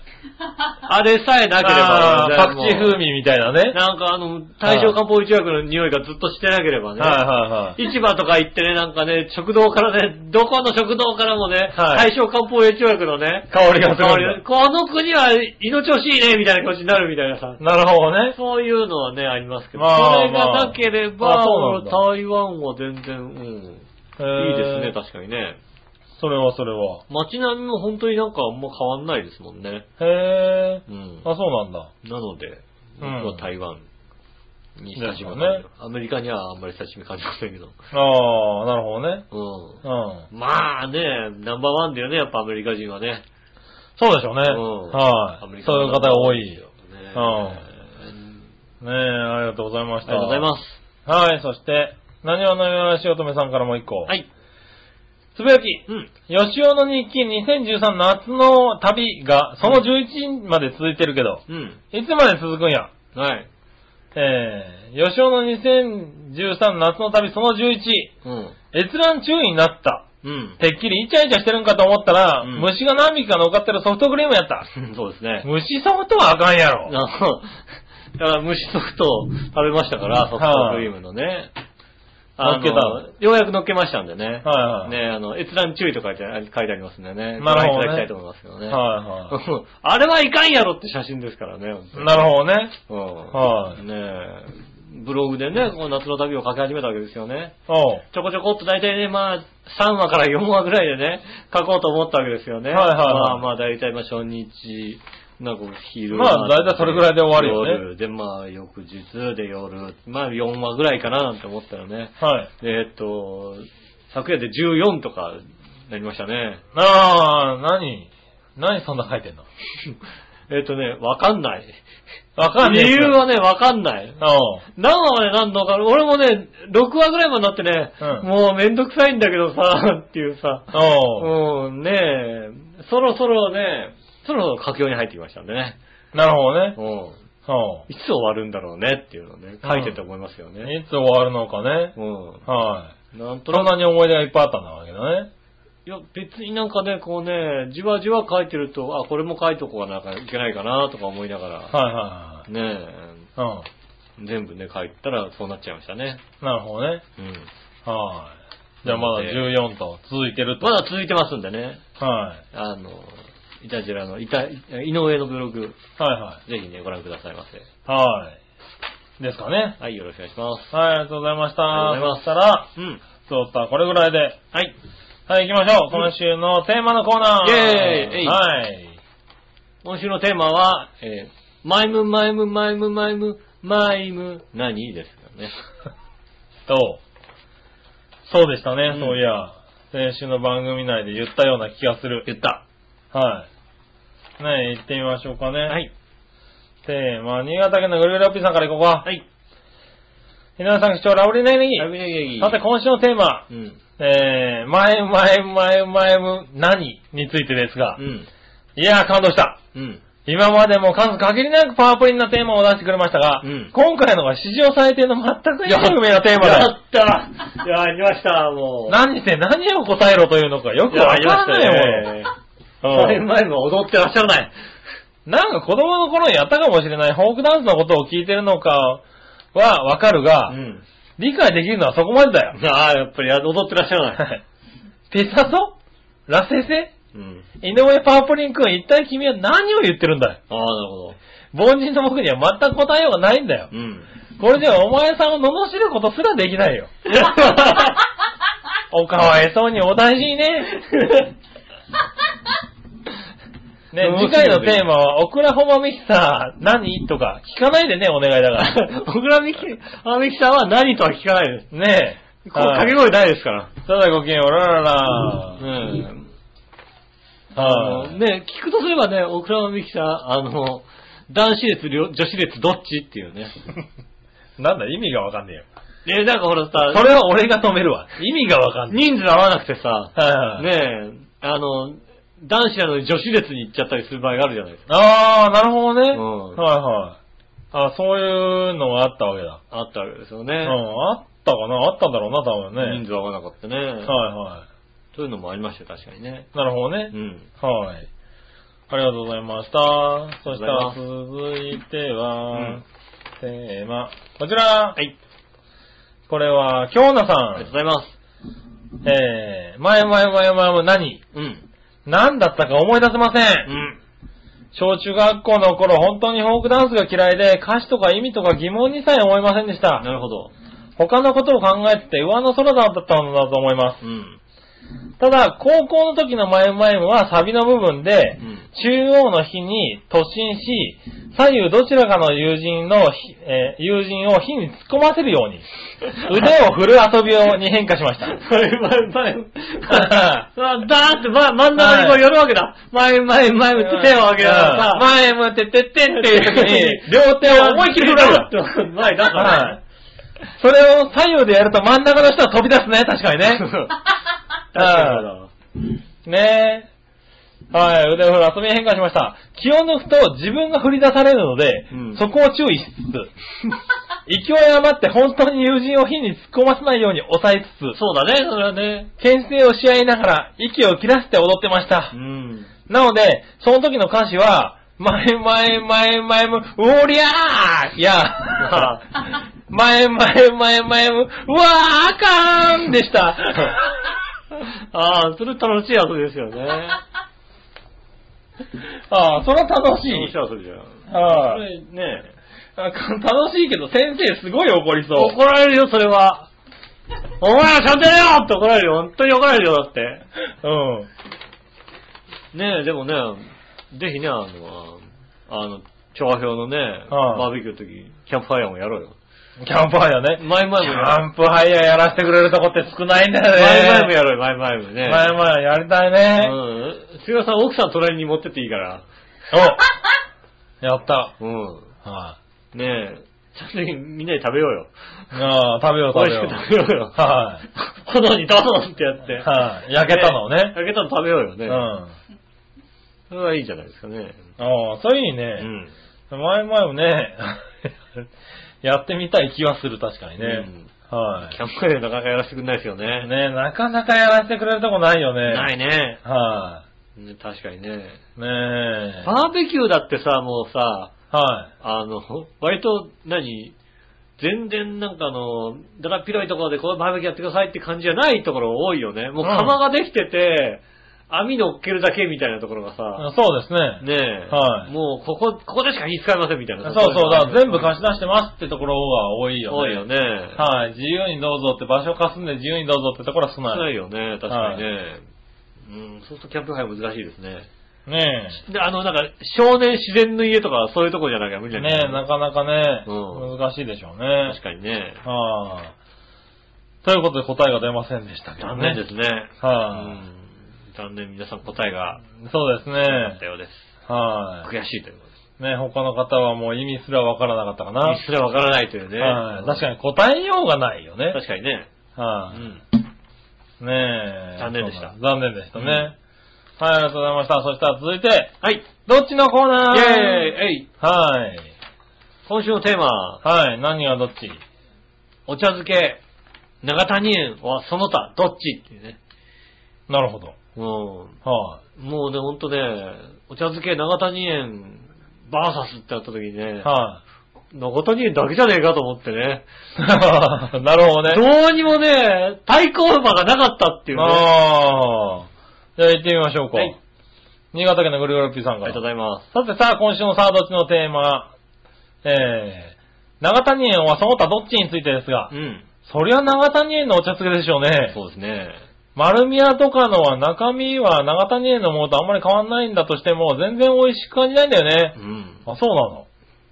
あれさえなければ *laughs* あ、あパクチー味。風味みたいなね。なんかあの、大正漢方一薬の匂いがずっとしてなければね。はいはいはい。市場とか行ってね、なんかね、食堂からね、どこの食堂からもね、は大正漢方栄養薬のね、香りがするんだ香りこの国は胃の調子いいね、みたいな感じになるみたいなさ。なるほどね。そういうのはね、ありますけど、まあそれがなけれまあば、あそうなんだ台湾は全然、うん、いいですね、か確かにね。それはそれは。街並みも本当になんかあんま変わんないですもんね。へえ。うん。あ、そうなんだ。なので、僕うんは台湾に親しみを感ですよねじるアメリカにはあんまり親しみ感じませんけど。ああ、なるほどね。うん。うん。まあね、ナンバーワンだよね、やっぱアメリカ人はね。そうでしょうね。うんはアメいリ。カそうのいう方が多い。ねねうんねえ、ありがとうございましありた。がとうございます。はい、そして、何話のよしおとめさんからもう一個。はい。つぶやき。うん。吉尾の日記2013夏の旅が、その11まで続いてるけど、うん。いつまで続くんや。はい。えー、吉尾の2013夏の旅その11、うん。閲覧注意になった。うん。 *laughs* てっきりイチャイチャしてるんかと思ったら、うん虫が何匹か乗っかってるソフトクリームやった。そうですね。虫ソフトはあかんやろ。あの、 *laughs* だから虫ソフトを食べましたから、ソフトクリームのね。あの乗っけたようやく乗っけましたんでね。はいはい。ねあの、閲覧注意と書いてあ書いてありますんでね。なるほご覧いどねただきたいと思いますけどね。はいは *laughs* あれはいかんやろって写真ですからね。い。なるほどね。ほはうん。ねえブログでね、この夏の旅を書き始めたわけですよね。おう。ちょこちょこっと大体ね、まあ、3話から4話ぐらいでね、書こうと思ったわけですよね。はいはいはいまあまあ、大体まあ初日、なんか昼まあ大体それぐらいで終わるよね夜で、まあ翌日で夜、まあ4話ぐらいかななんて思ったらね。はい。でえっと、昨夜で14とかなりましたね。あー、何何そんな書いてんのえっとね、わかんない。わかんねえ。理由はね、わかんない。おう。何話までなんのか、俺もね、6話ぐらいまでなってね、うんもうめんどくさいんだけど *laughs* さ、っていうさ、おう。うん、ねえ、そろそろね、そろそろ佳境に入ってきましたんでね。なるほどね。うん。おう。いつ終わるんだろうねっていうのをね、書いてて思いますよね。いつ終わるのかね。うはん。なんい。とそんなく、なに思い出がいっぱいあったんだわけだね。いや、別になんかね、こうね、じわじわ書いてると、あ、これも書いとこうかなきゃいけないかなとか思いながら、はいはねいはい。え、全部ね、書いたらそうなっちゃいましたね。うん。なるほどね。うん。はい。じゃあまだ14と続いてると。まだ続いてますんでね、はい。あの、いたじらの、いた、井上のブログ、はいはぜひね、ご覧くださいませ。い。はい。ですかね。はい、よろしくお願いします。はい、ありがとうございました。ありがとうございますそしたら、うん。そうったこれぐらいで。はい。はい、行きましょう。今週のテーマのコーナー。イェーイえいはい。今週のテーマは、えー、マイム、マイム、マイム、マイム、マイム、何ですよ *laughs* ね。と、そうでしたね、うんそういや。先週の番組内で言ったような気がする。言った。はい。ねえ、行ってみましょうかね。はい。テーマ、新潟県のぐるぐるおっぴーさんから行こうか。はい。ひなさん、貴重ラブリーネギラブネギさて、今週のテーマ、うん。えー、前、前、前、前、何についてですが、うん。いやー、感動した。うん。今までも数限りなくパワープリンなテーマを出してくれましたが、うん今回のが史上最低の全く意味不明なテーマやだ。ったいや、やりました、もう。何して何を答えろというのかよくやわりまかしんないたもんね。マうイム、ん。マイムは踊ってらっしゃらない。なんか子供の頃にやったかもしれないフォークダンスのことを聞いてるのかはわかるが、ん。理解できるのはそこまでだよ。ああ、やっぱりや踊ってらっしゃらない。ピサソラセセうん。井上パープリン君、一体君は何を言ってるんだいああ、なるほど。凡人の僕には全く答えようがないんだよう。ん。これではお前さんを罵ることすらできない *laughs* よ。おかわいそうにお大事 *laughs* にね。どうしようね、ね次回のテーマは、オクラホマミキサー何とか聞かないでね、お願いだ *laughs* から。僕らミキ、あミキさんは何とは聞かないです。ねえ。こう掛けはい声ないですから。ただごきげんよう、ラララ。うん。あはのいね、聞くとすればね、オクラマミキさん、あの、男子列、両女子列どっちっていう *laughs* ね。なんだ、意味がわかんねえよ。え、なんかほらさ、それは俺が止めるわ。意味がわかんね人数合わなくてさ、え。はいはい。ねえ、あの、男子なのに女子列に行っちゃったりする場合があるじゃないですか。あー、なるほどね。うんはいはい。あ、そういうのがあったわけだ。あったわけですようね。ん、あったかなあったんだろうな、多分人ね。数合わなかったね。はいはそういうのもありましたよ、確かにね。い。なるほどうね。ん。はい。ありがとうございました。そしたらありがと続いては、うんテーマ、こちら。はい。これは、京奈ありがとうさございます。ん。えー、前前前前も何うん。何だったか思い出せません。うん。小中学校の頃、本当にフォークダンスが嫌いで、歌詞とか意味とか疑問にさえ思いませんでした。なるほど。他のことを考えてて上の空だったのだと思いまうん。す。ただ、高校の時のマイマイムはサビの部分で、うん。中央の日に突進し、左右どちらかの友人のひ、えー友人を火に突っ込ませるように、 *laughs* 腕を振る遊びをに変化しました。前、前、前。あ *laughs* *laughs* だーって、ま、真ん中にこう寄るわけだ。前、前、前、って手を上げながらさ。 *laughs* 前向いてってってんっていう時に、両手を思いっきり振るわけだ前、だかはらい。それを左右でやると真ん中の人は飛び出すね、確かにね。 *laughs* あねえ。はい、腕を振る遊びに変化しました。気を抜くと自分が振り出されるので、うんそこを注意しつつ、 *laughs* 勢い余って本当に友人を火に突っ込ませないように抑えつつ、そうだね、それはね。牽制をし合いながら息を切らせて踊ってましたう。ん。なので、その時の歌詞は、前前前前む、おりゃー *laughs* いや、前前前前む、うわーあかーんで *laughs* した。ああ、それ楽しい遊びですよね。ああ、それは楽し楽しい。い遊びじゃん。はそいれね、あか楽しいけど、先生すごい怒りそう。怒られるよ、それは。お前らちゃんとやれよって怒られるよ。本当に怒られるよ、だって。うん。ねえ、でもね、ぜひね、あの、あの、調和表のね、はいバーベキューの時、キャンプファイヤーもやろうよ。キャンプファイヤーね。前々もキやャろう。ンプファイヤーやらせてくれるとこって少ないんだ前々よもね。やろうよ、前々もね。前々やりたいね。うん。杉浦さん、奥さん隣に持ってっていいから。おやった。うん。はねえ、ちゃんとみんなで食べようよ。い。ああ、食べよう美食味べしよく食う。べようよ。はい。炎にドーンってやって。はい。焼けたのをね。あげたの食べようようね。ん。ん。それはいいじゃないですかね。ああ、それいいうね。ん。前々もね、 *laughs* やってみたい気はする、確かにね。はキャンプファイヤーなかなかやらせてくれないですよね。い。ねなかなかやらせてくれるとこないよね。ないね。はね確かにね。い。ねえ。バーベキューだってさ、もうさ、はあの、割と何、全然なんかあの、だらっ広いところでこうバーベキューやってくださいって感じじゃないところ多いよね。もううん釜ができてて、網乗っけるだけみたいなところがさ、い。そうですね。ねえ、はいもうここ、ここでしか火使えませんみたいそな。うそう、だから全部貸しし出してますってところが多いよね。多いよね。はい、自由にどうぞって、場所貸すんで自由にどうぞってところは少少なないい。よね、確かにね。うん、そうするとキャンプファイヤー難しいですね。ねで、あの、なんか、少年自然の家とか、そういうとこじゃなきゃ無理え。だねえ、なかなかね、う難しいでしょうね確。かにね。はい。ということで答えが出ませんでしたけど残ね。念ですね。。はいう残念、皆さん答えが、そうですなかったね。ようです。は悔しいということでい。ね他の方はもう意味すらわからなかったかな。す。一切わからないというね。はい。確かに答えようがないよね。確かにね。うはい。ん。ねえ。残念でしたそうなんです残念でしたね。はい、ありがとうございました。そしたら続いて、はい。イどっちのコーェーナーイえいはい。今週のテーマ、はい。何がどっちお茶漬け、長谷園はその他、どっちっていうね。なるほど。うん。はもうね、ほんとね、お茶漬け長谷園バーサスってなった時にい。ね、は長谷園だけじゃねえかと思ってね、い。 *laughs* なるほどね。どうにもね、対抗馬がなかったっていうね。あああ。じゃあ行ってみましょうか。はい新潟県のぐるぐるぴーさりんかがらとうご。ざいます。さてさあ、今週のサードチのテーマ、えー、長谷園はその他どっちについてですがう、ん。そりゃ長谷園のお茶漬けでしょうね。そうですね。丸宮とかのは中身は長谷園のものとあんまり変わんないんだとしても、全然美味しく感じないんだよねう。ん。あ、そうなの。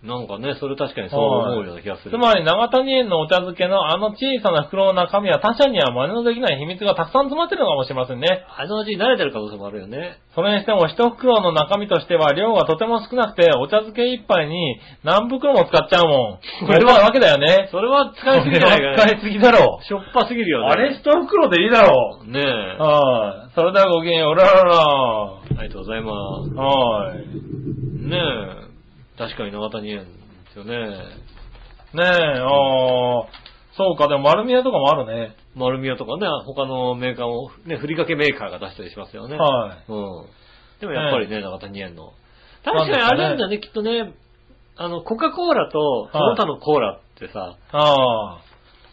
なんかね、それ確かにそう思うような気がする。つまり、長谷園のお茶漬けのあの小さな袋の中身は他社には真似のできない秘密がたくさん詰まってるのかもしれませんね。あの味に慣れてる可能性もあるよね。それにしても一袋の中身としては量がとても少なくて、お茶漬け一杯に何袋も使っちゃうもん。ここれはれはわけだよね。それは使いすぎじゃないかそれは使いすぎだろ。しょっぱすぎるよね。あれ一袋でいいだろねえ。う。はい。それではごきげんよう。らららありがとうございます。ら。はい。ねえ。確かに長谷園ですよね。ねえ、ああ、そうか、でも丸宮とかもあるね。丸宮とかね、他のメーカーも、ね、ふりかけメーカーが出したりしますよね。はい。うん。でもやっぱりね、長谷園の。確かにあれなんだよね、きっとね。あの、コカ・コーラと、その他のコーラってさ、ああ。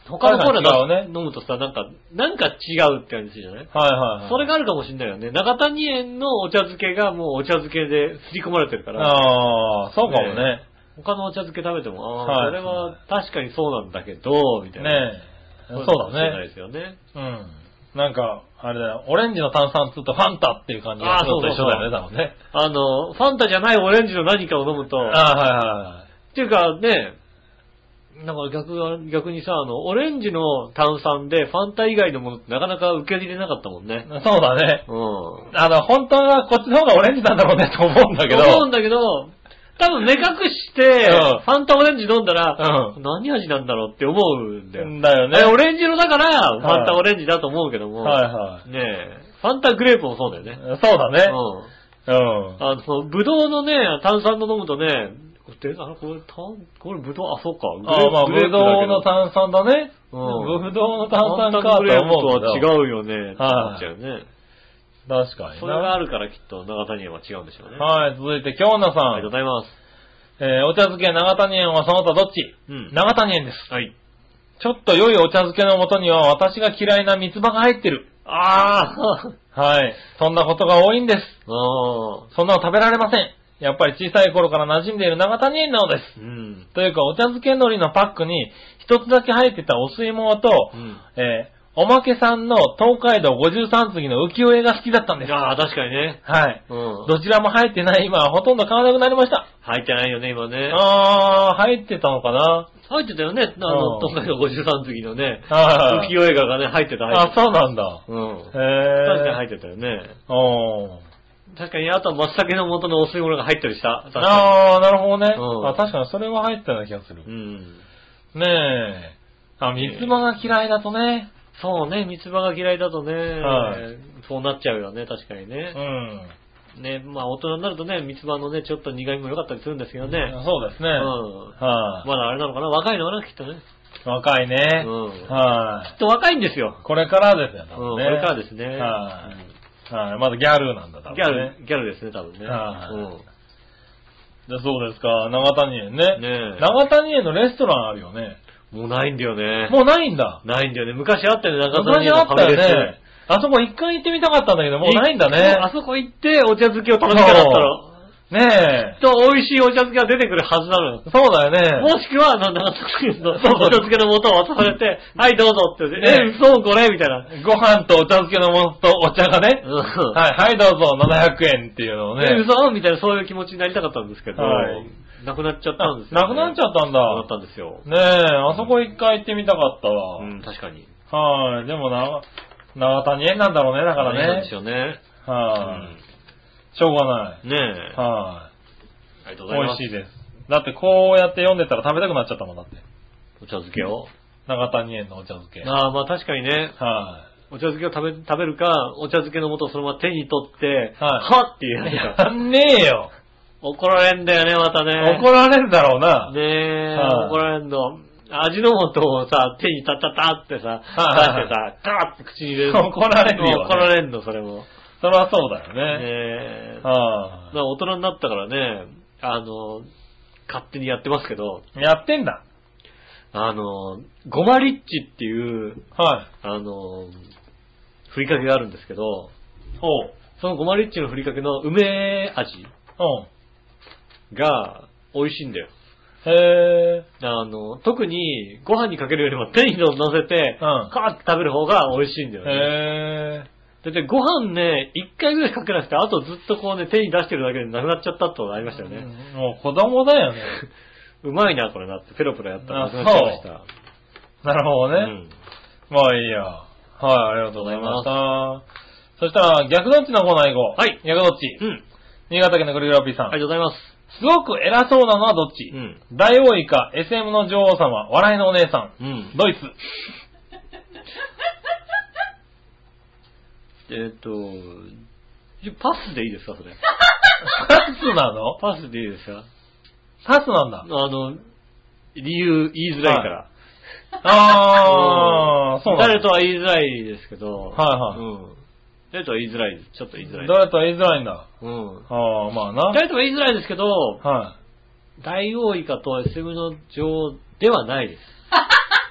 他のコーラはいはい違だう飲むとさ、なんか、なんか違うって感じするじゃないはいはい、はい。それがあるかもしれないよね。長谷園のお茶漬けがもうお茶漬けで刷り込まれてるから、ああ、そうかもね。他のお茶漬け食べても、ああ、はいそれは確かにそうなんだけど、みたいねな。え。そうかもしれなだいね。ですよね。うん。なんか、あれだよ、オレンジの炭酸2とファンタっていう感じがあーするのと一緒だよね、そう多分ね。あの、ファンタじゃないオレンジの何かを飲むと、っああていうかね、なんか逆が逆にさ、あの、オレンジの炭酸でファンタ以外のものってなかなか受け入れなかったもんねー、。はいはい。そうだね。うん。あの、本当はこっちの方がオレンジなんだろうねと思うんだけど。思うんだけど、多分目隠して、うんファンタオレンジ飲んだら、う何味なんだろうって思うんだよ。だよあれね。オレンジ色だから、いファンタオレンジだと思うけども、はいはい。ねえ、ファンタグレープもそうだよね。そうだね。うんうん。あの、ぶどうのね、炭酸の飲むとね、であこれ、炭これぶどう、あ、そうか。あまあ、グブレープドウの炭酸だね。うんブドウの炭酸炭か酸グレとープと思うけど。は違うよね。ってなっちゃうね。う。確かにそれがな。あるからきっと長谷園は違うんでしょうね。はい、続いて、京奈さありがとうんご。ざいます。えーお茶漬け長谷園はその他どっちうん長谷園です。はい。ちょっと良いお茶漬けのもとには私が嫌いな三つ葉が入ってる。ああはい。そんなことが多いんです。ああ。そんなの食べられません。やっぱり小さい頃から馴染んでいる長谷園なのです。うん。というか、お茶漬け海苔のパックに一つだけ入ってたお吸い物と、うん。えーおまけさんの東海道53次の浮世絵が好きだったんです。ああ、確かにね。はい。うん。どちらも入ってない今はほとんど買わなくなりました。入ってないよね、今ね。あー、入ってたのかな入ってたよね。あの、うん東海道53次のね、は浮い世絵画がね、入ってた、入ってあ、そうなんだ。た。うん。へ確かに入え。ってたよね。おー。確かに、あとは松茸の元のお吸い物が入ったりした。確かにあー、なるほどね。うんあ確かにそれは入ってたような気がする。うねん。え。あ、三つ葉が嫌いだとね。そうね、三つ葉が嫌いだとね、はいそうなっちゃうよね、確かにうね。ん。ね、まあ大人になるとね、三つ葉のね、ちょっと苦味も良かったりするんですけどね。そうですね。うん。はい。まだあれなのかな若いのかなきっとね。若いね。うんはいきっ。と若いんですよ。これからですよ、うん、多こ分ね。れからですね。はうんい。はい。まだギャルなんだ、多分、ね。ギャル、ギャルですね、多分ね。はうでそうですか、長谷ん。園ね。ねえ。長谷園のレストランあるよね。もうないんだよね。もうないんだ。ないんだよね。昔あったよね、中昔あったよね。あそこ一回行ってみたかったんだけど、もうないんだね。あそこ行って、お茶漬けを頼みたかったそら、ねえきっ。と美味しいお茶漬けが出てくるはずなのよ。そうだよね。もしくは、なんだか、おそうそう茶漬けの元を渡されて、はい、どうぞって言って、ねえ、そうこれみたいな。ご飯とお茶漬けのものとお茶がね。うんはい、はい、どうぞ、700円っていうのをね。え嘘みたいな、そういう気持ちになりたかったんですけど、はいなくなっちゃったんですよ、なくなっちゃったなくんだ。なったんですよ。ねえ、あそこ一回行ってみたかったわ。うん、確かに。はい、でもな、長谷園なんだろうね、だだからでねす。よね。はい、しょうがない。うんねえ。はありがとうごい、ざい美ま味す。しいです。だってこうやって読んでたら食べたくなっちゃったもんだって。お茶漬けを。長谷園のお茶漬け。はい、ああ、まあ確かにね、お茶漬けを食べ、食べるか、お茶漬けの素をそのまま手に取って、はいはっていういやつや *laughs* か。んねえよ。怒られんだよね、またね。怒られるだろうな。ねえ、はい怒られんの。味の素をさ、手にタタタってさ、はい出してさ、ガーって口に入れる。怒られるよね怒られんの、それも。そりゃそうだよねね。え。はまあ大人になったからね、あの、勝手にやってますけど、い。やってんだ。あの、ゴマリッチっていう、はあの、ふりかけがあるんですけど、い。おう。そのゴマリッチのふりかけの梅味おう。が美味しいんだよ。へえ。あの、特にご飯にかけるよりも手に乗せて、うんカーって食べる方が美味しいんだよね。へえ。だってご飯ね、一回ぐらいかけなくて、あとずっとこうね、手に出してるだけでなくなっちゃったってことありましたよね。もう子供だよね。うまいな、これなって、ペロペロやったらなくなっちゃいました。なるほどうね。んまあいいや。はい、ありがとうございました。そしたら、逆どっちのコーナー行こう。はい逆どっち。うん。新潟県のグリグラピーさん。ありがとうございます。すごく偉そうなのはどっち、うん。大王以下、SM の女王様、笑いのお姉さうん *laughs* ん、。ドイツ。えっと、じゃパスでいいですか、それ。パスなのパスでいいですかパスなんだあ。の、理由言いづらいから。あー、そうなんだ。誰とは言いづらいですけど。はいはいうん。誰とは言いづらいです。ちょっと言いづらいです。誰とは言いづらいんだ。うん。あー、まあな。誰とは言いづらいですけど、は大王イカと SM の女王ではない *laughs* です。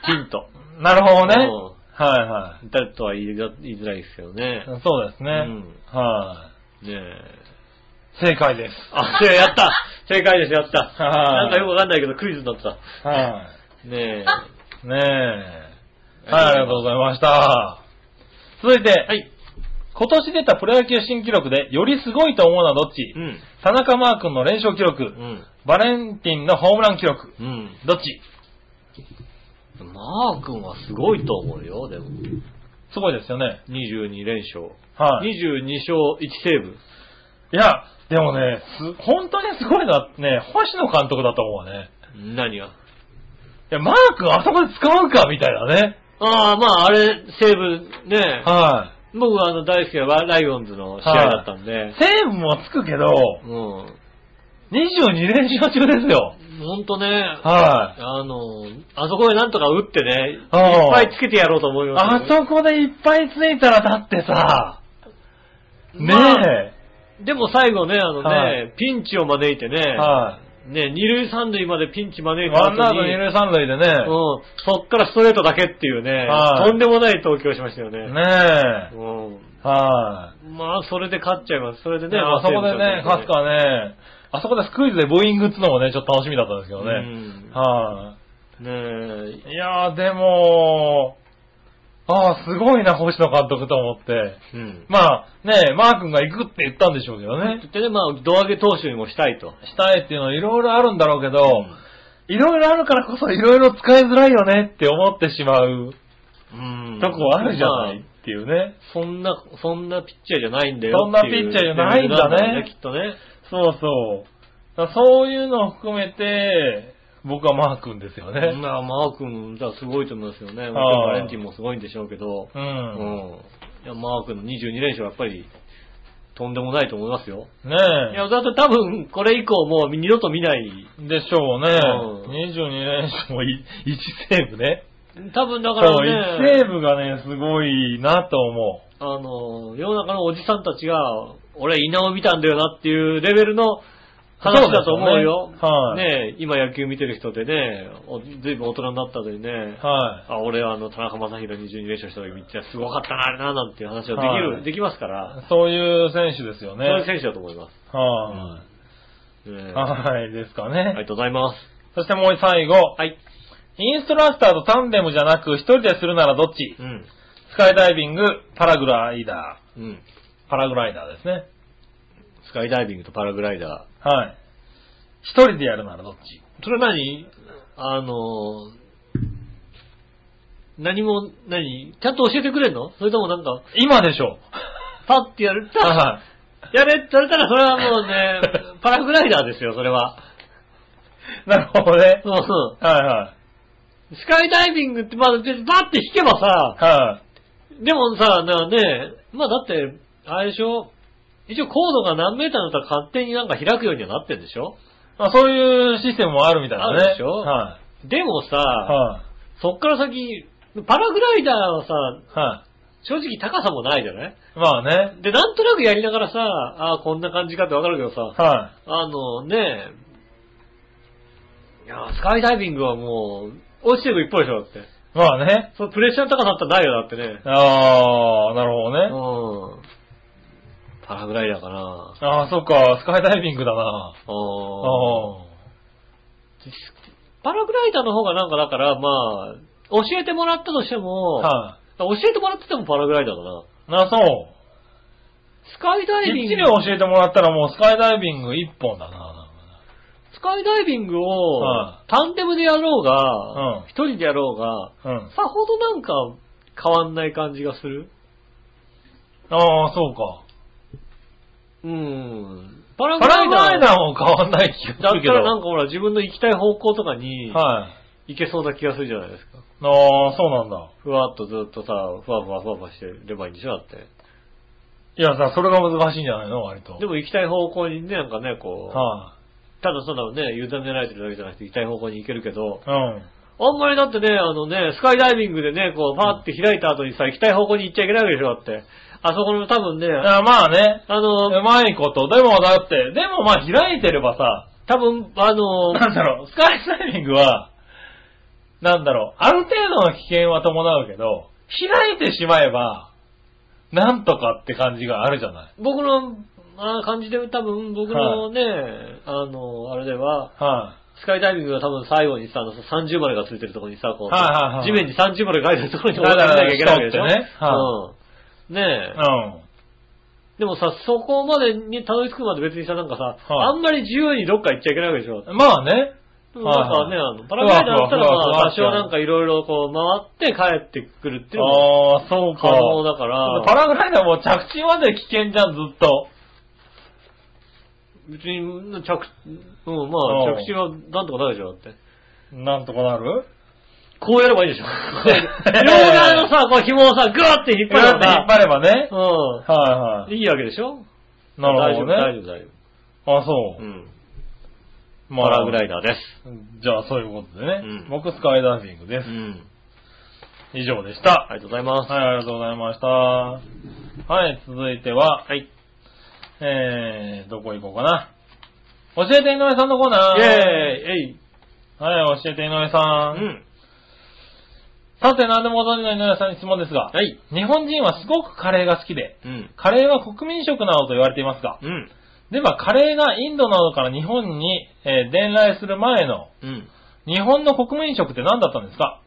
ヒント。い。なるほどね。うはいは誰とは言いづら言いづらいですけどね。い。そうですね。うんはねえ。い。正解です。あ、せや *laughs* った正解です、やった。はいなんかよくわかんないけどクイズになった。はねえ。い。ねえ。はい、ありがとうございました。続いて、はい。今年出たプロ野球新記録でよりすごいと思うのはどっち、うん。田中マー君の連勝記録、うん。バレンティンのホームラン記録、うん。どっちマー君はすごいと思うよ、でも。すごいですよね。 22連勝。はい。 22勝1セーブ。いや、でもね、す、本当にすごいな、ね、星野監督だと思うね。何がいや、マークあそこで使うか、みたいなね。ああ、まあ、あれ、西武ね、は僕はあの大好きなライオンズの試合だったんで、い。セーブもつくけど、うん。 22連勝中ですよ。ほんとね、はい。あの、あそこでなんとか打ってね、いっああぱいつけてやろうと思いまあす、ね。そこでいっぱいついたらだってさ、ねまあでも最後ね、あのね、はいピンチを招いてね、え、はね、二塁三塁までピンチ招い。いた後ワに、ンアウト二塁三塁でうね、ん、そっからストレートだけっていうね、はいとんでもない投球をしましたよね。ねうえ、はい。ん。まあ、それで勝っちゃいます。それでね、ね、まあそこで勝ね、つ勝つからね、あそこでスクイズでブーイングっつのもね、ちょっと楽しみだったんですけどよね。ね。はうん。ねえい。いやー、でも、ああ、すごいな、星野監督と思って。うん。まあ、ねえ、マー君が行くって言ったんでしょうけどね。でね、まあ、胴上げ投手にもしたいと。したいっていうのはいろいろあるんだろうけう。ど、いろいろあるからこそいろいろ使いづらいよねって思ってしまうんとこあるじゃなまあいっていうね。そんな、そんなピッチャーじゃないんだよっていう。そんなピッチャーじゃないんだねんきっとね。そうそう。だからそういうのを含めて、僕はマー君ですよね。まあ、マー君、じゃあすごいと思いますよね。はいバレンティンもすごいんでしょうけど。う。うんん。いや、マー君の22連勝はやっぱり、とんでもないと思いますよ。ねいえ。や、だって多分、これ以降もう二度と見ない。でしょうね。うん22連勝も1セーブね。多分だそかう、らね。 1セーブがね、すごいなと思あの、世の中のおじさんたちが、俺稲尾見たんだよなっていうレベルの話だと思うよ。そうですよねはいねえ今野球見てる人でね、おずいぶん大人になったのにね、う。はあ、俺はあの、田中正宏22連勝した時見てすごかったな、あれな、なんていう話はできる、はいできますから、い。そういう選手ですよね。そういう選手だと思います。はねえい。あはい、ですかりがね。とうございます。そしてもう最後。はい。インストラクターとタンデムじゃなく、一人でするならどっちうん。スカイダイビング、パラグライダうん。ー。パラグライダーですね。スカイダイビングとパラグライダはい。一人でやるならどっちー。それは何あの、何も、何ちゃんと教えてくれんのそれともなんか、今でしょパッてやるう。た、 *laughs* はやれって言われたら、それはもう *laughs* ね、パラグライダーですよ、それは。 *laughs* い。なるほどねう。んはいはスカイダイビングって、まあ、別にバッて引けばさ、い。はでもさ、なね、まあだって、あれでしょ、一応高度が何メーターだったら勝手になんか開くようにはなってんでしょい。まあそういうシステムもあるみたいなね。あるでしょはでもさ、い。はそっから先、パラグライダーはさ、い。は正直高さもないじゃないい。まあね。で、なんとなくやりながらさ、ああ、こんな感じかってわかるけどさ、はあのねえ、いや、スカイダイビングはもう、落ちていく一方でしょ、だって。い。まあね。そのプレッシャーの高さだったらないよ、だってね。あー、なるほどね。うん。パラグライダーかな。あー、そっか、スカイダイビングだな。あああ。ー。パラグライダーの方がなんかだから、まあ、教えてもらったとしても、は教えてもらっててもパラグライダーだな。い。な、そう。スカイダイビン一グ両、教えてもらったらもうスカイダイビング一本だな。スカイダイビングをは、タンデムでやろうがうん、一、人でやろうが、うん。さほどなんか変わんない感じがする。ああ、そうか。うん。パラパラグライーダーも変わんない気だがっするけたど。らなんはかほら自分の行きたい方向とかにい。あ行けそうな気がするじゃないですか。あ、そうなんだ。ふわっとずっとさ、ふわふわふわふわしてればいいんでしょだって。いやさ、それが難しいんじゃないの割と。でも行きたい方向にね、なんかね、こう、はただただね、委ねられてるだけじゃなくて行きたい方向に行けるけど、い。うん。あんまりだってね、あのね、スカイダイビングでね、こう、パーって開いた後にさ、行きたい方向に行っちゃいけないわけでしょだって。あそこの多分ね、あまあね。あの、うまいこと。でもだって、でもまあ開いてればさ、多分、あの、なんだろう、スカイダイビングは、なんだろう、ある程度の危険は伴うけど、開いてしまえば、なんとかって感じがあるじゃない。僕の、あ感じで多分、僕のね、あの、あれでは、はスカイダイビングは多分最後にさ、あの30丸がついてるところにさ、こう、はいはいはい地面に30丸が書いてるところにだからなきゃいけないわけでしょ。人ってねはうん。ねい。え、うん。でもさ、そこまでにたどり着くまで別にさ、なんかさ、はいあんまり自由にどっか行っちゃいけないわけでしょ。まあね。でもなんかね、あの、パラグライダーだったらふわふわまあ、多ふわ少ふわなんかいろいろこう回って帰ってくるっていうのもああ、そう可能だかパら、ラグライダーも着地まで危険じゃん、ずっと。別に、着、うん、まうあ、ん着地はなんとかなるでしょ、だって。なんとかなるこうやればいいでし *laughs* ょ。両側のさ、こう紐をさ、ぐーって引っ張れだって引っば張ればね。さ、うはいはん。いいわけでしょい。なるほ大丈どね。夫、大丈夫、大丈あ、そ夫。う。うん。まパラあグライダーです。じゃあ、そういうことでねう。ん僕、スカイダイビングでうす。ん。以上でした。ありがとうございます。はい、ありがとうございました。はい、続いては、はい。えー、どこ行こうかな。教えて井上さんのコーナー。イェーイえいはい、教えて井上さ。うんん。さて、何でもご存知の井上さんに質問ですが、はい。日本人はすごくカレーが好きで、うん。カレーは国民食などと言われていますが、うん。ではカレーがインドなどから日本に、えー伝来する前のうん。日本の国民食って何だったんですか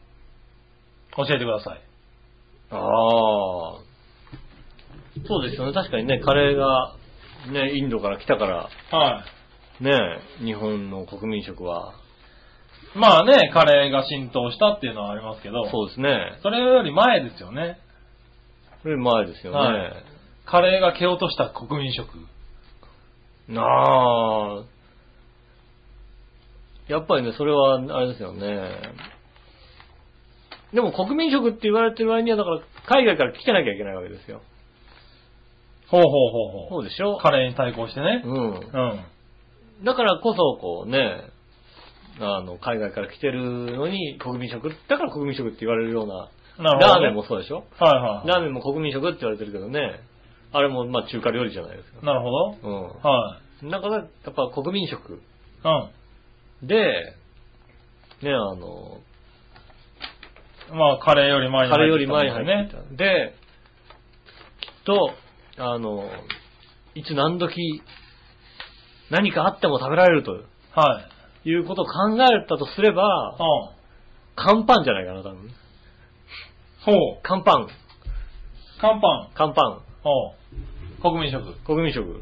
教えてください。ああ。そうですよね。確かにね、カレーが、ね、インドから来たから、はい。ね、日本の国民食は。まあね、カレーが浸透したっていうのはありますけど、そうですね。それより前ですよね。これ前ですよね。はいカレーが蹴落とした国民食。なあ。やっぱりね、それは、あれですよね。でも国民食って言われてる割には、だから、海外から来てなきゃいけないわけですよ。ほうほうほうほそうでしょう。カレーに対抗してね。うん。うん。だからこそ、こうね、あの、海外から来てるのに、国民食、だから国民食って言われるような、なるほど。ラーメンも。そうでしょはいはい。ラーメンも国民食って言われてるけどね、あれもまあ中華料理じゃないですか。なるほど。うはい。ん。だから、やっぱ国民食うで、ね、あの、ん。まあ、カレーより前にカレーより前に入入っっててききたた。で、きっと、あの、いつ何時、何かあっても食べられるとはい。いうことを考えたとすれば、乾パンじゃないかな、多分。うん。ほう。乾パン。乾パン。乾パン。ほう。国民食。国民食。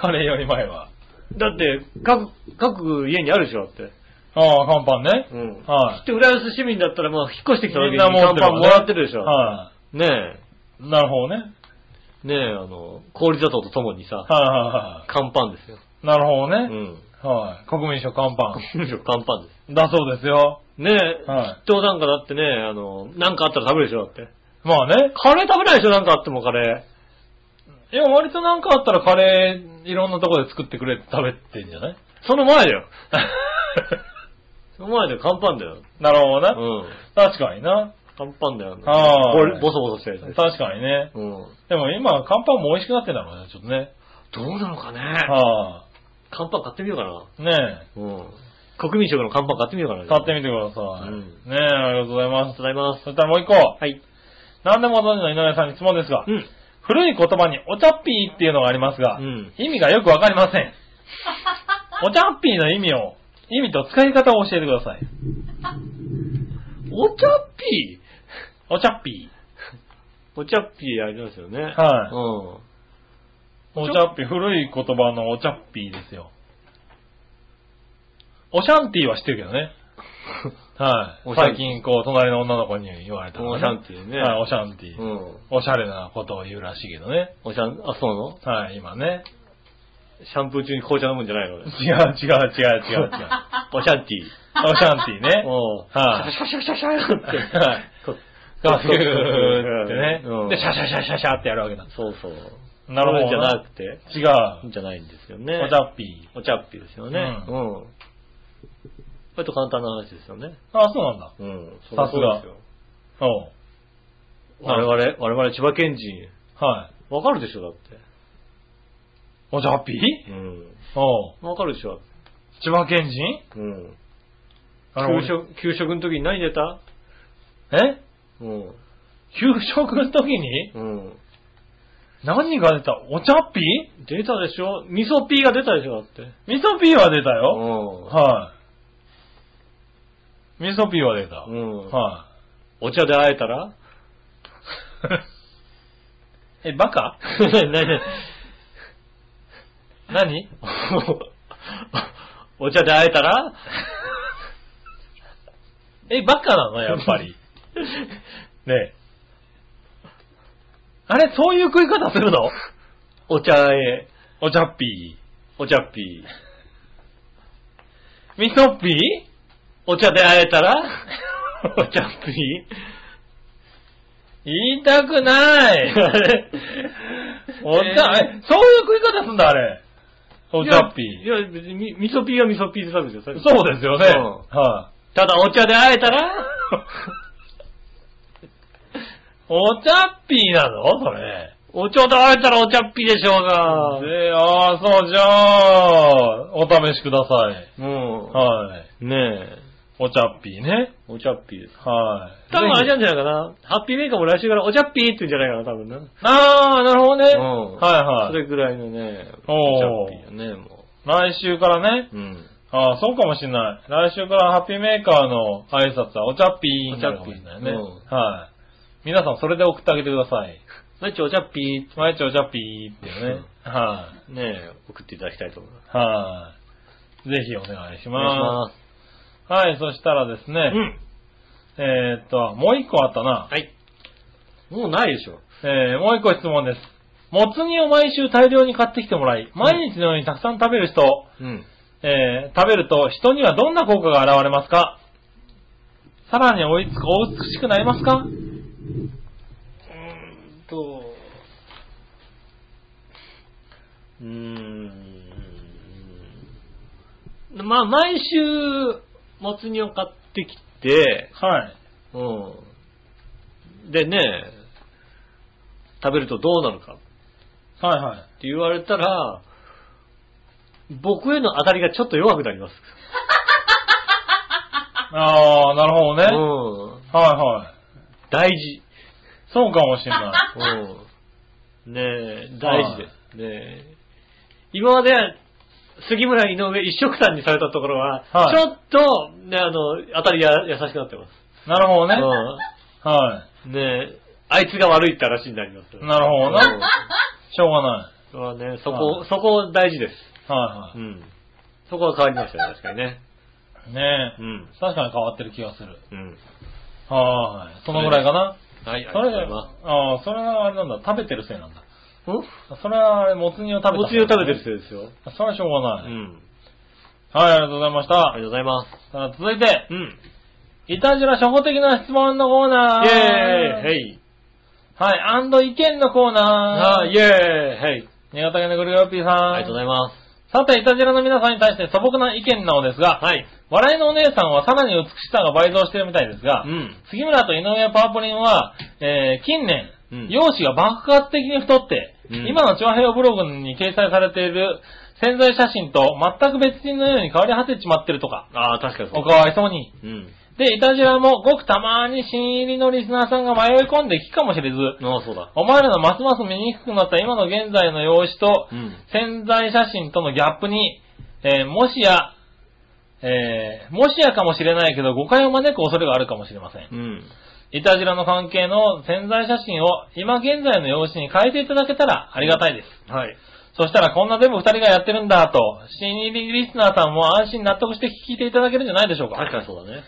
カレーより前は。だって、各、各家にあるでしょ、だって。ああ、乾パンね。うん。はきっと浦安市民だったら、まあ、引っ越してい。きた時みんになも乾うパンもらってるでしょ。はねえ。い。なるほどね。ねえ、あの、氷砂糖とともにさ、はいはいは乾パンですよ。い。なるほどうね。 *laughs* ん。はい。国民食乾パ国民食乾パンです。ン。だそうですよ。ねえ、はいきっとなんかだってね、あの、なんかあったら食べるでしょ、だって。まあね。カレー食べないでしょ、なんかあってもカレいや、割となんかあったらカレー、いろんなとこで作ってくれって食べてんじゃないー。その前だよ。その前だよ、乾パンだよ。 *laughs* なるほどうな。ん。確かにな。乾パンだよ。あーこれ、ボソボソしたやつ。確かにね。うん。でも今、乾パンも美味しくなってんだろうね、ちょっとね。どうなのかね。は乾パン買ってみようかな。あ。ねうん。国民食の乾パン買ってみようかな。え。買ってみみてください。うんねえ、ありがとうございありまがす。とうございます。そしたらもう一個。はい。何でもご存知の井上さんに質問ですが、うん。古い言葉にお茶っぴーっていうのがありますが、うん意味がよくわかりませ *laughs* ん。お茶っぴーの意味を、意味と使い方を教えてくだ *laughs* さい。お茶っぴーお茶っぴお茶っぴーありますよね。ー。はい。うん。お茶っぴ、古い言葉のお茶っぴーですよ。おシャンティーは知ってるけど *laughs* ね。はい。おシャン最近、こう、隣の女の子に言われたのおねシャンティーねはい、おシャンティー。うん。おしゃれなことを言うらしいけどね。おシャン、あ、そうなのはい、今ね。シャンプー中に紅茶飲むんじゃないのね違う違う違う違う違う。 *laughs* おシャンティー。おシャンティーね。おうはいシャシャシャシャシャって。はいこガフューってねうん。で、シャシャシャシャシャってやるわけだ。そうそう。なるほどじゃなくて、違う。じゃないんですよね。お茶っぴー。お茶っぴーですよね。ううん。割と簡単な話ですよね。あ、そうなんだ。うん。さすがそうですよ。おう。我々、我々千葉県人、はい。わかるでしょ、だって。お茶っぴーうん。おう。わかるでしょ。千葉県人うん。あの給食、給食の時に何出たえうん。給食の時にうん。何が出たお茶っぴー出たでしょ味噌ピーが出たでしょだって。味噌ピーは出たよ。うはい。味噌ピーは出た。ん。うん。はお茶で会えたらい。 *laughs* え、バカ何 *laughs* 何何 *laughs* お茶で会えたら *laughs* え、バカなのやっぱ *laughs* り。ねえ。あれ、そういう食い方するのお茶へ、お茶っぴー。お茶っぴー。みそっぴーお茶で会えた *laughs* らお茶っぴ言いたく *laughs* ー。あない。れお茶、ええそういう食い方すんだ、あれ。ーお茶っぴいー。や、いや別にみ、みそぴーはみそぴーで食べてください。そうですよね。うはい、ただ、お茶で会えた *laughs* らお茶っぴーなのそれ。お茶で会えたらお茶っぴーでしょうが。で、ああ、そう、じゃあ、お試しください。うん。はい。ねえ。お茶っぴーね。お茶っぴーです。はい。多分あれなぜんじゃないかな。ハッピーメーカーも来週からお茶っぴーって言うんじゃないかな、多分な。ひああ、なるほどね。うんはいそはい。れぐらいのね、おーお茶っぴーよね、も来週からね。う。うん。ああ、そうかもしんない。来週からハッピーメーカーの挨拶はお茶っぴーになるかもしんないね。お茶っぴはい。皆さんそれで送ってあげてください。毎日お茶っぴーっ毎日お茶っぴーっていうね。はい、てね、送っていただきたいと思います。はい、ぜひお願いしお願いしまます。す。はい、そしたらですうね、ん。えーっと、もう一個あったな。はい。もうないでしょ。えー、もう一個質問です。もつ煮を毎週大量に買ってきてもらい、毎日のようにたくさん食べる人、うん。えー、食べると人にはどんな効果が現れますかさらに追いつく、お美しくなりますかと、うーん。まあ、毎週、もつ煮を買ってきて、はい。うん。でね、食べるとどうなるかってはいはい。言われたら、僕への当たりがちょっと弱くなります。 *laughs* あー、なるほどね。うはいん。はい。大事。そうかもしれない。うん。ねえ、大事です。ねえ。今まで、杉村井上一色さんにされたところは、はいちょっと、ね、あの、当たりが優しくなってます。なるほどね。はうん。ねえ、あいつが悪いって話になります。い。なるほどね。しょうがない。うん。まあね、そこ、そこ大事です。はういはん。そこは変わりましたね、確かにね。い。ねえ。うん。確かに変わってる気がする。うん。はーい。そのぐらいかな。はい、ありがそとうれございまあー、それはあれなんだ。食べてるせいなんだ。す。んそれはあれ、もつ煮を食べおたつゆを食べてるせい。人ですよ。それはしょうがうない。ん。はい、ありがとうございました。ありがとうございます。さあ続いて、うん。いたじら初歩的な質問のコーナー。イェーイイヘイはい、アンド意見のコーナあー。イェーイヘイ新潟県のグルーピーさん。ありがとうございます。さて、いたじらの皆さんに対して素朴な意見なのですが、はい。笑いのお姉さんはさらに美しさが倍増しているみたいですが、うん。杉村と井上パープリンは、えー近年、うん容姿が爆発的に太って、うん今の長平ブログに掲載されている潜在写真と全く別人のように変わり果てちまってるとか、ああ、確かにそうお。かわいそうに。うん。で、いたじらもごくたまに新入りのリスナーさんが迷い込んで聞くかもしれず、ああ、そうだ。お前らのますます見にくくなった今の現在の容姿とうん、潜在写真とのギャップに、えーもしや、えーもしやかもしれないけど誤解を招く恐れがあるかもしれません。うん。いたじらの関係の潜在写真を今現在の容姿に変えていただけたらありがたいです。はい。そしたらこんなデブ二人がやってるんだと、新入りリスナーさんも安心納得して聞いていただけるんじゃないでしょうか。確かにそうだね。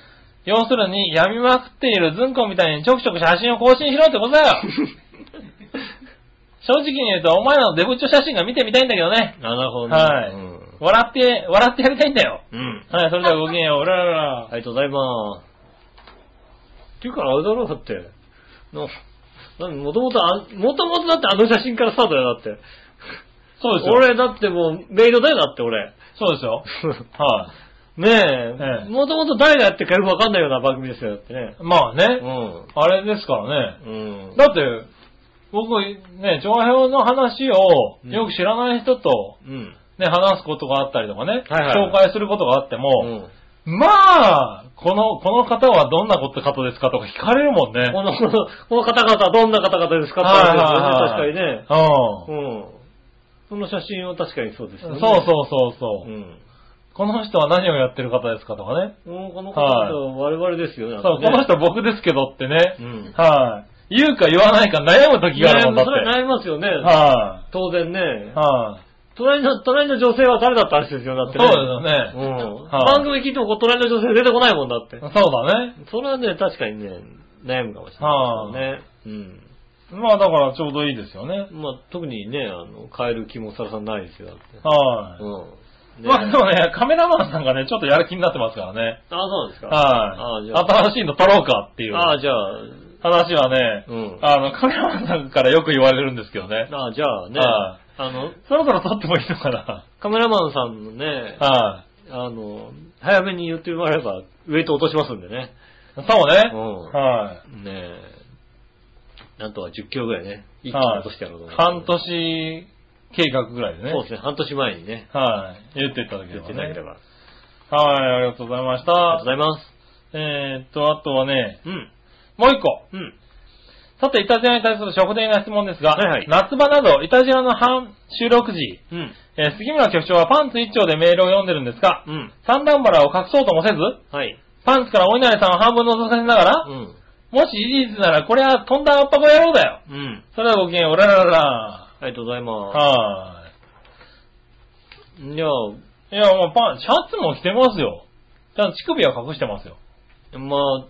要するに、やみまくっているズンコみたいにちょくちょく写真を更新しろってことだよ *laughs* 正直に言うと、お前らのデブッチョ写真が見てみたいんだけどね。あなるほどね。はいうん。笑って、笑ってやりたいんだよ。うん。はい、それではごきげんよう。うららら。ありがとうございます。っていうか、あれだろ、だって。の、なんもともと、あもともとだってあの写真からスタートだよ、だって。そうですよ。俺、だってもう、メイドだよ、だって俺。そうです *laughs* よ。はねええ。えもともと誰がやってるかよくわかんないような番組ですよ、だってね。い。まあうね、ん。あれですからね。うん。だって、僕、ね、長編の話をうんよく知らない人と、うん。ね、話すことがあったりとかね、はいはい紹介することがあってうも、んまあ、この、この方はどんなこと方ですかとか聞かれるもんね。この、このこの方々はどんな方々ですかってはい話はいはでいすよね、確かにね。ううん。その写真を確かにそうですよん。ね。そうそうそうそう、ん。この人は何をやってる方ですかとかね。もうこの方々は我々ですよね。そう、この人僕ですけどってね。うんはい、言うか言わないか悩む時があるもんだは。っそて。れは悩みますよね。は当然ねい、。はい、隣の、隣の女性は誰だった話ですよ、だってね。そうですよね。うん。はい番組聞いてもこう隣の女性出てこないもんだってそう。だね。それはね、確かにね、悩むかもしれないですよね。うん。まあだからちょうどいいですよね。まあ、特にね、あの、変える気もさらさらないですよ、だって。はい。うん。ねまあでもね、カメラマンさんがね、ちょっとやる気になってますからね。あ、そうなんですか。あはあ、いじ。ゃあ。新しいの撮ろうかっていうああ、じゃあ、話はね、うんあの、カメラマンさんからよく言われるんですけどね。ああ、じゃあね、はあの、そろそろ撮ってもいいのかなカメラマンさんのね、はあの、早めに言ってもらえば、ウェイト落としますんでね。い。そううね。ん。はねえ。あとは10キロぐらいね、一気に落としてやろうとい。思半って。年計画ぐらいでね。そうですね、半年前にね、はい。言っていただけ言れっば、てね。いただければ。はい、ありがとうございましありがとうごた。ざいます。えー、っと、あとはね、うん。もう一個。うん。さて、イタジラに対する食伝な質問ですが、はいはい夏場など、イタジラの半収録時、うん。えー杉村局長はパンツ一丁でメールを読んでるんですが、うん。三段腹を隠そうともせず、はい。パンツからお稲荷さんを半分覗かせながらう、ん。もし事実ならこれはとんだ圧迫野郎だよ。うん。それではごきげんよう、おらららら。ありがとうございまはす。じゃあ、ーい。いや、もうパン、シャツも着てますよ。ちゃんと乳首は隠してますよ。まあ、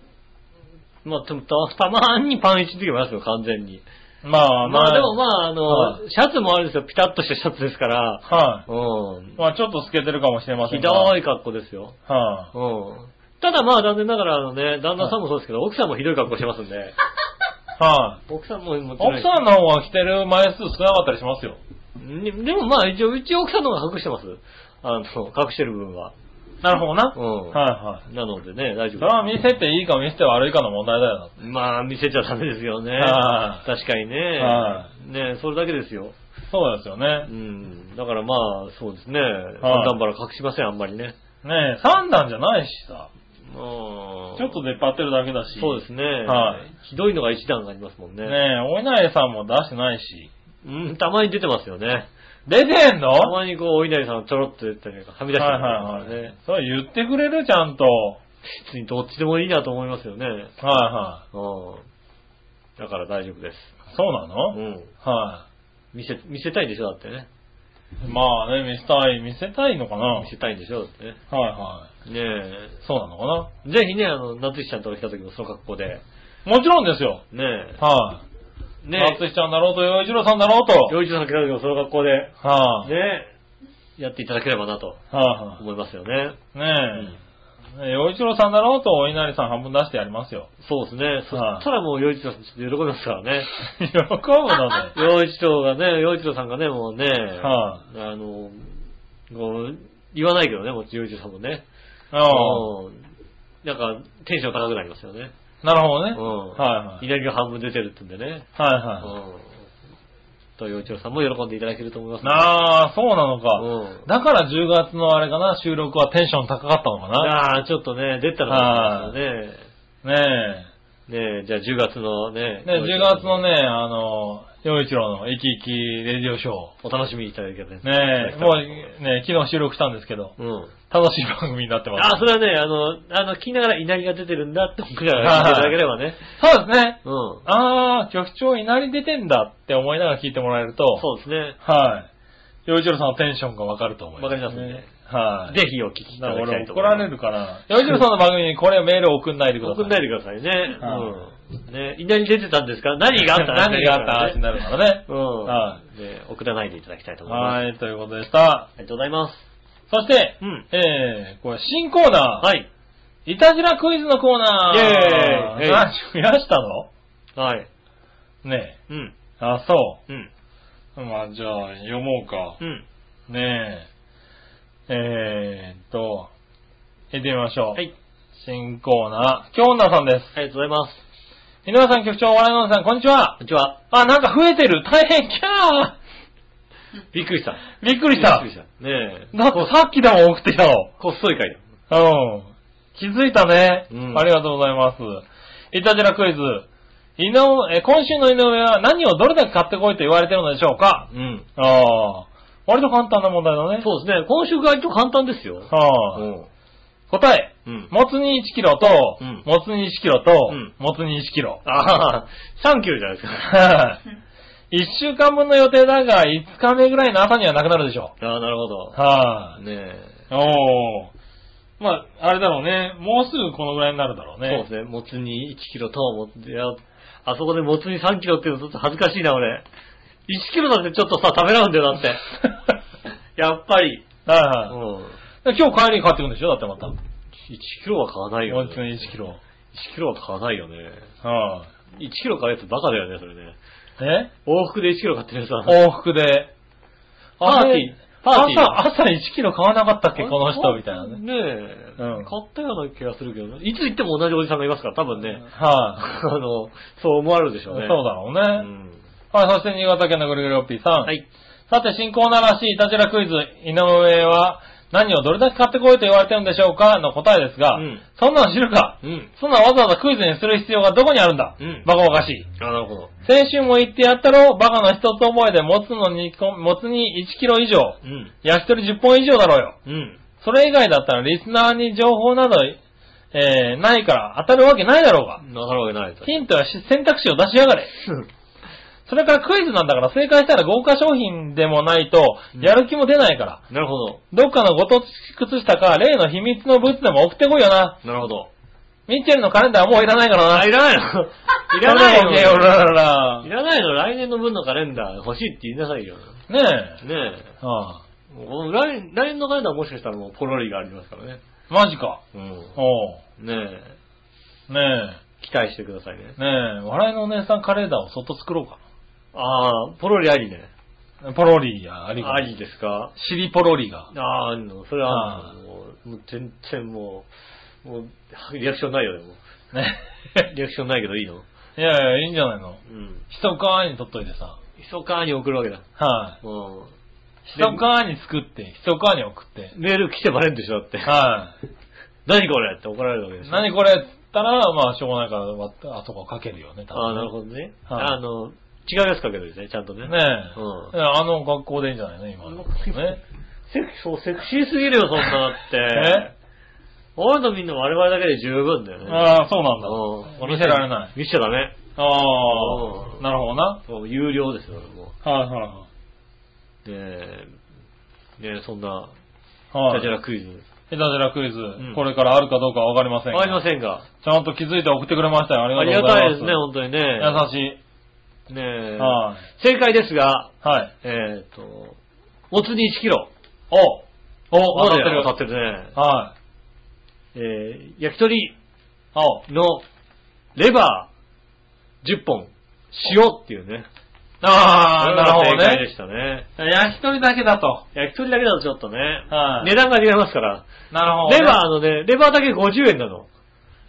まあ、でもた、たまにパンイチの時もありますよ、完全に。まあ、まあ、でもまあ、あの、はシャツもあるんですよ、ピタッとしたシャツですから、はい。うん。まあ、ちょっと透けてるかもしれませんひが。どい。い格好ですよ。はうん。ただまあ、残念ながら、あのね、旦那さんもそうですけど、奥さんもひどい格好してますんで、い。はい。奥さんも持ってな奥い。さんの方が着てる枚数少なかったりしますよ。ねでもまあ、一応、うち奥さんの方が隠してます。あの、隠してる部分は。なるほどな。うんはいはい。なのでね、大丈そ夫れは見せていいか見せて悪いかの問題だよまあ、見せちゃダメですよね。はい確かにね。はねそれだけですよ。な。そうですようね。ん。だからまあ、そうですね。寒暖バラ隠しません、あんまりね。ねえ、三段じゃないしさ。うん。ちょっと出っ張ってるだけだし。そうですね。はいひどいのが一段ありますもんね。ねえ、お稲荷さんも出してないし。うん、たまに出てますよね。出てんのたまにこう、お稲荷さんちょろっと出たりとか、はみ出してたりとはいかはいはいね。。それ言ってくれるちゃんと。は別にどっちでもいいなと思いますよね。いはうん。だから大丈夫です。い。そうなの、うん。は見せ、見せたいんでしょだってね。い。まあね、見せたい、見せたいのかなは見いせたいんでしょだってね。はねえ。い。そうなのかなぜひね、あの、夏日ちゃんとか来た時もその格好で、もちろんですよ。ねはい。え、ねね、え、夏日ちゃんだろうと、洋一郎さんだろうと。洋一郎さん来た時もその格好で、ねはい、え、やっていただければなとはい、思いますよね。ねえ。ねえ洋一郎さんだろうと、お稲荷さん半分出してやりま *laughs* すよ。そうですね。そしたらもう洋一郎さんちょっと喜びますからね。喜ぶのね。洋一郎がね、洋一郎さんがね、もうね、はあの、こう、言わないけどね、もちろん洋一郎さんもね。あうんなんか、テンション高くなりますよね。あ。なるほどうね。ん。は稲荷が半分出てるってんでね。いはい。うはん。と、洋一郎さんも喜んでいただけると思いますい。ねなあ、そうなのか。うん。だから10月のあれかな、収録はテンション高かったのかな。ああ、ちょっとね、出たらそうですよね。ねねえ、じゃあ10月のねえ。。ねえ10月のね、あの、洋一郎の生き生きレディオショお楽しみいただければねー。ねえ、もうね、昨日収録したんですけど、うん。楽しい番組になってますあ、。それはね、あの、あの、聞きながら稲荷が出てるんだって思いながら聞いていただければね。そうですね。うん。あー、局長いなり出てんだって思いながら聞いてもらえると、そうですね。はい。洋一郎さんのテンションがわかると思いまわす。かりますね。はい。ぜひお聞きいただだきからた俺いと怒思います。られるから、洋一郎さんの番組にこれメール送んないでください。送んないででくださいね。はうん。ね稲荷出てたんですか *laughs* 何があった何があった話になるからね。 *laughs* うはん。ね送らないでいただきたいと思います。あはい、ということでした。りがとうございます。そして、うんえー、これ新コーナー。はい。い。たじらクイズのコーナー。イェーイ何増やしたのはい。ねうん。え。あ、そうん。う。まあ、じゃあ、読もうか。うん。ねえ。えーっと、行ってみましょう。はい。新コーナー。京女さんです。ありがとうございます。井上さん局長、笑いのお姉さん、こんにちはこん。にちは。あ、なんか増えてる。大変、キャびっくりした。ー。びっくりしびたっくり。した。ねえ。だってさっきでも送ってきたの。こっそり書いてうん。気づいたね。うんありがとうございます。いたじらクイズ。井上、え今週の井上は何をどれだけ買ってこいと言われてるのでしょうかうん。ああ。割と簡単な問題だね。そうですね。今週割と簡単ですよ。はあ、ん。答え。うん。もつ煮1キロと、うんもつ煮1キロと、うんもつ煮1キロ。ああ、サンキュー *laughs* じゃないですか。はい。1週間分の予定だが、5日目ぐらいの朝にはなくなるでしょああ、なるほう。ど。はい、ねえ。おー。まあ、あれだろうね。もうすぐこのぐらいになるだろうね。そうですね。もつ煮1キロと、もつ、いや、あそこでもつ煮3キロっていうのちょっと恥ずかしいな、俺。1キロだってちょっとさ、食べらうんだよ、だ *laughs* って。やっぱり。うはいはい。ん。今日帰りに買ってくんでしょだってまた。 1キロは買わないよ、本ね。当に1キロ。 1キロは買わないよね。は1キロ買うやつバカだよね、それね。い。え往復で1キロ買ってるやつは。往復で。パーティーあれパーティー朝、朝1キロ買わなかったっけこの人みたいなね。ねえ。うん買ったような気がするけどね。いつ行っても同じおじさんがいますから、多分ね。はい、 *laughs* あの、そう思われるでしそょううね。だろうね。うん。はい、そして新潟県のぐるぐるおっぴーさん。はい。さて、新コーナーらしいイタジラクイズ、井上は何をどれだけ買ってこいと言われてるんでしょうかの答えですが、うんそんなの知るか。うん。そんなのわざわざクイズにする必要がどこにあるんだ、うんバカバカしい。あ、なるほど。先週も言ってやったろバカの一つ覚えで持つのに、持つに1キロ以上、うん。焼き鳥10本以上だろうよ。うん。それ以外だったらリスナーに情報など、えー、ないから当たるわけないだろうが。なかるわけないと。ヒントやし選択肢を出しやがれ。それからクイズなんだから正解したら豪華商品でもないと、やる気も出ないから。なるほど。どっかのご当地靴下か、例の秘密のブーツでも送ってこいよな。なるほど。ミッチェルのカレンダーはもういらないからな。いら *laughs* ないのいらない頼むよのらららいらないの来年の分のカレンダー欲しいって言いなさいよ。ねねえ。え。はあ、もう来来年のカレンダーはもしかしたらもうポロリがありますからね。マジか。うん。おう。ねえ。ね期待してくださいねえ。。ねえ。笑いのお姉さんカレンダーをそっと作ろうかああ、ポロリありね。な。ポロリや、ありがありですかシリポロリが。ああ、の、それはあんの、もう、もう全然もう、もう、リアクションないよ、でも。ね。リアクションないけどいいの *laughs* いやいや、いいんじゃないのうん。ひそかに取っといてさ。ひそかに送るわけだ。はうん。い。ひそかに作って、ひそかに送って。メール来てバレんでしょ、 *laughs* だって。はい。何これって怒られるわけでしょ。何これっつったら、まあ、しょうがないからわ、あそこかけるよね、ああ、なるど。ほどね。はいあの、違うやつかけるですね、ちゃんとね。ねえ。うあの学校でいいんじゃないの今の。ね。セクそうセクシーすぎるよ、そんなの *laughs* って。え俺のみんな我々だけで十分だよね。ああ、そうなんだ。うん見せられない。。見せちゃダメ。あうあ、んなるほどな。はいそう有料ですよ、もはう。ねえ、ねえ、そんな、いチはい。はャチャい。ラクイズ。ヘタジラクイズ、んこれからあるかどうかはわかりませんが。ありませんが。ちゃんと気づいて送ってくれましたよ。あありりががとうござたいいま。ですすね、本当にね。優しねい。え。はい。正解ですが、はい。えっと、もつに1キロ。おお当たってる当たってるね。はい。えー焼き鳥おのレバー10本、塩っていうね。ああ、なるほ正ど解でね。したね。焼き鳥だけだと。焼き鳥だけだとちょっとね、はい値段が違いますから。なるほど、レバーのね、レバーだけ50円なの。ー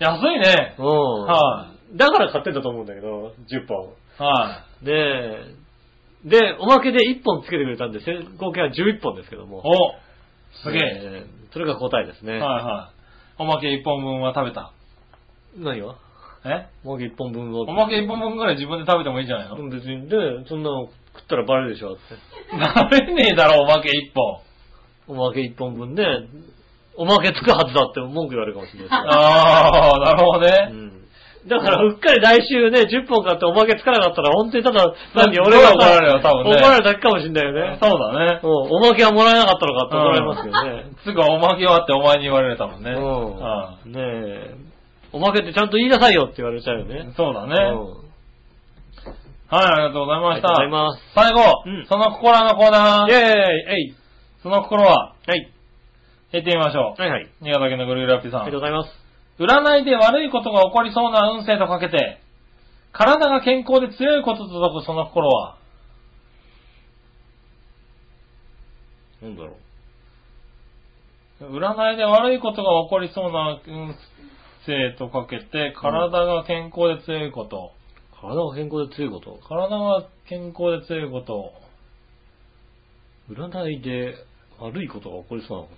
安いね。うん。はだから買ってんだと思うんだけど、10本。はい。ねえ。で、おまけで1本つけてくれたんで、せん合計は11本ですけども。おすげえ。えーそれが答えですね。はいはい。おまけ1本分は食べた。何がえおまけ1本分を。おまけ1本分ぐらい自分で食べてもいいんじゃないの別に、で、そんなの食ったらバレるでしょ、だって。食べねえだろ、おまけ1本。おまけ1本分で、おまけつくはずだって文句言われるかもしれないですよ。ああ、なるほどうね。んだから、うっかり来週ね、10本買っておまけつかなかったら、本当にただ、単にそう俺が怒られるよ多分ね怒られるだけかもしれないよね。そうだね。うんおまけはもらえなかったのかって怒られますよね。すぐおまけはってお前に言われたもんね。あうん。ねえ。おまけってちゃんと言いなさいよって言われちゃうよあね。そうだうんね。はい、ありがとうございまありしがとうございた。ます。最後、うんその心のコーナイェーイー、えいその心は、はい。行ってみましょう。はいはい。新潟県のぐるぐるラッピーさ。ありがとうんございます。占いで悪いことが起こりそうな運勢とかけて、体が健康で強いことと解くその心は、なんだろう。占いで悪いことが起こりそうな運勢とかけて、体が健康で強いこと、体が健康で強いこと。体が健康で強いこと、占いで悪いことが起こりそうなこ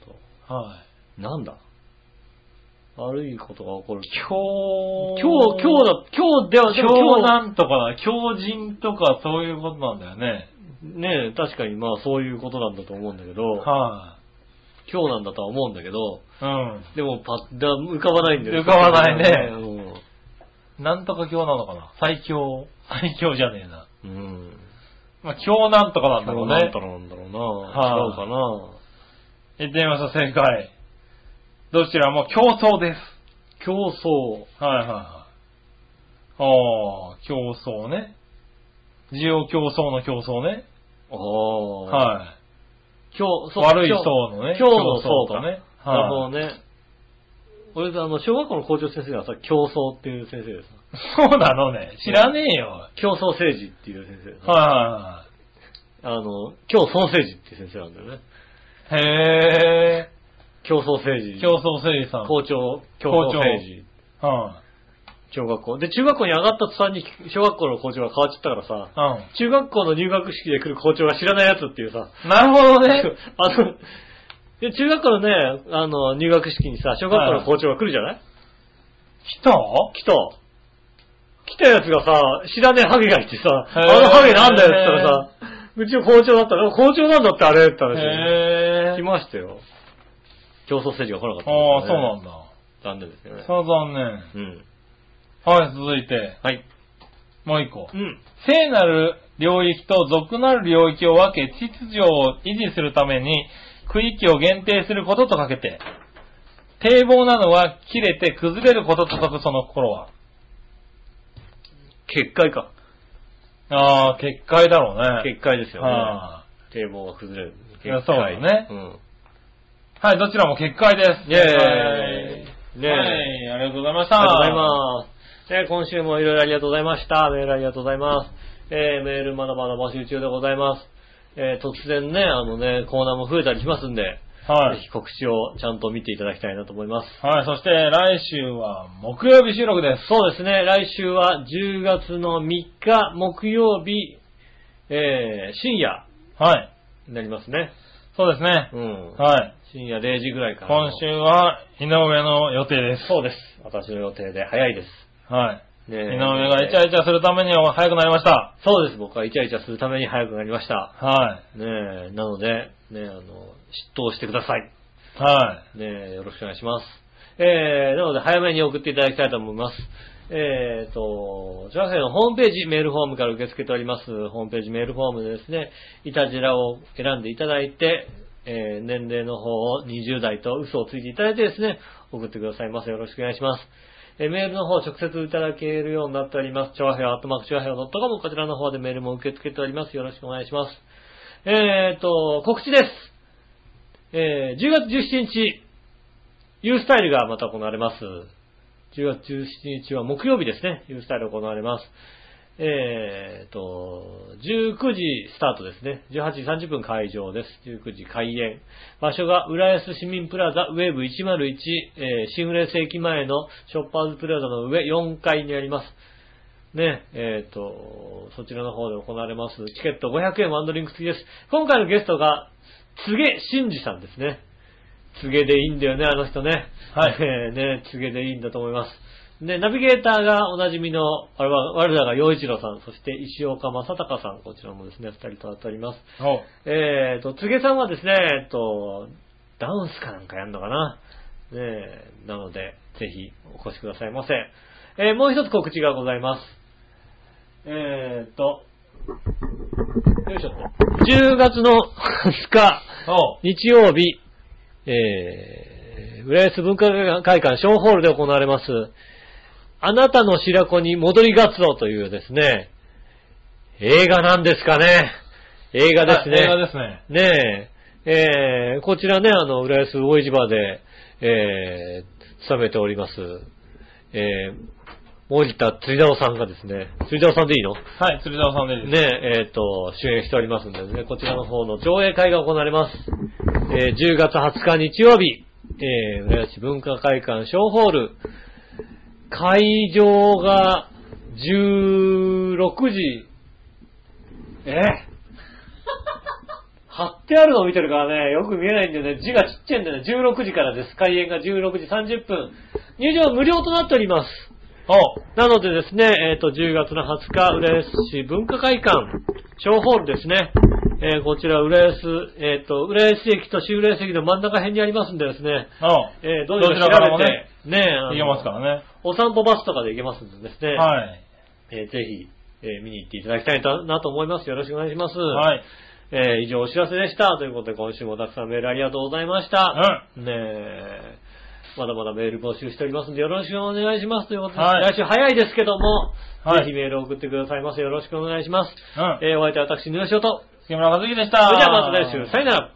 と。はなんだ悪いことが起こるい。。強、今日、今日だ、今日では、でも強今なんとかだ、強人とかそういうことなんだよね。日ねえ、確かにまあそういうことなんだと思うんだけど、は今日なんだとは思うんだけど、い、でもパッ、だ浮かばないんだよ浮かばないねうんうん。なんとか強なのかな最強。最強じゃねえな。うん。まあ、強なんとかなんだろ今う日なねん。だろうなんだろうな、は違いうかな言ってみましょう、正解。どちらも競争です。競争。はいはいはああ、競争ね。需要競争の競争ね。おー。い。は今日、い。悪い層のね。今日の層競争かとねね。。なるほはどね。俺、あの、小学校の校長先生がさ、競争っていう先生です。い。そうなのね。知らねえよ。競争政治っていう先生でさはあの、競争政治っていう先生なんだよね。いはいはい。へ競争政え。治。競争整理さん。校長、競争政治。は小学校。で、中学校に上がった途端に小学校の校長が変わっちゃったからさ、い。う中ん。学校の入学式で来る校長が知らないやつっていうさ、なるほどね。 *laughs* あの、で中学校のね、あの、入学式にさ、小学校の校長が来るじゃない、来た来た。来たやつがさ、知らねえハゲがいてさ、へあーのハゲなんだよって言ったらさ、うちの校長だったら、校長なんだってあれって話で。へ来え。ましたよ。競争政治が来なかった、ああ、そうなんだ。残念ですよね。そう残念。うん。はい、続いて、はい。もう一個う。ん。聖なる領域と俗なる領域を分け、秩序を維持するために、区域を限定することとかけて、堤防なのは切れて崩れることと解くその心は。決壊か。ああ、結界だろうね。決壊ですよね。は堤防が崩れる。いやそうだねうん。い、はい、どちらも結界です。イェーイねねえはい、ありがとうございましありがとうごた。ざいます。ね、今週もいろいろありがとうございました。メールありがとうございます。えー、メールまだまだ募集中でございます。えー、突然ね、あのね、コーナーも増えたりしますんで、はぜい。ひ告知をちゃんと見ていただきたいなと思います。はい、そして来週は木曜日収録です。そうですね、来週は10月の3日木曜日、えー、深夜はい。になりますね。そうですね。うん。はい。深夜0時ぐらいからの。今週は井上の予定です。そうです。私の予定で早いです。はい。ね井上がイチャイチャするためには早くなりました。そうです。僕はイチャイチャするために早くなりました。はねえ、なので、ねえ、あの、執刀してください。い。はねえ、よろしくお願いします。えー、なので、早めに送っていただきたいと思います。えーと、ジャのホームページ、メールフォームから受け付けております。ホームページ、メールフォームでですね、イタジェラを選んでいただいて、えー、年齢の方を20代と嘘をついていただいてですね、送ってくださいませ。よろしくお願いします。えーメールの方直接いただけるようになっております。長平、アットマーク長平 .com こちらの方でメールも受け付けております。よろしくお願いします。えーと、告知です。えー10月17日、ユースタイルがまた行われます。10月17日は木曜日ですね。ユースタイル行われます。えーと、19時スタートですね。18時30分会場です。19時開演。場所が浦安市民プラザウェーブ101、えー、新浦安駅前のショッパーズプラザの上4階にあります。ね、えっ、と、そちらの方で行われます。チケット500円ワンドリンク付きです。今回のゲストが、つげしんじさんですね。つげでいいんだよね、あの人ね。はいえー *laughs* ね、つげでいいんだと思います。ね、ナビゲーターがおなじみの、あれは、我らが洋一郎さん、そして石岡正隆さん、こちらもですね、二人となっております。い。おえーと、つげさんはですね、えっと、ダンスかなんかやるのかな。ねえなので、ぜひお越しくださいませ。えーもう一つ告知がございます。えーと、よいしょっと。10月の20日、お日曜日、えー、浦安文化会館小ホールで行われます、あなたの白子に戻りガツオというですね、映画なんですかね。映画ですね。映画ですね。ねえ、えー、こちらね、あの、浦安大市場で、えー、勤めております、えー、森田釣り直さんがですね、釣り直さんでいいのはい、釣り沢さんでいいです。ねえ、えっ、と、主演しておりますんでね、こちらの方の上映会が行われます。えー10月20日日曜日、えー、浦安市文化会館小ホール、会場が16時、え貼ってあるのを見てるからね、よく見えないんだよね。字がちっちゃいんだよね。16時からです。開演が16時30分。入場無料となっております。おなのでですね、えっ、と、10月の20日、浦安市文化会館、小ホールですね。えーこちら、浦安、えっ、と、浦安駅と新浦安駅の真ん中辺にありますんでですね、おえーどうぞ調べどちらからもて、ねねえあのいけますからね。お散歩バスとかで行けますんでですね、はい。えーぜひ、えー見に行っていただきたいなと思います。よろしくお願いします。はい。えー以上お知らせでした。ということで、今週もたくさんメールありがとうございました。ねえ。まだまだメール募集しておりますんで、よろしくお願いしますということで、はい来週早いですけども、はいぜひメールを送ってくださいませ。よろしくお願いします。うんえー、お相手は私、ぬよしおと。杉村和樹でした。それではまた来週、さよなら。